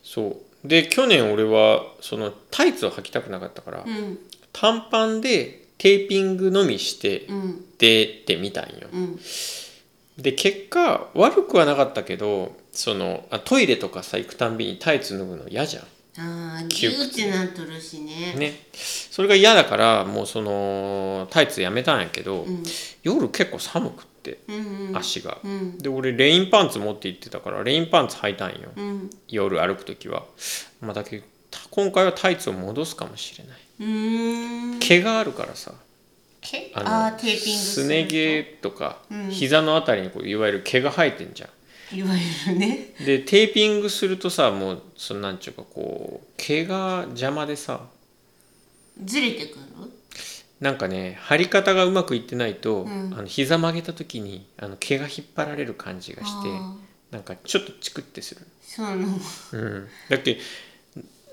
[SPEAKER 1] そうで去年俺はそのタイツを履きたくなかったから
[SPEAKER 2] うん
[SPEAKER 1] 短パンでテーピングのみして
[SPEAKER 2] うん
[SPEAKER 1] 出てみたんよ。
[SPEAKER 2] うん
[SPEAKER 1] で結果悪くはなかったけどそのあトイレとかさ行くたんびにタイツ脱ぐの嫌じゃん。
[SPEAKER 2] ああギ
[SPEAKER 1] 窮屈
[SPEAKER 2] ューってなっとるしね
[SPEAKER 1] ね、それが嫌だからもうそのタイツやめたんやけど、
[SPEAKER 2] うん
[SPEAKER 1] 夜結構寒くって
[SPEAKER 2] うんうん
[SPEAKER 1] 足が、
[SPEAKER 2] うん
[SPEAKER 1] で俺レインパンツ持って行ってたからレインパンツ履いたんよ
[SPEAKER 2] うん
[SPEAKER 1] 夜歩く時は、まあ、だけどた今回はタイツを戻すかもしれないう
[SPEAKER 2] ーん
[SPEAKER 1] 毛があるからさ
[SPEAKER 2] け
[SPEAKER 1] あの
[SPEAKER 2] あーテーピングす
[SPEAKER 1] す
[SPEAKER 2] る
[SPEAKER 1] ね毛とか、
[SPEAKER 2] うん
[SPEAKER 1] 膝のあたりにこういわゆる毛が生えてんじゃん
[SPEAKER 2] といわゆるね
[SPEAKER 1] でテーピングするとさもうそのなんちゅうかこう毛が邪魔でさ
[SPEAKER 2] ずれてくる
[SPEAKER 1] なんかね張り方がうまくいってないと、
[SPEAKER 2] うん
[SPEAKER 1] あの膝曲げた時にあの毛が引っ張られる感じがして
[SPEAKER 2] あー
[SPEAKER 1] なんかちょっとチクってする、
[SPEAKER 2] その
[SPEAKER 1] うん、だって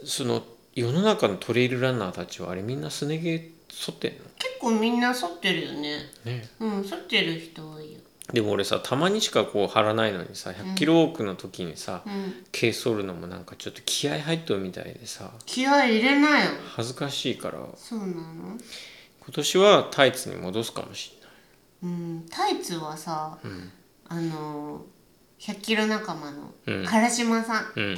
[SPEAKER 1] その世の中のトレイルランナーたちはあれみんなすね毛剃ってんの
[SPEAKER 2] 結構みんな剃ってるよね
[SPEAKER 1] ね
[SPEAKER 2] うん剃ってる人多いよ
[SPEAKER 1] でも俺さたまにしかこう張らないのにさ100キロ多くの時にさ、
[SPEAKER 2] うん
[SPEAKER 1] 毛剃るのもなんかちょっと気合入っとるみたいでさ
[SPEAKER 2] 気合い入れなよ
[SPEAKER 1] 恥ずかしいから
[SPEAKER 2] そうなの
[SPEAKER 1] 今年はタイツに戻すかもし
[SPEAKER 2] うんタイツはさ
[SPEAKER 1] れない
[SPEAKER 2] あのー、100キロ仲間の
[SPEAKER 1] うん
[SPEAKER 2] 唐島さん、
[SPEAKER 1] うんうん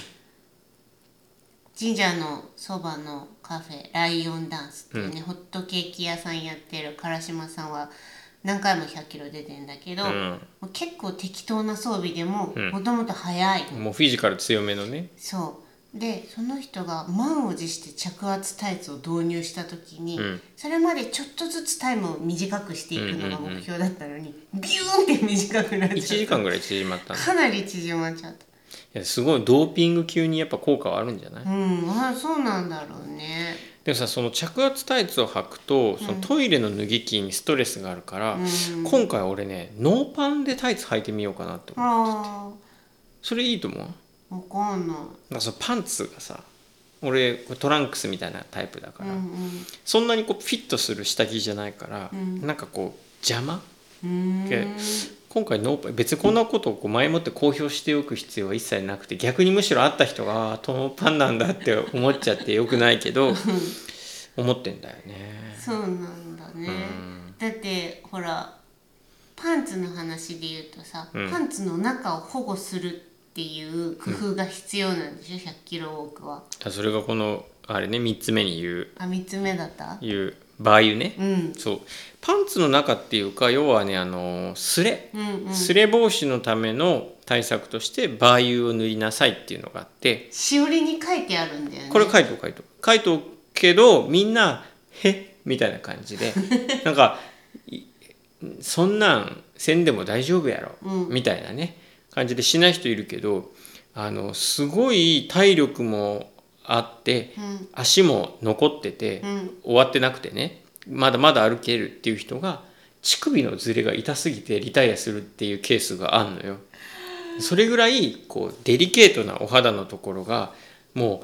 [SPEAKER 2] 神社のそばのカフェライオンダンスっていうね、ホットケーキ屋さんやってる唐島さんは何回も100キロ出てんだけど、
[SPEAKER 1] うん
[SPEAKER 2] もう結構適当な装備でも
[SPEAKER 1] うん
[SPEAKER 2] もともと速い、
[SPEAKER 1] もうフィジカル強めのね
[SPEAKER 2] そうでその人が満を持して着圧タイツを導入した時に、
[SPEAKER 1] うん
[SPEAKER 2] それまでちょっとずつタイムを短くしていくのが
[SPEAKER 1] うんうんうん
[SPEAKER 2] 目標だったのに、ビューンって短くなっ
[SPEAKER 1] 1
[SPEAKER 2] ちゃ
[SPEAKER 1] 時
[SPEAKER 2] った
[SPEAKER 1] 間ぐらい縮まったのい
[SPEAKER 2] かなり縮まっちゃった
[SPEAKER 1] やすごいドーピング級にやっぱ効果はあるんじゃない、
[SPEAKER 2] うんあそうなんだろうね
[SPEAKER 1] でもさその着圧タイツを履くとそのトイレの脱ぎ着にストレスがあるから、
[SPEAKER 2] うん
[SPEAKER 1] 今回俺ねノーパンでタイツ履いてみようかなって思う
[SPEAKER 2] あ
[SPEAKER 1] それいいと思うなん
[SPEAKER 2] ーわかんない
[SPEAKER 1] かそのパンツがさ俺トランクスみたいなタイプだか
[SPEAKER 2] う
[SPEAKER 1] ら、
[SPEAKER 2] ん
[SPEAKER 1] そんなにこうフィットする下着じゃないから、
[SPEAKER 2] うん
[SPEAKER 1] なんかこう邪魔
[SPEAKER 2] うんう
[SPEAKER 1] で
[SPEAKER 2] ーん
[SPEAKER 1] 今回ノーパン別にこんなことをこう前もって公表しておく必要は一切なくて逆にむしろ会った人があーノーパンなんだって思っちゃってよくないけ
[SPEAKER 2] <laughs>
[SPEAKER 1] ど思ってんだよね。
[SPEAKER 2] そうなんだね、だってほらパンツの話で言うとさ、
[SPEAKER 1] うん
[SPEAKER 2] パンツの中を保護するっていう工夫が必要なんでしょ、100キロウォークは
[SPEAKER 1] あそれがこのあれね3つ目に言う
[SPEAKER 2] あ三つ目だった
[SPEAKER 1] いうバー油ね、
[SPEAKER 2] うん
[SPEAKER 1] そうパンツの中っていうか要はねあのスレ、
[SPEAKER 2] うんうん
[SPEAKER 1] スレ防止のための対策としてバー油を塗りなさいっていうのがあって
[SPEAKER 2] しおりに書いてあるんだよね
[SPEAKER 1] これ書いとく書いとく書いとくけどみんな「へみたいな感じ
[SPEAKER 2] <laughs>
[SPEAKER 1] でなんかいそんなんせんでも大丈夫やろ、
[SPEAKER 2] うん
[SPEAKER 1] みたいなね感じでしない人いるけどあのすごい体力もあって
[SPEAKER 2] うん
[SPEAKER 1] 足も残ってて、
[SPEAKER 2] うん
[SPEAKER 1] 終わってなくてねまだまだ歩けるっていう人が乳首のズレが痛すぎてリタイアするっていうケースがあんのよ。それぐらいこうデリケートなお肌のところがも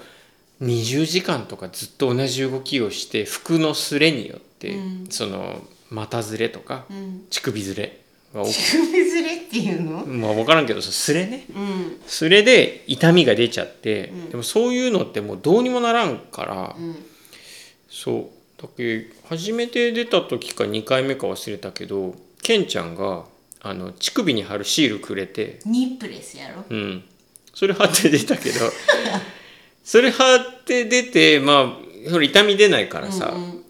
[SPEAKER 1] う20時間とかずっと同じ動きをして服のすれによって、
[SPEAKER 2] うん
[SPEAKER 1] その股ずれとか
[SPEAKER 2] うん
[SPEAKER 1] 乳首ずれが
[SPEAKER 2] <laughs>
[SPEAKER 1] 起
[SPEAKER 2] 乳首ずれっていうの
[SPEAKER 1] こまあ分からんけどそのすれね
[SPEAKER 2] うん
[SPEAKER 1] すれで痛みが出ちゃって、
[SPEAKER 2] うん
[SPEAKER 1] でもそういうのってもうどうにもならんから
[SPEAKER 2] う、ん
[SPEAKER 1] そうだっけ初めて出た時か2回目か忘れたけどケンちゃんがあの乳首に貼るシールくれて
[SPEAKER 2] ニップレスやろ <laughs>
[SPEAKER 1] うんそれ貼って出たけどそれ貼って出てまあそれ痛み出ないからさ
[SPEAKER 2] うん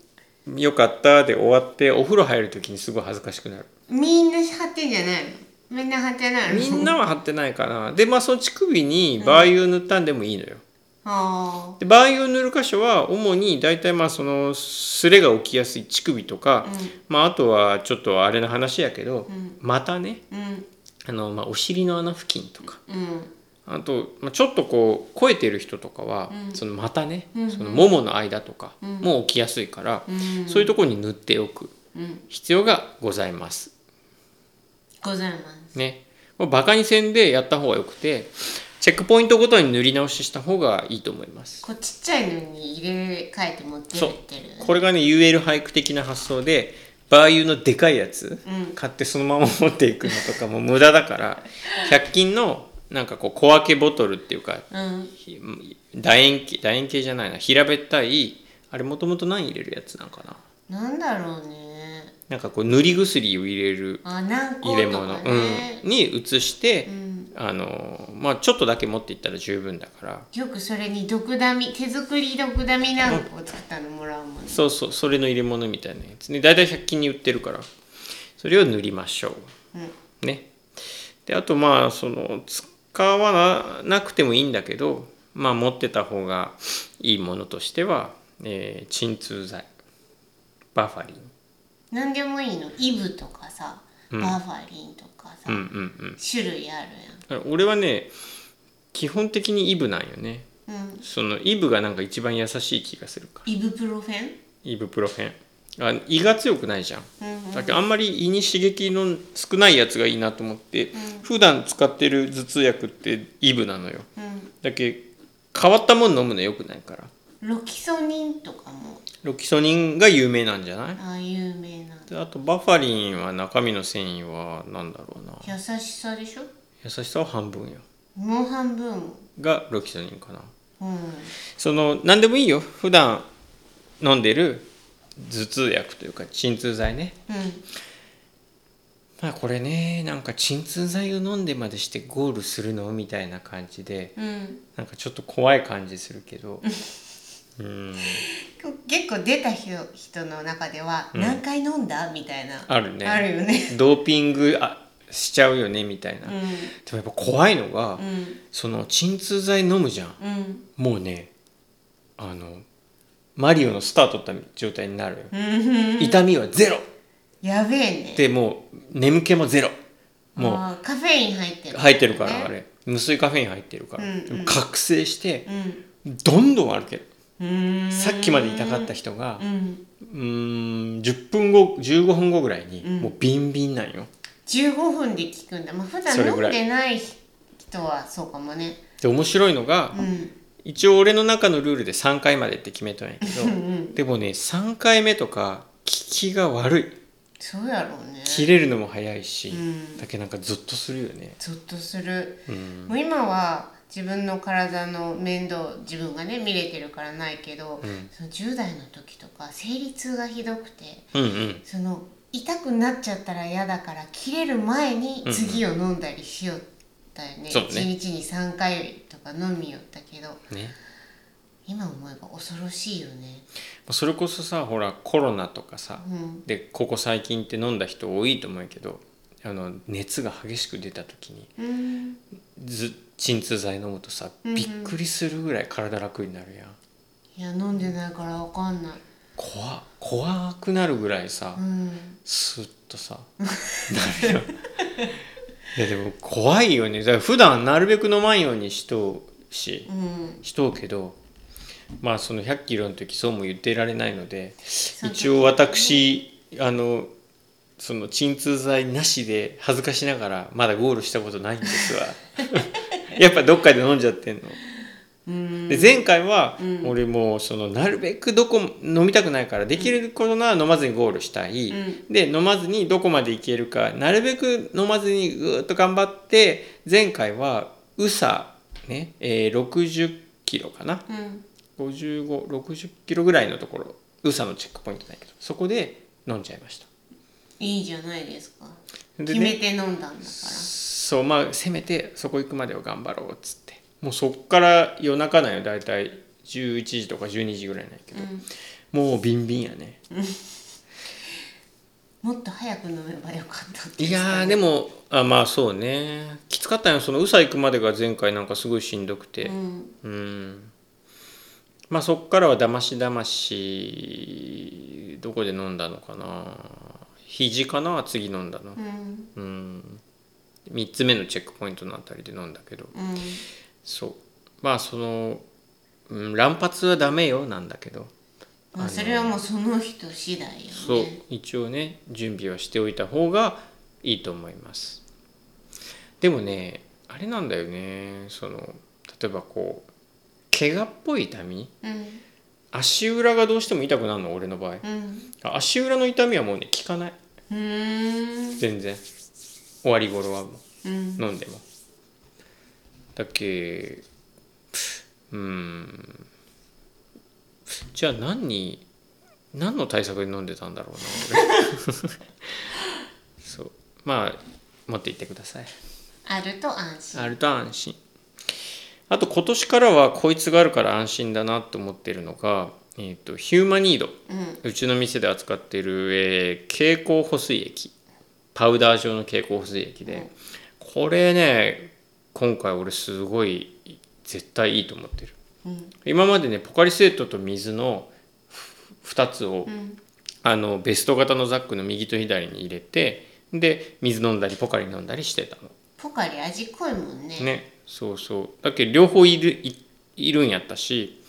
[SPEAKER 2] う
[SPEAKER 1] 「
[SPEAKER 2] ん
[SPEAKER 1] よかった」で終わってお風呂入る時にすごい恥ずかしくなる
[SPEAKER 2] みんな貼ってんじゃないのみんな貼ってないの
[SPEAKER 1] みんなは貼ってないかなでまあその乳首にバー油塗ったんでもいいのよ
[SPEAKER 2] あ
[SPEAKER 1] でバー油を塗る箇所は主に大体まあそのすれが起きやすい乳首とか、まあ、あとはちょっとあれの話やけど、
[SPEAKER 2] うん
[SPEAKER 1] またね
[SPEAKER 2] あうん
[SPEAKER 1] あの、まあ、お尻の穴付近とか
[SPEAKER 2] うん
[SPEAKER 1] あと、まあ、ちょっとこう超えてる人とかは、
[SPEAKER 2] うん
[SPEAKER 1] そのまたね、
[SPEAKER 2] うんうん
[SPEAKER 1] そのももの間とか
[SPEAKER 2] うん
[SPEAKER 1] も起きやすいから、
[SPEAKER 2] うん
[SPEAKER 1] そういうところに塗っておく
[SPEAKER 2] うん
[SPEAKER 1] 必要がございます。
[SPEAKER 2] ございます
[SPEAKER 1] ね、もうバカにせんでやった方がよくてチェックポイントごとに塗り直しした方がいいと思います
[SPEAKER 2] こうちっちゃいのに入れ替えて持ってるってる
[SPEAKER 1] これがね UL 俳句的な発想でバー油のでかいやつ、
[SPEAKER 2] うん
[SPEAKER 1] 買ってそのまま持っていくのとかも無駄だから100均のなんかこう小分けボトルっていうか
[SPEAKER 2] うん
[SPEAKER 1] ひ楕円形楕円形じゃないな平べったいあれもともと何入れるやつなんかな
[SPEAKER 2] なんだろうね
[SPEAKER 1] なんかこう塗り薬を入れる
[SPEAKER 2] あ軟
[SPEAKER 1] 入
[SPEAKER 2] 膏
[SPEAKER 1] れ
[SPEAKER 2] と
[SPEAKER 1] 物、
[SPEAKER 2] かね
[SPEAKER 1] うん、に移して、
[SPEAKER 2] うん
[SPEAKER 1] あのまあちょっとだけ持っていったら十分だから
[SPEAKER 2] よくそれに毒ダミ手作り毒ダミなんかを作ったのもらうもんね
[SPEAKER 1] そうそうそれの入れ物みたいなやつね大体100均に売ってるからそれを塗りましょ
[SPEAKER 2] うん
[SPEAKER 1] うねであとまあその使わななくてもいいんだけどまあ持ってた方がいいものとしては、えー鎮痛剤バファリン
[SPEAKER 2] なんでもいいのイブとかさバファリンとかさ、
[SPEAKER 1] うんうん
[SPEAKER 2] 種類ある
[SPEAKER 1] うん俺はね基本的にイブなんよね
[SPEAKER 2] やん、うん、
[SPEAKER 1] そのイブがなんか一番優しい気がするから
[SPEAKER 2] イブプロフェン
[SPEAKER 1] イブプロフェンあ胃が強くないじゃん
[SPEAKER 2] うん
[SPEAKER 1] だけどあんまり胃に刺激の少ないやつがいいなと思って、普段使ってる頭痛薬ってイブなのよ
[SPEAKER 2] うん
[SPEAKER 1] だけど変わったもの飲むのよくないから
[SPEAKER 2] ロキソニンとかも
[SPEAKER 1] ロキソニンが有名なんじゃない
[SPEAKER 2] ああ有名な
[SPEAKER 1] であとバファリンは中身の繊維は何だろうな
[SPEAKER 2] 優しさでしょ
[SPEAKER 1] 優しさは半分よ
[SPEAKER 2] もう半分
[SPEAKER 1] がロキソニンかな
[SPEAKER 2] う
[SPEAKER 1] その何でもいいよ普段飲んでる頭痛薬というか鎮痛剤ね
[SPEAKER 2] んうん
[SPEAKER 1] まあこれねなんか鎮痛剤を飲んでまでしてゴールするのみたいな感じで
[SPEAKER 2] うん、
[SPEAKER 1] なんかちょっと怖い感じするけど。うん。
[SPEAKER 2] 結構出た人人の中では
[SPEAKER 1] うん
[SPEAKER 2] 何回飲んだ、みたいな
[SPEAKER 1] あるね
[SPEAKER 2] あるよね
[SPEAKER 1] ドーピングあしちゃうよねみたいな。
[SPEAKER 2] う
[SPEAKER 1] でも
[SPEAKER 2] ん
[SPEAKER 1] やっぱ怖いのが、
[SPEAKER 2] うん
[SPEAKER 1] その鎮痛剤飲むじゃん。
[SPEAKER 2] うん
[SPEAKER 1] もうね、あの、マリオのスター取った状態になるよ。
[SPEAKER 2] うん
[SPEAKER 1] 痛みはゼロ
[SPEAKER 2] やべえね
[SPEAKER 1] でもう眠気もゼロも
[SPEAKER 2] あーカフェイン入って
[SPEAKER 1] う
[SPEAKER 2] る
[SPEAKER 1] 入ってるからあ
[SPEAKER 2] ね
[SPEAKER 1] れ無水カフェイン入ってるから、
[SPEAKER 2] うんうん
[SPEAKER 1] でも覚醒して
[SPEAKER 2] うん
[SPEAKER 1] どんどん歩ける
[SPEAKER 2] うーん
[SPEAKER 1] さっきまで痛かった人が
[SPEAKER 2] うん
[SPEAKER 1] うーん10分後15分後ぐらいに
[SPEAKER 2] うん
[SPEAKER 1] もうビンビンなんよ、
[SPEAKER 2] 15分で聞くんだまあ普段
[SPEAKER 1] それ
[SPEAKER 2] 飲
[SPEAKER 1] ぐら
[SPEAKER 2] ん
[SPEAKER 1] い
[SPEAKER 2] でない人はそうかもね
[SPEAKER 1] で面白いのが、
[SPEAKER 2] うん
[SPEAKER 1] 一応俺の中のルールで3回までって決めたんやけ
[SPEAKER 2] うん
[SPEAKER 1] ど
[SPEAKER 2] うん
[SPEAKER 1] でもね3回目とか効きが悪い
[SPEAKER 2] そうやろうね
[SPEAKER 1] 切れるのも早いし、
[SPEAKER 2] うん
[SPEAKER 1] だけどなんかゾッとするよね、
[SPEAKER 2] ゾッとする
[SPEAKER 1] うん
[SPEAKER 2] もう今は自分の体の面倒自分がね見れてるからないけど、
[SPEAKER 1] うん
[SPEAKER 2] その10代の時とか生理痛がひどくて
[SPEAKER 1] うんうん
[SPEAKER 2] その痛くなっちゃったら嫌だから切れる前に
[SPEAKER 1] うんうん
[SPEAKER 2] 次を飲んだりしよったよね,、
[SPEAKER 1] そうね
[SPEAKER 2] 1日に3回とか飲みよったけど
[SPEAKER 1] ね、
[SPEAKER 2] 今思えば恐ろしいよね
[SPEAKER 1] それこそさほらコロナとかさ
[SPEAKER 2] うん
[SPEAKER 1] でここ最近って飲んだ人多いと思うけどあの熱が激しく出た時に
[SPEAKER 2] うん
[SPEAKER 1] ず鎮痛剤飲むとさ
[SPEAKER 2] うんうん
[SPEAKER 1] びっくりするぐらい体楽になるやん、
[SPEAKER 2] いや飲んでないからわかんない
[SPEAKER 1] 怖怖くなるぐらいさ、
[SPEAKER 2] うん
[SPEAKER 1] スッとさ <laughs> なるよいやでも怖いよねだから普段なるべく飲まんようにしとうし
[SPEAKER 2] うん
[SPEAKER 1] しとうけどまあその100キロの時そうも言っていられないので
[SPEAKER 2] そう
[SPEAKER 1] 一応私あのその鎮痛剤なしで恥ずかしながらまだゴールしたことないんです
[SPEAKER 2] <laughs>
[SPEAKER 1] わやっぱどっかで飲んじゃってんの
[SPEAKER 2] うん
[SPEAKER 1] で前回は
[SPEAKER 2] うん
[SPEAKER 1] 俺もそのなるべくどこも飲みたくないからできることなら飲まずにゴールしたい、
[SPEAKER 2] うん
[SPEAKER 1] で飲まずにどこまでいけるかなるべく飲まずにぐーっと頑張って前回はウサね、えー60キロかな
[SPEAKER 2] うん
[SPEAKER 1] 5560キロぐらいのところウサのチェックポイントないけどそこで飲んじゃいました。
[SPEAKER 2] いいじゃないですか
[SPEAKER 1] でね
[SPEAKER 2] 決めて飲んだんだから
[SPEAKER 1] そうまあせめてそこ行くまでを頑張ろうっつってもうそっから夜中なんよ大体11時とか12時ぐらいなんやけど、もうビンビンやね
[SPEAKER 2] もっと早く飲めばよかったって
[SPEAKER 1] いやーでもあまあそうねきつかったんよその宇佐行くまでが前回なんかすごいしんどくて
[SPEAKER 2] うん
[SPEAKER 1] うん、まあそっからはだましだましどこで飲んだのかな肘かな次飲んだの
[SPEAKER 2] うん
[SPEAKER 1] うん3つ目のチェックポイントのあたりで飲んだけど
[SPEAKER 2] うん
[SPEAKER 1] そうまあその、うん、乱発はダメよなんだけど
[SPEAKER 2] まあそれはもうその人次第よね
[SPEAKER 1] そう一応ね準備はしておいた方がいいと思いますでもねあれなんだよねその例えばこう怪我っぽい痛み
[SPEAKER 2] うん
[SPEAKER 1] 足裏がどうしても痛くなるの俺の場合
[SPEAKER 2] うん
[SPEAKER 1] あ足裏の痛みはもうね効かないう
[SPEAKER 2] ーん
[SPEAKER 1] 全然終わり頃はも
[SPEAKER 2] うん
[SPEAKER 1] う飲んでもだっけうんじゃあ何に何の対策で飲んでたんだろうな俺そうまあ持って行ってください
[SPEAKER 2] あると安心
[SPEAKER 1] あると安心あと今年からはこいつがあるから安心だなと思ってるのが、えー、とヒューマニード
[SPEAKER 2] うん
[SPEAKER 1] うちの店で扱っている、えー蛍光補水液パウダー状の蛍光補水液で、
[SPEAKER 2] うん
[SPEAKER 1] これね今回俺すごい絶対いいと思ってる
[SPEAKER 2] うん
[SPEAKER 1] 今までねポカリスエットと水の2つを、
[SPEAKER 2] うん
[SPEAKER 1] あのベスト型のザックの右と左に入れてで水飲んだりポカリ飲んだりしてたの
[SPEAKER 2] ポカリ味濃いもんね
[SPEAKER 1] ねそうそうだけど両方いるいいるんやったし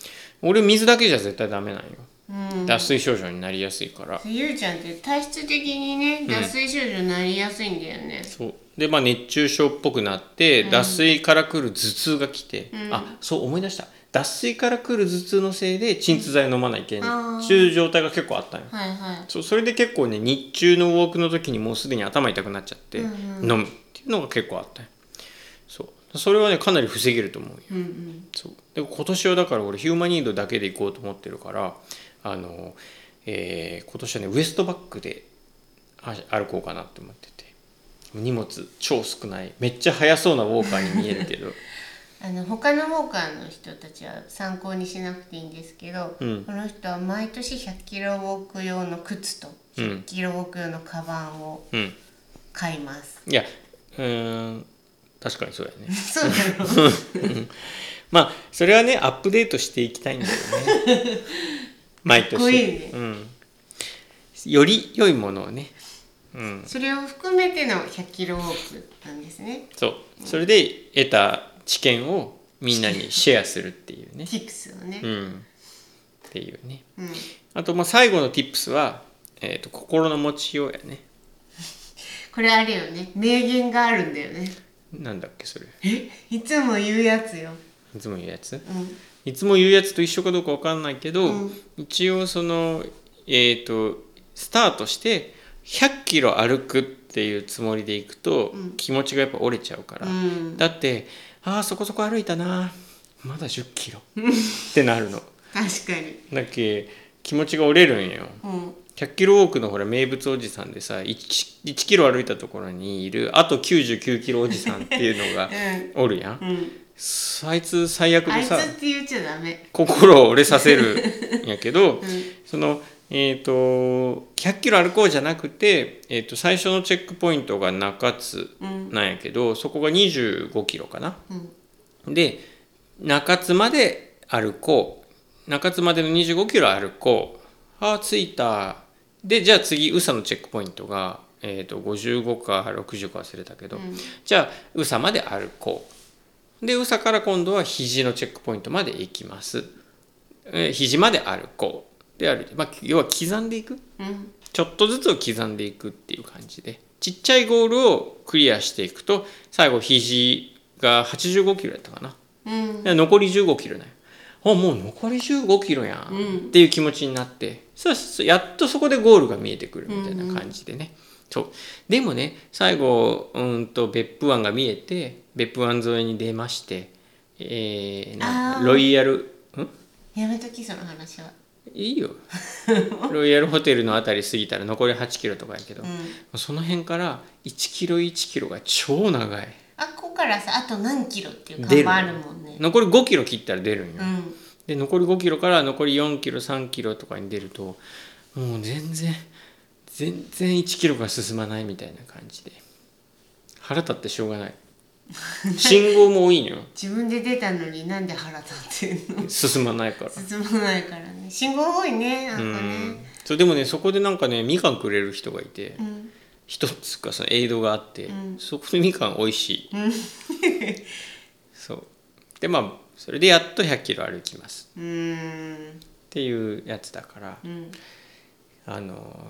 [SPEAKER 1] 俺水だけじゃ絶対ダメなんよ
[SPEAKER 2] うん
[SPEAKER 1] 脱水症状になりやすいから、
[SPEAKER 2] ゆうちゃんって体質的にね脱水症状になりやすいんだよね、
[SPEAKER 1] そうでまあ熱中症っぽくなって、脱水からくる頭痛が来て、あそう思い出した脱水からくる頭痛のせいで鎮痛剤飲まないけん
[SPEAKER 2] あー
[SPEAKER 1] っていう状態が結構あったんよ
[SPEAKER 2] はいはい
[SPEAKER 1] そうそれで結構ね日中のウォークの時にもうすでに頭痛くなっちゃって、
[SPEAKER 2] うん
[SPEAKER 1] 飲むっていうのが結構あったんよそうそれはねかなり防げると思うよ
[SPEAKER 2] うんうん
[SPEAKER 1] そうで今年はだから俺ヒューマニードだけで行こうと思ってるからあの、えー今年はねウエストバッグであ歩こうかなって思ってて荷物超少ないめっちゃ速そうなウォーカーに見えるけど <laughs>
[SPEAKER 2] あの他のウォーカーの人たちは参考にしなくていいんですけど、
[SPEAKER 1] うん
[SPEAKER 2] この人は毎年100キロウォーク用の靴と
[SPEAKER 1] うん
[SPEAKER 2] 100キロウォーク用のカバンを
[SPEAKER 1] うん
[SPEAKER 2] 買い
[SPEAKER 1] <laughs>
[SPEAKER 2] ます、
[SPEAKER 1] いやうーん確かにそうやね
[SPEAKER 2] そうだろう
[SPEAKER 1] まあそれはねアップデートしていきたいんだよね
[SPEAKER 2] <laughs>
[SPEAKER 1] 毎年
[SPEAKER 2] かっこいいね
[SPEAKER 1] うん、より良いものをねうん
[SPEAKER 2] それを含めての100キロウォークなんですね
[SPEAKER 1] そうそれで得た知見をみんなにシェアするっていうね、
[SPEAKER 2] キックスをね
[SPEAKER 1] う、ん、っていうね
[SPEAKER 2] うん
[SPEAKER 1] あとまあ最後の tips は、えー、と心の持ちようやね
[SPEAKER 2] これあれよね名言があるんだよね
[SPEAKER 1] なんだっけそれ
[SPEAKER 2] えいつも言うやつよ、
[SPEAKER 1] いつも言うやつ
[SPEAKER 2] うん、
[SPEAKER 1] いつも言うやつと一緒かどうかわかんないけど、
[SPEAKER 2] うん
[SPEAKER 1] 一応そのえっ、とスタートして100キロ歩くっていうつもりでいくと、
[SPEAKER 2] うん
[SPEAKER 1] 気持ちがやっぱ折れちゃうから、
[SPEAKER 2] うん、
[SPEAKER 1] だってああそこそこ歩いたなまだ10キ
[SPEAKER 2] <laughs>
[SPEAKER 1] ロってなるの
[SPEAKER 2] 確かに、
[SPEAKER 1] だっけ気持ちが折れるんよ
[SPEAKER 2] うん、
[SPEAKER 1] 100キロウォークのほら名物おじさんでさ 1, 1キロ歩いたところにいるあと99キロおじさんっていうの
[SPEAKER 2] <laughs>
[SPEAKER 1] がおるやん
[SPEAKER 2] うん、
[SPEAKER 1] あいつ最悪
[SPEAKER 2] あ
[SPEAKER 1] で
[SPEAKER 2] いつ
[SPEAKER 1] さ
[SPEAKER 2] って言っちゃダメ。
[SPEAKER 1] 心を折れさせるんやけど、
[SPEAKER 2] う
[SPEAKER 1] そのえー、と100キロ歩こうじゃなくて、えー、と最初のチェックポイントが中津
[SPEAKER 2] ん、うん、
[SPEAKER 1] なんやけどそこが25キロかな
[SPEAKER 2] うん、
[SPEAKER 1] で中津まで歩こう中津までの2 5キロ歩こうああ着いたでじゃあ次宇佐のチェックポイントが、えー、と55か60か忘れたけど、
[SPEAKER 2] うん
[SPEAKER 1] じゃあ宇佐まで歩こうで宇佐から今度は肘のチェックポイントまで行きます、えー肘まで歩こうで歩いて、まあ、要は刻んでいく
[SPEAKER 2] うん、
[SPEAKER 1] ちょっとずつを刻んでいくっていう感じでちっちゃいゴールをクリアしていくと最後肘が85キロやったかな
[SPEAKER 2] うん、
[SPEAKER 1] で残り15キロねあもう残り15キロやん、
[SPEAKER 2] うん
[SPEAKER 1] っていう気持ちになってそうそうやっとそこでゴールが見えてくるみたいな感じでね、そうでもね最後うんと別府湾が見えて別府湾沿いに出まして、えーな
[SPEAKER 2] あー
[SPEAKER 1] ロイヤルん
[SPEAKER 2] やめときその話は。
[SPEAKER 1] いいよロイヤルホテルのあたり過ぎたら残り8キロとかやけど、
[SPEAKER 2] うん、
[SPEAKER 1] その辺から1キロ1キロが超長い
[SPEAKER 2] あ、ここからさあと何キロっていう看
[SPEAKER 1] 出る
[SPEAKER 2] 板あるもんね
[SPEAKER 1] 残り5キロ切ったら出るんよ、
[SPEAKER 2] うん
[SPEAKER 1] で残り5キロから残り4キロ3キロとかに出るともう全然全然1キロが進まないみたいな感じで腹立ってしょうがない信号も多いのよ
[SPEAKER 2] 自分で出たのになんで腹立ってんの
[SPEAKER 1] 進まないから
[SPEAKER 2] 進まないからね信号多いね <laughs> なん
[SPEAKER 1] う
[SPEAKER 2] か
[SPEAKER 1] ん
[SPEAKER 2] ね
[SPEAKER 1] そうでもねそこでなんかねみかんくれる人がいて
[SPEAKER 2] うん
[SPEAKER 1] 一つかそのエイドがあって、
[SPEAKER 2] うん
[SPEAKER 1] そこでみかん美味しい、 <laughs> そうでまあそれでやっと100キロ歩きます
[SPEAKER 2] うーん
[SPEAKER 1] っていうやつだから
[SPEAKER 2] うん
[SPEAKER 1] あの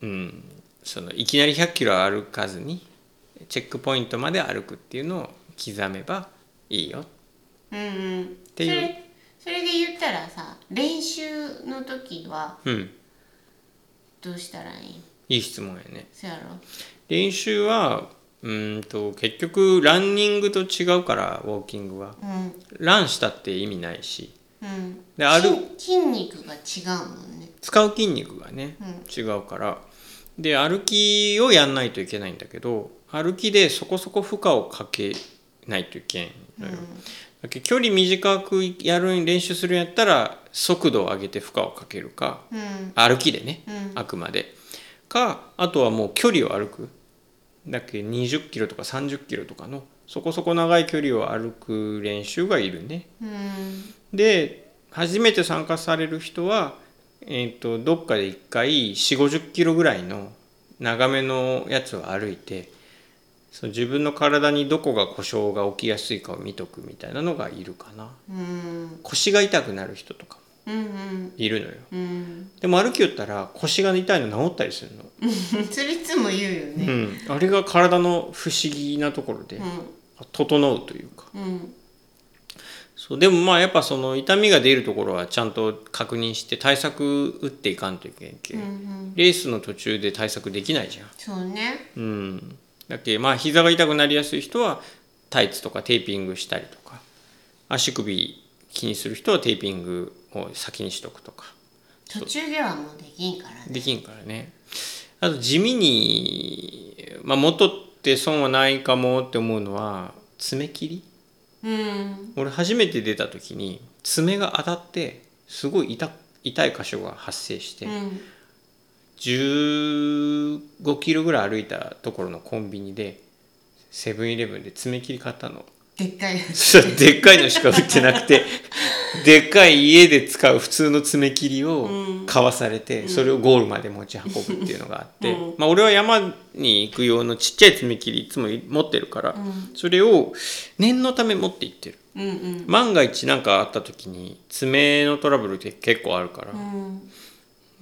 [SPEAKER 1] うんそのいきなり100キロ歩かずにチェックポイントまで歩くっていうのを刻めばいいよ
[SPEAKER 2] うんうん
[SPEAKER 1] ていう
[SPEAKER 2] それそれで言ったらさ練習の時は
[SPEAKER 1] うん
[SPEAKER 2] どうしたらいい
[SPEAKER 1] いい質問やね
[SPEAKER 2] そやろ
[SPEAKER 1] 練習はうーんと結局ランニングと違うからウォーキングは
[SPEAKER 2] うん
[SPEAKER 1] ランしたって意味ないし
[SPEAKER 2] うん
[SPEAKER 1] である
[SPEAKER 2] 筋筋肉が違うもんね
[SPEAKER 1] 使う筋肉がね
[SPEAKER 2] うん
[SPEAKER 1] 違うからで歩きをやんないといけないんだけど歩きでそこそこ負荷をかけないといけんのよ、だけど距離短くやる練習するんやったら速度を上げて負荷をかけるか
[SPEAKER 2] うんうん
[SPEAKER 1] 歩きでね
[SPEAKER 2] うん
[SPEAKER 1] あくまでかあとはもう距離を歩くだっけ20キロとか30キロとかのそこそこ長い距離を歩く練習がいるね
[SPEAKER 2] うん
[SPEAKER 1] で初めて参加される人は、えー、とどっかで1回4 5 0キロぐらいの長めのやつを歩いてそう自分の体にどこが故障が起きやすいかを見とくみたいなのがいるかな
[SPEAKER 2] うん
[SPEAKER 1] 腰が痛くなる人とかも
[SPEAKER 2] うんうん
[SPEAKER 1] いるのよ
[SPEAKER 2] うん
[SPEAKER 1] でも歩きよったら腰が痛いの治ったりするの、
[SPEAKER 2] それいつも言うよ
[SPEAKER 1] う
[SPEAKER 2] ね
[SPEAKER 1] ん、あれが体の不思議なところで整うというか
[SPEAKER 2] うんうん
[SPEAKER 1] そうでもまあやっぱその痛みが出るところはちゃんと確認して対策打っていかんといけんけ、
[SPEAKER 2] うんうん
[SPEAKER 1] レースの途中で対策できないじゃん。
[SPEAKER 2] そうね
[SPEAKER 1] うん、だっけまあ膝が痛くなりやすい人はタイツとかテーピングしたりとか足首気にする人はテーピングを先にしとくとか
[SPEAKER 2] 途中ではもうできんからね
[SPEAKER 1] できんからね。あと地味に、まあ、元って損はないかもって思うのは爪切り
[SPEAKER 2] うん
[SPEAKER 1] 俺初めて出た時に爪が当たってすごい痛痛い箇所が発生して。
[SPEAKER 2] うん
[SPEAKER 1] 15キロぐらい歩いたところのコンビニでセブンイレブンで爪切り買ったの <laughs>
[SPEAKER 2] でっかいやつ
[SPEAKER 1] そしたらでっかいのしか売ってなくて <laughs> でっかい家で使う普通の爪切りを
[SPEAKER 2] うん
[SPEAKER 1] 買わされて、それをゴールまで持ち運ぶっていうのがあって、
[SPEAKER 2] うん
[SPEAKER 1] まあ、俺は山に行く用のちっちゃい爪切りいつも持ってるから、
[SPEAKER 2] うん
[SPEAKER 1] それを念のため持って行ってる
[SPEAKER 2] うん
[SPEAKER 1] 万が一何かあった時に爪のトラブルって結構あるから
[SPEAKER 2] う、ん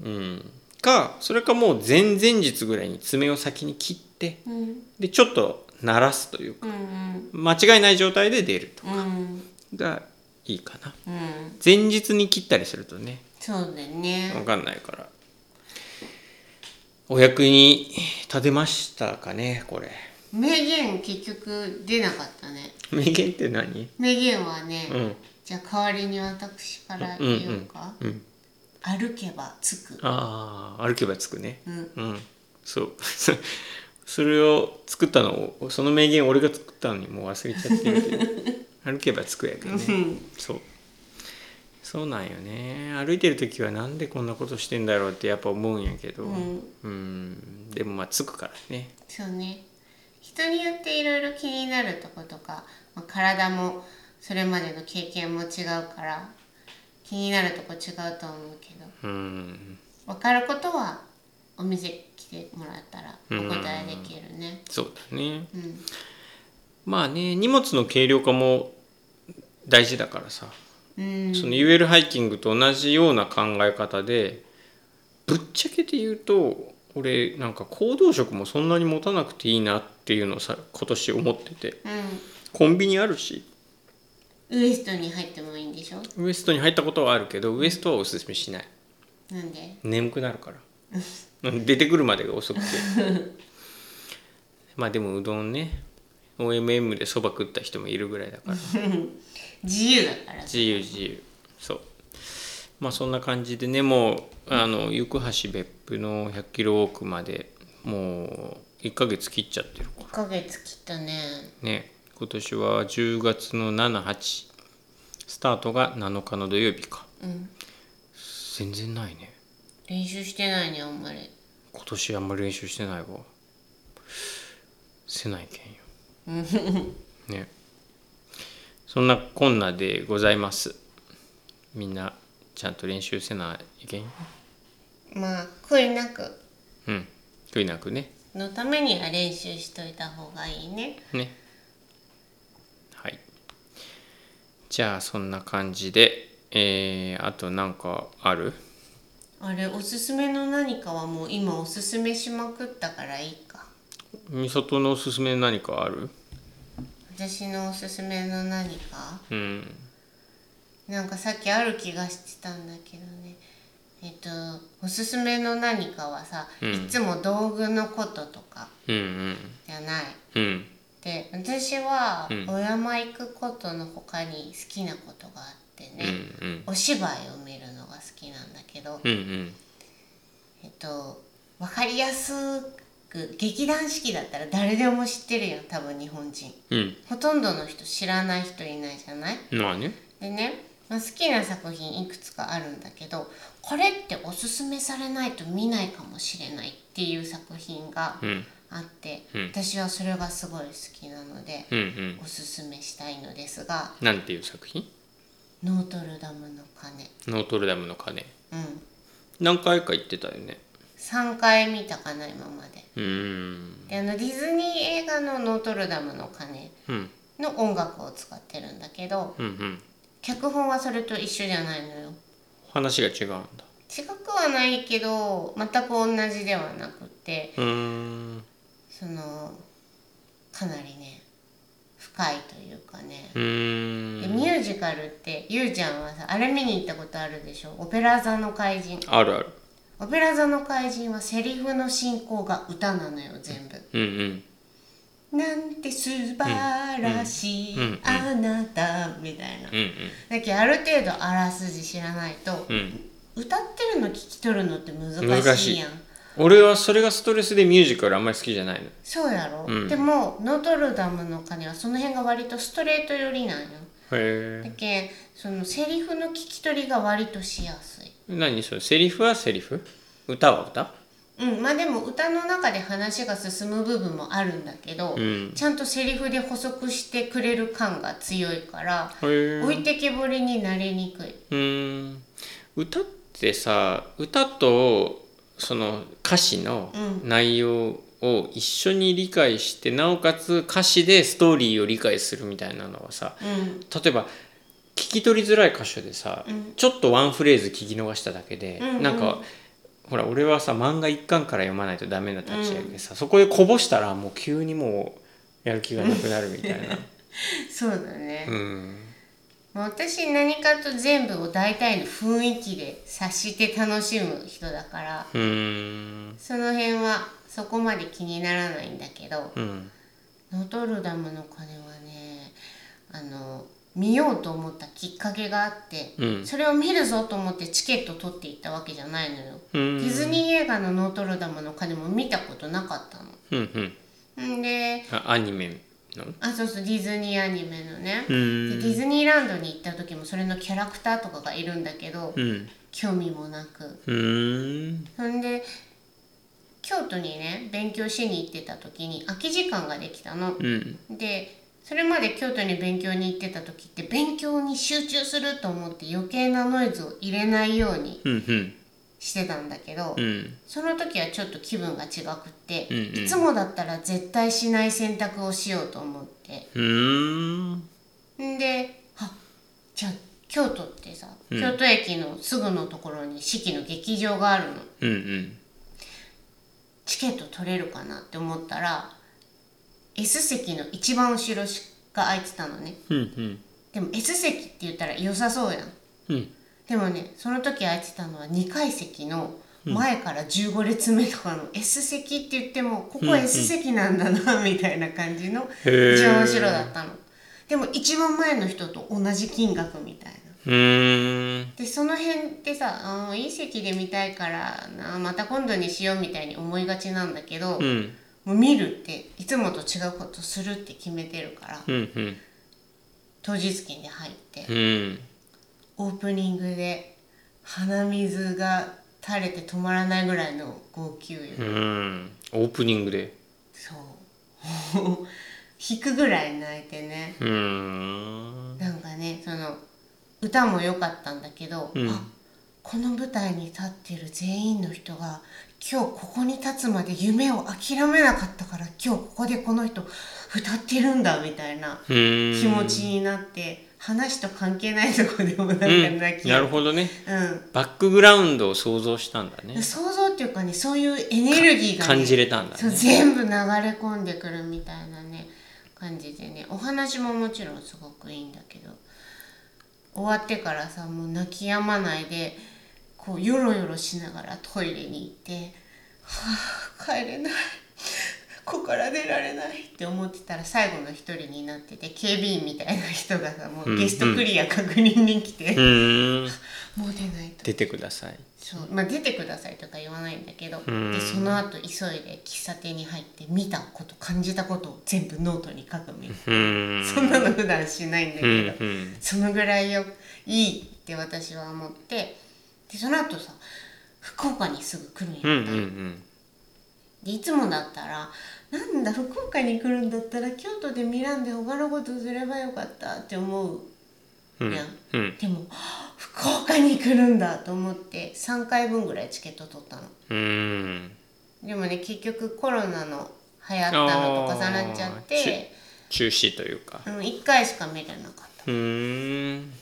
[SPEAKER 1] うん、かそれかもう前々日ぐらいに爪を先に切って
[SPEAKER 2] うんうん
[SPEAKER 1] でちょっと鳴らすというか
[SPEAKER 2] うん
[SPEAKER 1] 間違いない状態で出ると
[SPEAKER 2] うん
[SPEAKER 1] がいいかな
[SPEAKER 2] うん
[SPEAKER 1] 前日に切ったりするとね
[SPEAKER 2] そうだ
[SPEAKER 1] 分
[SPEAKER 2] ね
[SPEAKER 1] かんないからお役に立てましたかねこれ
[SPEAKER 2] 名言結局出なかったね
[SPEAKER 1] 名言って何
[SPEAKER 2] 名言はね、
[SPEAKER 1] うん
[SPEAKER 2] じゃあ代わりに私から
[SPEAKER 1] うん
[SPEAKER 2] 言うか、
[SPEAKER 1] うんうん
[SPEAKER 2] 歩けば着く
[SPEAKER 1] ああ歩けばつくね
[SPEAKER 2] うん
[SPEAKER 1] うんそう <laughs> それを作ったのをその名言俺が作ったのにもう忘れちゃってるけど歩けばつくやけどねそうそうなんよね歩いてる時はなんでこんなことしてんだろうってやっぱ思うんやけど
[SPEAKER 2] うん
[SPEAKER 1] うんでもまあつくからね
[SPEAKER 2] そうね人によっていろいろ気になるとことか、まあ、体もそれまでの経験も違うから気になるとこ違うと思うけど
[SPEAKER 1] うん
[SPEAKER 2] 分かることはお店来てもらったらお答えできるね
[SPEAKER 1] そうだね
[SPEAKER 2] うん
[SPEAKER 1] まあね荷物の軽量化も大事だからさ、
[SPEAKER 2] うん
[SPEAKER 1] その UL ハイキングと同じような考え方でぶっちゃけて言うと俺なんか行動食もそんなに持たなくていいなっていうのをさ今年思ってて
[SPEAKER 2] う
[SPEAKER 1] コンビニあるし
[SPEAKER 2] んウエストに入ってもいいんでしょ
[SPEAKER 1] ウエストに入ったことはあるけどウエストはおすすめしない
[SPEAKER 2] なんで
[SPEAKER 1] 眠くなるから <laughs> 出てくるまでが遅くて <laughs> まあでもうどんね OMM でそば食った人もいるぐらいだから
[SPEAKER 2] 自由だから
[SPEAKER 1] 自由自由そうまあそんな感じでねもうあの行橋別府の100キロウォークまでもう1ヶ月切っちゃってるか
[SPEAKER 2] 1ヶ月切ったね
[SPEAKER 1] らね今年は10月の78スタートが7日の土曜日か
[SPEAKER 2] うん
[SPEAKER 1] 全然ないね
[SPEAKER 2] 練習してないねあんまり
[SPEAKER 1] 今年あんまり練習してないわせないけんよねそんなこんなでございますみんなちゃんと練習せないけんよ
[SPEAKER 2] まあ悔いなく
[SPEAKER 1] うん悔いなくね
[SPEAKER 2] のためには練習しといた方がいいね
[SPEAKER 1] ねはいじゃあそんな感じでえー、あとなんかある
[SPEAKER 2] あれおすすめの何かはもう今おすすめしまくったからいいか
[SPEAKER 1] みさとのおすすめ何かある
[SPEAKER 2] 私のおすすめの何か
[SPEAKER 1] うん
[SPEAKER 2] なんかさっきある気がしてたんだけどねえっとおすすめの何かはさ、
[SPEAKER 1] うん
[SPEAKER 2] いつも道具のこととか
[SPEAKER 1] うんうん
[SPEAKER 2] じゃない
[SPEAKER 1] うん
[SPEAKER 2] で私は
[SPEAKER 1] うん
[SPEAKER 2] お山行くことの他に好きなことがあって
[SPEAKER 1] うん
[SPEAKER 2] ね、お芝居を見るのが好きなんだけど、
[SPEAKER 1] うんうん
[SPEAKER 2] えっとわかりやすく劇団四季だったら誰でも知ってるよ多分日本人
[SPEAKER 1] うん
[SPEAKER 2] ほとんどの人知らない人いないじゃない
[SPEAKER 1] うんまあね
[SPEAKER 2] でね、まあ、好きな作品いくつかあるんだけどこれっておすすめされないと見ないかもしれないっていう作品が
[SPEAKER 1] うん
[SPEAKER 2] あって、
[SPEAKER 1] うん
[SPEAKER 2] 私はそれがすごい好きなので、
[SPEAKER 1] うんうん
[SPEAKER 2] おすすめしたいのですが
[SPEAKER 1] なんていう作品
[SPEAKER 2] 「ノートルダムの鐘
[SPEAKER 1] ノートルダムの鐘」
[SPEAKER 2] うん
[SPEAKER 1] 何回か言ってたよね
[SPEAKER 2] 3回見たかな今まで
[SPEAKER 1] うーん
[SPEAKER 2] であのディズニー映画の「ノートルダムの鐘
[SPEAKER 1] うん」
[SPEAKER 2] の音楽を使ってるんだけど
[SPEAKER 1] うんうん
[SPEAKER 2] 脚本はそれと一緒じゃないのよ
[SPEAKER 1] 話が違うんだ
[SPEAKER 2] 違くはないけど全く同じではなくて
[SPEAKER 1] うーん
[SPEAKER 2] そのかなりね深いというかね、
[SPEAKER 1] う
[SPEAKER 2] で
[SPEAKER 1] ーん
[SPEAKER 2] ミュージカルってゆうちゃんはさあれ見に行ったことあるでしょ「オペラ座の怪人」
[SPEAKER 1] あるある
[SPEAKER 2] 「オペラ座の怪人」はセリフの進行が歌なのよ全部。
[SPEAKER 1] うん
[SPEAKER 2] なんて素晴らしい
[SPEAKER 1] うんうん
[SPEAKER 2] あなたみたいな
[SPEAKER 1] うんうん
[SPEAKER 2] だけどある程度あらすじ知らないと
[SPEAKER 1] うんうん
[SPEAKER 2] 歌ってるの聞き取るのって難
[SPEAKER 1] 難
[SPEAKER 2] し
[SPEAKER 1] し
[SPEAKER 2] い
[SPEAKER 1] い
[SPEAKER 2] やん
[SPEAKER 1] 俺はそれがストレスでミュージカルあんまり好きじゃないの
[SPEAKER 2] そうやろ、
[SPEAKER 1] うん
[SPEAKER 2] でもノートルダムの鐘はその辺が割とストレート寄りなんよ
[SPEAKER 1] へ
[SPEAKER 2] だけんそのセリフの聞き取りが割としやすい
[SPEAKER 1] え何それセリフはセリフ歌は歌
[SPEAKER 2] うんまあでも歌の中で話が進む部分もあるんだけど、
[SPEAKER 1] うん
[SPEAKER 2] ちゃんとセリフで補足してくれる感が強いから、
[SPEAKER 1] へえ
[SPEAKER 2] 置いてけぼりになりにくいう
[SPEAKER 1] ーん歌ってさ歌とその歌詞の内容を一緒に理解してなおかつ歌詞でストーリーを理解するみたいなのはさ
[SPEAKER 2] うん
[SPEAKER 1] 例えば聞き取りづらい箇所でさ、ちょっとワンフレーズ聞き逃しただけで、
[SPEAKER 2] うんうん
[SPEAKER 1] なんかほら俺はさ漫画一巻から読まないとダメな立ち上げでさ、そこでこぼしたらもう急にもうやる気がなくなるみたいな。
[SPEAKER 2] そうだね、
[SPEAKER 1] うん
[SPEAKER 2] まあ私何かと全部を大体の雰囲気で察して楽しむ人だから
[SPEAKER 1] うーん
[SPEAKER 2] その辺はそこまで気にならないんだけど
[SPEAKER 1] うん
[SPEAKER 2] ノートルダムの鐘はねあの見ようと思ったきっかけがあって、
[SPEAKER 1] うん
[SPEAKER 2] それを見るぞと思ってチケット取っていったわけじゃないのよ、
[SPEAKER 1] うん
[SPEAKER 2] ディズニー映画の「ノートルダムの鐘」も見たことなかったの
[SPEAKER 1] うんうん
[SPEAKER 2] んで
[SPEAKER 1] あアニメの
[SPEAKER 2] あそうそうディズニーアニメのね、
[SPEAKER 1] う
[SPEAKER 2] でデ
[SPEAKER 1] ー
[SPEAKER 2] ィ
[SPEAKER 1] ん
[SPEAKER 2] ズニーランドに行った時もそれのキャラクターとかがいるんだけど、
[SPEAKER 1] うん
[SPEAKER 2] 興味もなく
[SPEAKER 1] うーん
[SPEAKER 2] ほんで京都にね勉強しに行ってた時に空き時間ができたの、
[SPEAKER 1] うん
[SPEAKER 2] でそれまで京都に勉強に行ってた時って勉強に集中すると思って余計なノイズを入れないように
[SPEAKER 1] うんうん
[SPEAKER 2] してたんだけど、
[SPEAKER 1] うん
[SPEAKER 2] その時はちょっと気分が違くって、
[SPEAKER 1] うんうん
[SPEAKER 2] いつもだったら絶対しない選択をしようと思って
[SPEAKER 1] うーん
[SPEAKER 2] んであじゃあ京都ってさ、京都駅のすぐのところに四季の劇場があるの
[SPEAKER 1] うんうん
[SPEAKER 2] チケット取れるかなって思ったら S 席の一番後ろが空いてたのね
[SPEAKER 1] うんうん
[SPEAKER 2] でも S 席って言ったら良さそうやん
[SPEAKER 1] うん
[SPEAKER 2] でもねその時空いてたのは2階席の前から15列目とかの S 席って言ってもここ S 席なんだなみたいな感じの
[SPEAKER 1] へー
[SPEAKER 2] 一番後ろだったのでも一番前の人と同じ金額みたいな
[SPEAKER 1] うーん
[SPEAKER 2] でその辺ってさあーいい席で見たいからなまた今度にしようみたいに思いがちなんだけど、
[SPEAKER 1] うん
[SPEAKER 2] もう見るっていつもと違うことするって決めてるから
[SPEAKER 1] うんうん
[SPEAKER 2] 当日券で入って
[SPEAKER 1] うん
[SPEAKER 2] オープニングで鼻水が垂れて止まらないぐらいの号泣よ、
[SPEAKER 1] うんオープニングで
[SPEAKER 2] そう <laughs> 引くぐらい泣いてね
[SPEAKER 1] うーん
[SPEAKER 2] なんかねその歌も良かったんだけど、
[SPEAKER 1] うん
[SPEAKER 2] あこの舞台に立ってる全員の人が今日ここに立つまで夢を諦めなかったから今日ここでこの人歌ってるんだみたいな
[SPEAKER 1] うーん
[SPEAKER 2] 気持ちになって、話と関係ないとこでもなんか
[SPEAKER 1] うん
[SPEAKER 2] 泣き、
[SPEAKER 1] なるほどね
[SPEAKER 2] うん
[SPEAKER 1] バックグラウンドを想像したんだね
[SPEAKER 2] 想像っていうかねそういうエネルギーが、ね、
[SPEAKER 1] 感じれたんだ
[SPEAKER 2] そう
[SPEAKER 1] ね
[SPEAKER 2] 全部流れ込んでくるみたいなね感じでねお話ももちろんすごくいいんだけど終わってからさもう泣き止まないでこうヨロヨロしながらトイレに行って「はあ帰れない」ここから出られないって思ってたら最後の一人になってて警備員みたいな人がさもうゲストクリア確認に来て
[SPEAKER 1] うーん
[SPEAKER 2] 「もう出ないと
[SPEAKER 1] 出てください
[SPEAKER 2] そうまあ、出てくださいとか言わないんだけど
[SPEAKER 1] うん
[SPEAKER 2] でその後急いで喫茶店に入って見たこと感じたことを全部ノートに書くみたいな
[SPEAKER 1] うーん
[SPEAKER 2] そんなの普段しないんだけ
[SPEAKER 1] う
[SPEAKER 2] ど、
[SPEAKER 1] んうん
[SPEAKER 2] そのぐらいよいいって私は思ってでその後さ福岡にすぐ来るんやった、
[SPEAKER 1] うんうん
[SPEAKER 2] でいつもだったらなんだ福岡に来るんだったら京都でミランで他のことすればよかったって思う
[SPEAKER 1] うんうん
[SPEAKER 2] いや
[SPEAKER 1] うん
[SPEAKER 2] でもはあ福岡に来るんだと思って3回分ぐらいチケット取ったの。
[SPEAKER 1] うーん
[SPEAKER 2] でもね結局コロナの流行ったのと重なっちゃっ
[SPEAKER 1] あー
[SPEAKER 2] て、
[SPEAKER 1] 中止というか
[SPEAKER 2] うん、1回しか見れなかった
[SPEAKER 1] うーん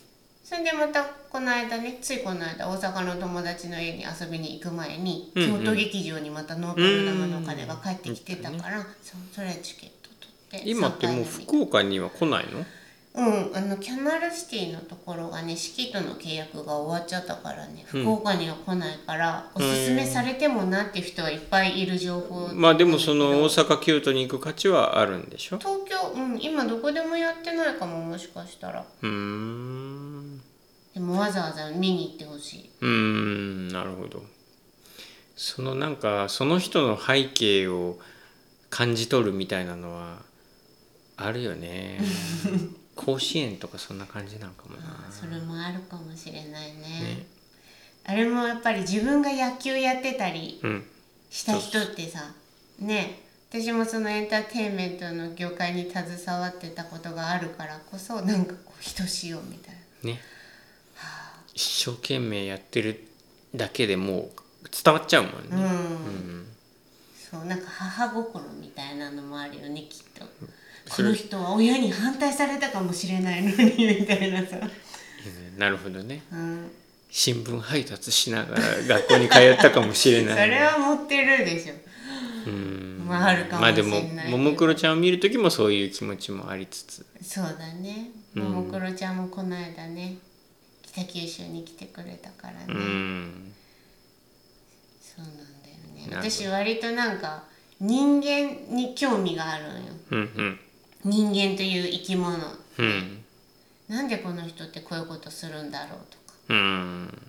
[SPEAKER 2] それでまたこの間ねついこの間大阪の友達の家に遊びに行く前に、
[SPEAKER 1] うんうん
[SPEAKER 2] 京都劇場にまたノートルダムの彼が帰ってきてたから、そうそれはチケット取って
[SPEAKER 1] 今ってもう
[SPEAKER 2] 三
[SPEAKER 1] 福岡には来ないの
[SPEAKER 2] 回目にうんあのキャナルシティのところがね四季との契約が終わっちゃったからね福岡には来ないから、おすすめされてもなっていう人はいっぱいいる情報
[SPEAKER 1] まあでもその大阪京都に行く価値はあるんでしょ
[SPEAKER 2] 東京うん今どこでもやってないかももしかしたら
[SPEAKER 1] うーん
[SPEAKER 2] でもわざわざ見に行ってほしいう
[SPEAKER 1] ーんなるほどそのなんかその人の背景を感じ取るみたいなのはあるよ <laughs> ね甲子園とかそんな感じなんかもな
[SPEAKER 2] それもあるかもしれないね
[SPEAKER 1] ね
[SPEAKER 2] あれもやっぱり自分が野球やってたり
[SPEAKER 1] うん
[SPEAKER 2] した人ってさね私もそのエンターテインメントの業界に携わってたことがあるからこそなんかこうひとしおみたいな
[SPEAKER 1] ね一生懸命やってるだけでもう伝わっちゃうもんね、
[SPEAKER 2] うん、そうなんか母心みたいなのもあるよねきっとこ
[SPEAKER 1] それ
[SPEAKER 2] の人は親に反対されたかもしれないのにみたいなさ
[SPEAKER 1] うんなるほどね
[SPEAKER 2] うん
[SPEAKER 1] 新聞配達しながら学校に通ったかもしれ
[SPEAKER 2] そ
[SPEAKER 1] ない
[SPEAKER 2] れは持ってるでしょ
[SPEAKER 1] うん
[SPEAKER 2] まああるかもしれない
[SPEAKER 1] まあでもももクロちゃんを見る時もそういう気持ちもありつつ
[SPEAKER 2] そうだね
[SPEAKER 1] うん
[SPEAKER 2] ももクロちゃんもこの間ね北九州に来てくれたからね、
[SPEAKER 1] うん
[SPEAKER 2] そうなんだよ
[SPEAKER 1] なるほど
[SPEAKER 2] ね私割となんか人間に興味があるんよ
[SPEAKER 1] うんうん
[SPEAKER 2] 人間という生き物
[SPEAKER 1] うん
[SPEAKER 2] なんでこの人ってこういうことするんだろうとか
[SPEAKER 1] うん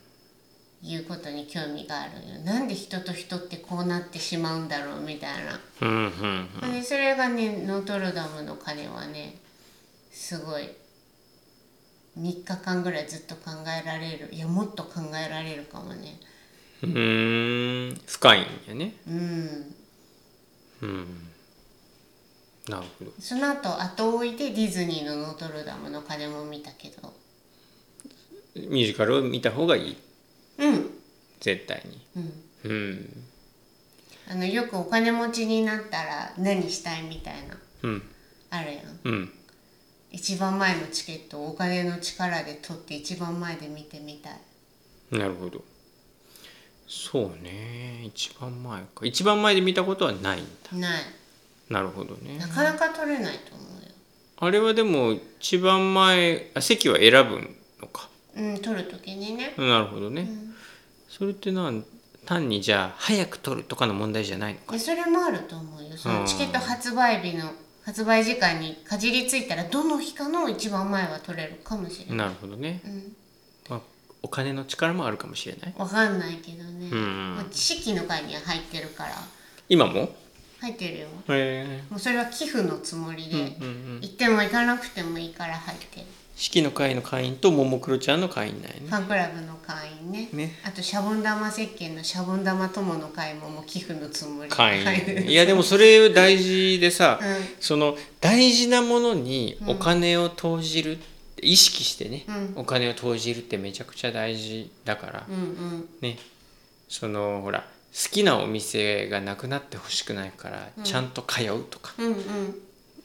[SPEAKER 2] いうことに興味があるんよなんで人と人ってこうなってしまうんだろうみたいな
[SPEAKER 1] うんうん
[SPEAKER 2] でそれがねノートルダムの彼はねすごい3日間ぐらいずっと考えられるいやもっと考えられるかもね
[SPEAKER 1] うんうん深いんやね
[SPEAKER 2] うん
[SPEAKER 1] うんなるほど
[SPEAKER 2] その後後追いでディズニーのノートルダムの鐘も見たけど
[SPEAKER 1] ミュージカルを見た方がいい
[SPEAKER 2] うん
[SPEAKER 1] 絶対に
[SPEAKER 2] うん
[SPEAKER 1] うん
[SPEAKER 2] あのよくお金持ちになったら何したいみたいな
[SPEAKER 1] うん
[SPEAKER 2] あるやん
[SPEAKER 1] うん
[SPEAKER 2] 一番前のチケットをお金の力で取って一番前で見てみたい
[SPEAKER 1] なるほどそうね一番前か一番前で見たことはないんだ
[SPEAKER 2] な
[SPEAKER 1] なるほど
[SPEAKER 2] い
[SPEAKER 1] ね
[SPEAKER 2] なかなか取れないと思うよ
[SPEAKER 1] あれはでも一番前あ席は選ぶのか
[SPEAKER 2] うん取る時にね
[SPEAKER 1] なるほどね、
[SPEAKER 2] ん
[SPEAKER 1] それってなん単にじゃあ早く取るとかの問題じゃないの
[SPEAKER 2] でそれもあると思うよそのチケット発売日の発売時間にかじりついたらどの日かの一番前は取れるかもしれない、
[SPEAKER 1] なるほどね、
[SPEAKER 2] ん
[SPEAKER 1] まあ、お金の力もあるかもしれない
[SPEAKER 2] わかんないけどね、
[SPEAKER 1] うん
[SPEAKER 2] まあ、四季の会には入ってるから
[SPEAKER 1] 今も
[SPEAKER 2] 入ってるよ
[SPEAKER 1] え
[SPEAKER 2] もうそれは寄付のつもり
[SPEAKER 1] え
[SPEAKER 2] で、
[SPEAKER 1] うんうんうん
[SPEAKER 2] 行っても行かなくてもいいから入ってる
[SPEAKER 1] 四季の会の会員とももクロちゃんの会員なんや
[SPEAKER 2] ファンクラブの会員ね
[SPEAKER 1] ねね
[SPEAKER 2] あとシャボン玉石鹸のシャボン玉友の会ももう寄付のつもりで
[SPEAKER 1] 会
[SPEAKER 2] る
[SPEAKER 1] 員いやでもそれ大事でさ、
[SPEAKER 2] う
[SPEAKER 1] その大事なものにお金を投じる、意識してね、
[SPEAKER 2] うん
[SPEAKER 1] お金を投じるってめちゃくちゃ大事だから、
[SPEAKER 2] んうん
[SPEAKER 1] ねそのほら好きなお店がなくなってほしくないから、ちゃんと通うとか
[SPEAKER 2] うんうんうん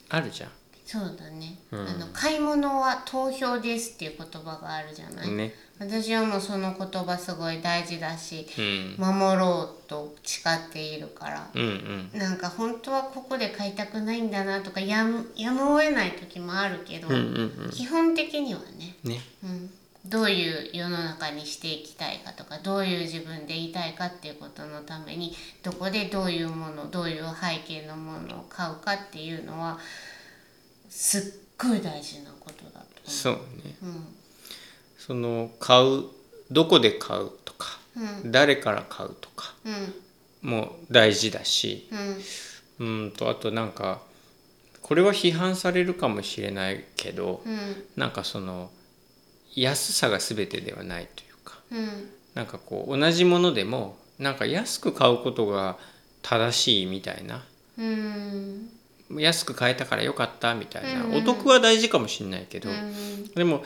[SPEAKER 1] あるじゃん。
[SPEAKER 2] そうだね、
[SPEAKER 1] うん
[SPEAKER 2] あの買い物は投票ですっていう言葉があるじゃない、
[SPEAKER 1] ね、
[SPEAKER 2] 私はもうその言葉すごい大事だし
[SPEAKER 1] うん、
[SPEAKER 2] 守ろうと誓っているから、
[SPEAKER 1] うんうん
[SPEAKER 2] なんか本当はここで買いたくないんだなとかやむやむを得ない時もあるけど、
[SPEAKER 1] うんうん
[SPEAKER 2] 基本的にはね、
[SPEAKER 1] うんね
[SPEAKER 2] うん、どういう世の中にしていきたいかとかどういう自分でいたいかっていうことのためにどこでどういうものどういう背景のものを買うかっていうのはすっごい大事なことだと
[SPEAKER 1] そうね
[SPEAKER 2] 思
[SPEAKER 1] その買うどこで買うとか
[SPEAKER 2] う。うんうん
[SPEAKER 1] 誰から買うとか
[SPEAKER 2] うん
[SPEAKER 1] も大事だし
[SPEAKER 2] うん
[SPEAKER 1] うんとあとなんかこれは批判されるかもしれないけど
[SPEAKER 2] うん
[SPEAKER 1] なんかその安さが全てではないというか
[SPEAKER 2] うん
[SPEAKER 1] なんかこう同じものでもなんか安く買うことが正しいみたいな
[SPEAKER 2] うん
[SPEAKER 1] 安く買えたからよかったみたいな、
[SPEAKER 2] うんうん
[SPEAKER 1] お得は大事かもしれないけど、
[SPEAKER 2] うん
[SPEAKER 1] でも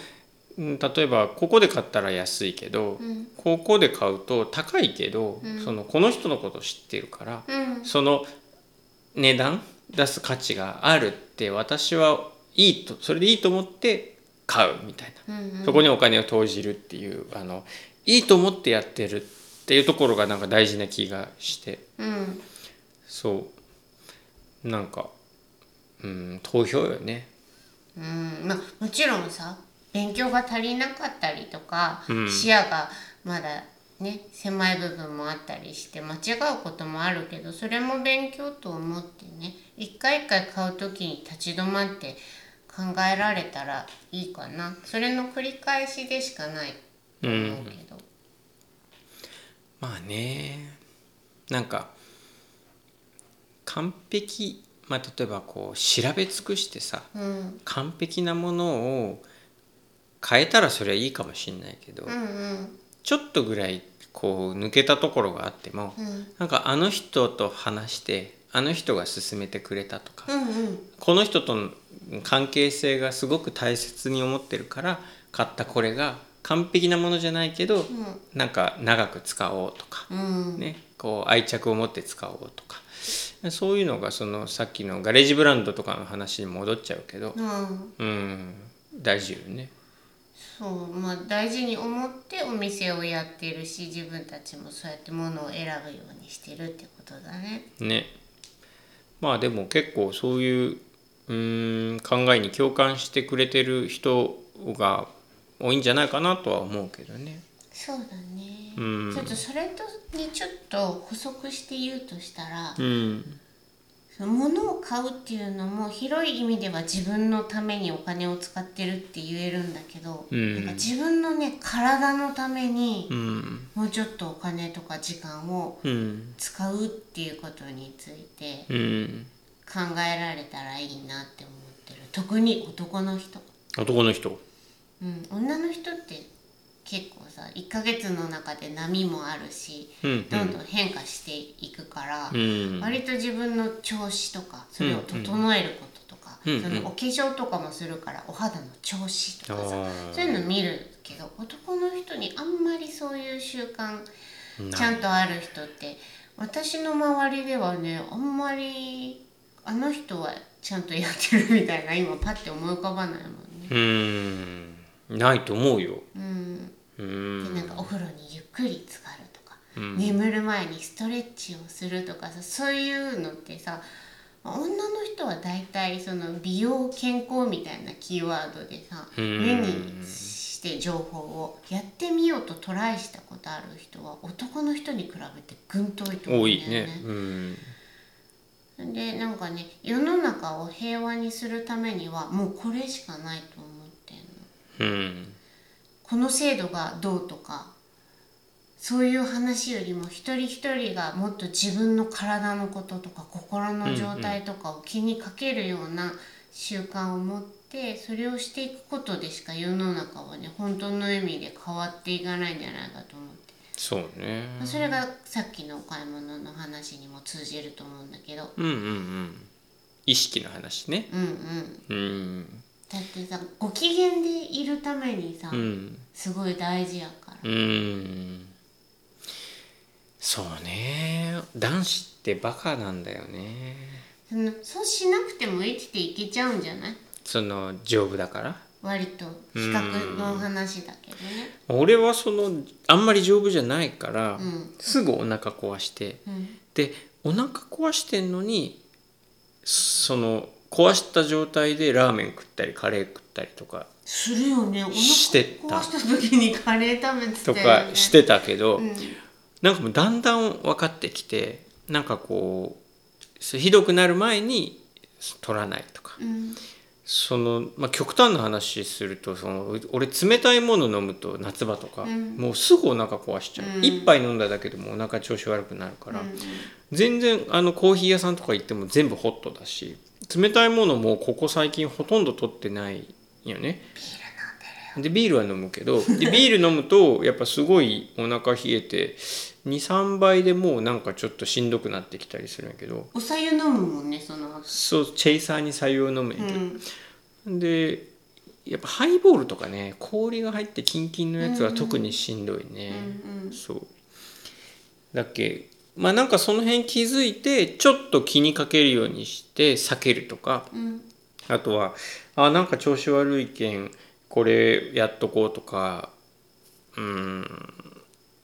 [SPEAKER 1] うん例えばここで買ったら安いけど、
[SPEAKER 2] うん
[SPEAKER 1] ここで買うと高いけど、
[SPEAKER 2] うん
[SPEAKER 1] そのこの人のことを知ってるから
[SPEAKER 2] うん
[SPEAKER 1] その値段出す価値があるって私はいいとそれでいいと思って買うみたいな、
[SPEAKER 2] うん
[SPEAKER 1] そこにお金を投じるっていうあのいいと思ってやってるっていうところがなんか大事な気がして
[SPEAKER 2] うん
[SPEAKER 1] そうなんかうん投票よね
[SPEAKER 2] うんまあ、もちろんさ勉強が足りなかったりとか、
[SPEAKER 1] うん
[SPEAKER 2] 視野がまだね狭い部分もあったりして間違うこともあるけどそれも勉強と思ってね一回一回買う時に立ち止まって考えられたらいいかなそれの繰り返しでしかないと思うけど。
[SPEAKER 1] まあねなんか完璧まあ例えばこう調べ尽くしてさ
[SPEAKER 2] うん
[SPEAKER 1] 完璧なものを変えたらそれはいいかもしんないけど、
[SPEAKER 2] うんうん
[SPEAKER 1] ちょっとぐらいこう抜けたところがあっても、
[SPEAKER 2] うん
[SPEAKER 1] なんかあの人と話してあの人が勧めてくれたとか、
[SPEAKER 2] うんうん
[SPEAKER 1] この人との関係性がすごく大切に思ってるから買ったこれが完璧なものじゃないけど、なんか長く使おうとか、
[SPEAKER 2] うんうん
[SPEAKER 1] ね、こう愛着を持って使おうとかそういうのがそのさっきのガレージブランドとかの話に戻っちゃうけど、
[SPEAKER 2] うん
[SPEAKER 1] うん、大事よね。
[SPEAKER 2] そうまあ大事に思ってお店をやってるし自分たちもそうやってものを選ぶようにしてるってことだね。
[SPEAKER 1] ね。まあでも結構そういううん考えに共感してくれてる人が多いんじゃないかなとは思うけどね。
[SPEAKER 2] そうだね、
[SPEAKER 1] うん
[SPEAKER 2] ちょっとそれとにちょっと補足して言うとしたら、
[SPEAKER 1] うん、
[SPEAKER 2] その物を買うっていうのも広い意味では自分のためにお金を使ってるって言えるんだけど、
[SPEAKER 1] うん
[SPEAKER 2] なんか自分のね体のために
[SPEAKER 1] うん、
[SPEAKER 2] もうちょっとお金とか時間を
[SPEAKER 1] うん、
[SPEAKER 2] 使うっていうことについて
[SPEAKER 1] うん。
[SPEAKER 2] 考えられたらいいなって思ってる特に男の人、
[SPEAKER 1] 男の人。
[SPEAKER 2] うん、女の人って結構さ1ヶ月の中で波もあるし
[SPEAKER 1] うん、
[SPEAKER 2] どんどん変化していくから
[SPEAKER 1] う、ん、
[SPEAKER 2] 割と自分の調子とかそれを整えることとか、
[SPEAKER 1] うんうん
[SPEAKER 2] そのお化粧とかもするからお肌の調子とかさ、
[SPEAKER 1] あー
[SPEAKER 2] そういうの見るけど男の人にあんまりそういう習慣
[SPEAKER 1] ない
[SPEAKER 2] ちゃんとある人って私の周りではねあんまりあの人はちゃんとやってるみたいな今パッて思い浮かばないもんね。
[SPEAKER 1] うん、ないと思うよ。
[SPEAKER 2] うん、
[SPEAKER 1] う
[SPEAKER 2] で
[SPEAKER 1] ん、
[SPEAKER 2] なんかお風呂にゆっくり浸かるとか、
[SPEAKER 1] うん
[SPEAKER 2] 眠る前にストレッチをするとかさそういうのってさ女の人は大体その美容健康みたいなキーワードでさ
[SPEAKER 1] うん
[SPEAKER 2] 目にして情報をやってみようとトライしたことある人は男の人に比べてぐんと多いと思
[SPEAKER 1] 多
[SPEAKER 2] うんだ
[SPEAKER 1] い
[SPEAKER 2] よね
[SPEAKER 1] ね。。うん、
[SPEAKER 2] でなんかね世の中を平和にするためにはもうこれしかないと思ってんの
[SPEAKER 1] うん、
[SPEAKER 2] この制度がどうとかそういう話よりも一人一人がもっと自分の体のこととか心の状態とかを気にかけるような習慣を持ってそれをしていくことでしか世の中はね本当の意味で変わっていかないんじゃないかと思って、
[SPEAKER 1] そうね
[SPEAKER 2] まあそれがさっきのお買い物の話にも通じると思うんだけど
[SPEAKER 1] うんうんうん意識の話ね
[SPEAKER 2] うんうん
[SPEAKER 1] うん
[SPEAKER 2] だってさご機嫌でいるためにさ、
[SPEAKER 1] うん
[SPEAKER 2] すごい大事やから。
[SPEAKER 1] うんそうね男子ってバカなんだよね
[SPEAKER 2] そのそうしなくても生きていけちゃうんじゃない
[SPEAKER 1] その丈夫だから
[SPEAKER 2] 割と比較の話だけどね
[SPEAKER 1] 俺はそのあんまり丈夫じゃないから、
[SPEAKER 2] うん
[SPEAKER 1] すぐお腹壊して
[SPEAKER 2] うん
[SPEAKER 1] でお腹壊してんのにその壊した状態でラーメン食ったりカレー食ったりとか
[SPEAKER 2] するよねお腹
[SPEAKER 1] してた
[SPEAKER 2] 壊した時にカレー食べてた
[SPEAKER 1] と
[SPEAKER 2] よ、ね、
[SPEAKER 1] かしてたけど、
[SPEAKER 2] うん
[SPEAKER 1] なんかもうだんだん分かってきてなんかこうそうひどくなる前に取らないとか
[SPEAKER 2] うん
[SPEAKER 1] その、まあ、極端な話するとその俺冷たいもの飲むと夏場とか、
[SPEAKER 2] うん
[SPEAKER 1] もうすぐお腹壊しちゃう、
[SPEAKER 2] うん
[SPEAKER 1] 一杯飲んだだけでもお腹調子悪くなるから、
[SPEAKER 2] うん
[SPEAKER 1] 全然あのコーヒー屋さんとか行っても全部ホットだし冷たいものもここ最近ほとんど取ってないよねでビールは飲むけどでビール飲むとやっぱすごいお腹冷えて23倍でもうなんかちょっとしんどくなってきたりするんやけど
[SPEAKER 2] おさゆ飲むもんねその後
[SPEAKER 1] そうチェイサーに採用飲むん
[SPEAKER 2] う
[SPEAKER 1] やけど、
[SPEAKER 2] ん
[SPEAKER 1] でやっぱハイボールとかね氷が入ってキンキンのやつは特にしんどいね、
[SPEAKER 2] うんうん
[SPEAKER 1] そうだっけまあなんかその辺気づいてちょっと気にかけるようにして避けるとか
[SPEAKER 2] うん
[SPEAKER 1] あとはあなんか調子悪いけんこれやっとこうとかうーん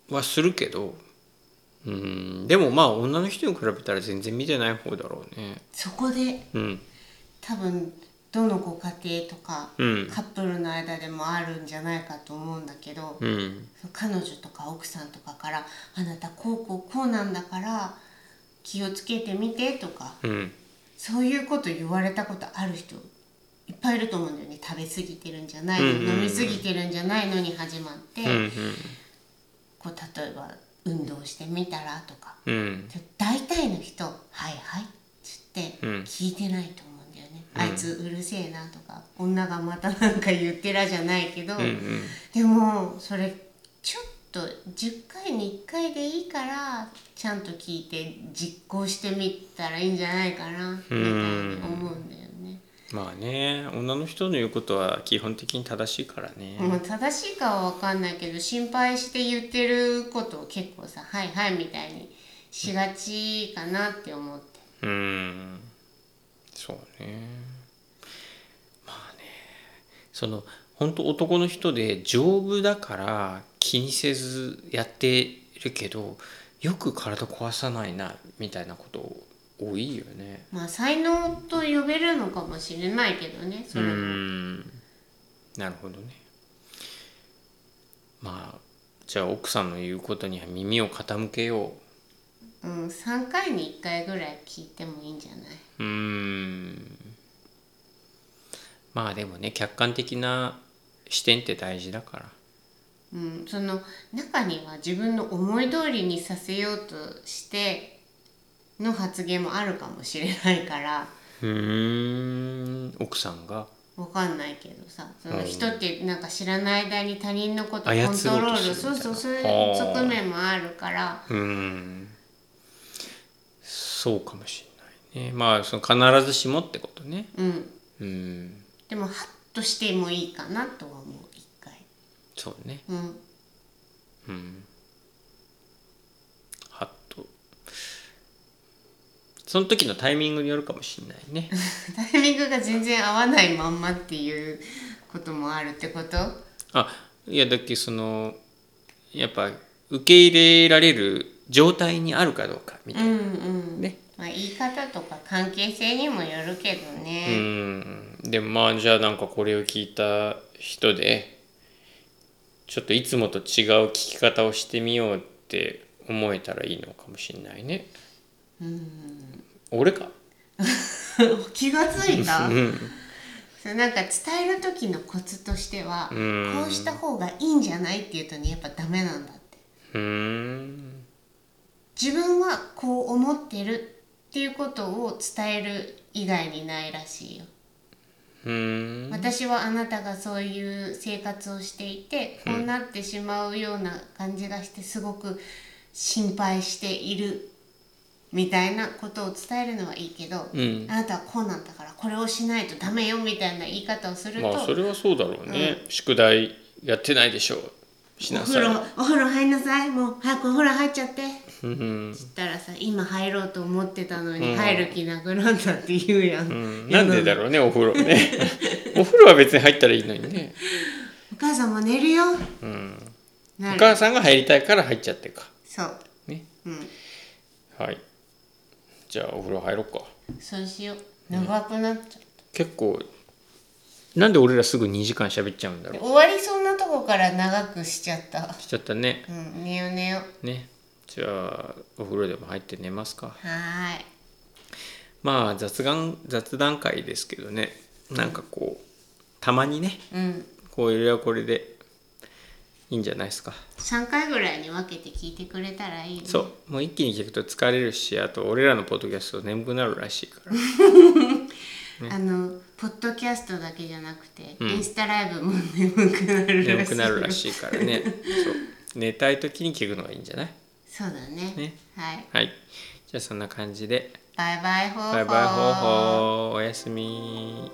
[SPEAKER 1] はするけどうーんでもまあ女の人に比べたら全然見てない方だろうね
[SPEAKER 2] そこで
[SPEAKER 1] うん
[SPEAKER 2] 多分どのご家庭とか、
[SPEAKER 1] うん
[SPEAKER 2] カップルの間でもあるんじゃないかと思うんだけど、
[SPEAKER 1] うん
[SPEAKER 2] 彼女とか奥さんとかから「あなたこうこうこうなんだから気をつけてみて」とか
[SPEAKER 1] うん
[SPEAKER 2] そういうこと言われたことある人いっぱいいると思うんだよね食べ過ぎてるんじゃないの、
[SPEAKER 1] うんうんうん
[SPEAKER 2] 飲み過ぎてるんじゃないのに始まって、
[SPEAKER 1] うんうん
[SPEAKER 2] こう例えば運動してみたらとか
[SPEAKER 1] うん
[SPEAKER 2] 大体の人「はいはい」っつって
[SPEAKER 1] うん
[SPEAKER 2] 聞いてないと思うんだよね、
[SPEAKER 1] うん
[SPEAKER 2] あいつうるせえなとか女がまたなんか言ってらじゃないけど。
[SPEAKER 1] うんうん
[SPEAKER 2] でもそれちょっと10回に1回でいいからちゃんと聞いて実行してみたらいいんじゃないかなみたいに思うんだよね。
[SPEAKER 1] まあね女の人の言うことは基本的に正しいからね、
[SPEAKER 2] もう正しいかは分かんないけど心配して言ってることを結構さ「はいはい」みたいにしがちかなって思って。
[SPEAKER 1] うーんそうねまあねその本当男の人で丈夫だから気にせずやってるけどよく体壊さないなみたいなこと多いよね
[SPEAKER 2] まあ才能と呼べるのかもしれないけどね
[SPEAKER 1] う
[SPEAKER 2] それも
[SPEAKER 1] んなるほどねまあじゃあ奥さんの言うことには耳を傾けよう
[SPEAKER 2] うん、3回に1回ぐらい聞いてもいいんじゃないう
[SPEAKER 1] ーんまあでもね客観的な視点って大事だから
[SPEAKER 2] うん、その中には自分の思い通りにさせようとしての発言もあるかもしれないから
[SPEAKER 1] うーん奥さんが
[SPEAKER 2] わかんないけどさその
[SPEAKER 1] うん
[SPEAKER 2] 人ってなんか知らない間に他人のことコント
[SPEAKER 1] 操ろうとする
[SPEAKER 2] ロ
[SPEAKER 1] みたいな
[SPEAKER 2] ールそうそうそういう
[SPEAKER 1] はあ
[SPEAKER 2] 側面もあるから
[SPEAKER 1] うーんそうかもしれないねまあその必ずしもってことね
[SPEAKER 2] うん
[SPEAKER 1] うーん
[SPEAKER 2] でもハッとしてもいいかなとは思う一回
[SPEAKER 1] そうね
[SPEAKER 2] うん
[SPEAKER 1] うんはっとその時のタイミングによるかもしれないね
[SPEAKER 2] タイミングが全然合わないまんまっていうこともあるってこと
[SPEAKER 1] あいやだっけそのやっぱ受け入れられる状態にあるかどうかみた
[SPEAKER 2] う
[SPEAKER 1] い
[SPEAKER 2] ん
[SPEAKER 1] な、
[SPEAKER 2] うん、
[SPEAKER 1] ね
[SPEAKER 2] まあ、言い方とか関係性にもよるけどね、
[SPEAKER 1] うんでもまあじゃあなんかこれを聞いた人でちょっといつもと違う聞き方をしてみようって思えたらいいのかもしれないね俺か
[SPEAKER 2] 気がついた
[SPEAKER 1] うん
[SPEAKER 2] それなんか伝える時のコツとしては
[SPEAKER 1] うん
[SPEAKER 2] こうした方がいいんじゃないっていうとねやっぱダメなんだって
[SPEAKER 1] ううーん
[SPEAKER 2] 自分はこう思ってるっていうことを伝える以外にないらしいよ、
[SPEAKER 1] うーん
[SPEAKER 2] 私はあなたがそういう生活をしていてこうなってしまうような感じがしてすごく心配しているみたいなことを伝えるのはいいけど、
[SPEAKER 1] うん
[SPEAKER 2] あなたはこうなんだからこれをしないとダメよみたいな言い方をすると、
[SPEAKER 1] まあそれはそうだろうね、宿題やってないでしょうし
[SPEAKER 2] お
[SPEAKER 1] なさ
[SPEAKER 2] 風
[SPEAKER 1] い
[SPEAKER 2] 呂お風呂入んなさいもう早くお風呂入っちゃって
[SPEAKER 1] うん
[SPEAKER 2] つったらさ今入ろうと思ってたのに入る気なくなったって言うやん、
[SPEAKER 1] うんなんでだろうねお風呂
[SPEAKER 2] <laughs>
[SPEAKER 1] ねお風呂は別に入ったらいいのにね、
[SPEAKER 2] お母さんも寝るよ
[SPEAKER 1] うん、お
[SPEAKER 2] なる
[SPEAKER 1] 母さんが入りたいから入っちゃってか
[SPEAKER 2] そう
[SPEAKER 1] ね
[SPEAKER 2] うん
[SPEAKER 1] はいじゃあお風呂入ろうか
[SPEAKER 2] そうしよう長くなっちゃう、
[SPEAKER 1] 結構なんで俺らすぐ2時間喋っちゃうんだろ
[SPEAKER 2] 終わりそうなとこから長くしちゃった
[SPEAKER 1] うしちゃったね
[SPEAKER 2] うん寝よう寝よう
[SPEAKER 1] ねじゃあお風呂でも入って寝ますか
[SPEAKER 2] はーい
[SPEAKER 1] まあ雑談雑談会ですけどねなんかこうたまにね
[SPEAKER 2] うん
[SPEAKER 1] これはこれでいいんじゃないですか
[SPEAKER 2] 3回ぐらいに分けて聞いてくれたらいいね
[SPEAKER 1] そうもう一気に聞くと疲れるしあと俺らのポッドキャスト眠くなるらしいから
[SPEAKER 2] あのポッドキャストだけじゃなくて、
[SPEAKER 1] うん
[SPEAKER 2] インスタライブも眠くなるらしい
[SPEAKER 1] 眠くなるらしいからねそう寝たい時に聞くのがいいんじゃない
[SPEAKER 2] そうだね
[SPEAKER 1] ね
[SPEAKER 2] はい
[SPEAKER 1] はいじゃあそんな感じで
[SPEAKER 2] バイバイ方法
[SPEAKER 1] バイバイ方法おやすみ。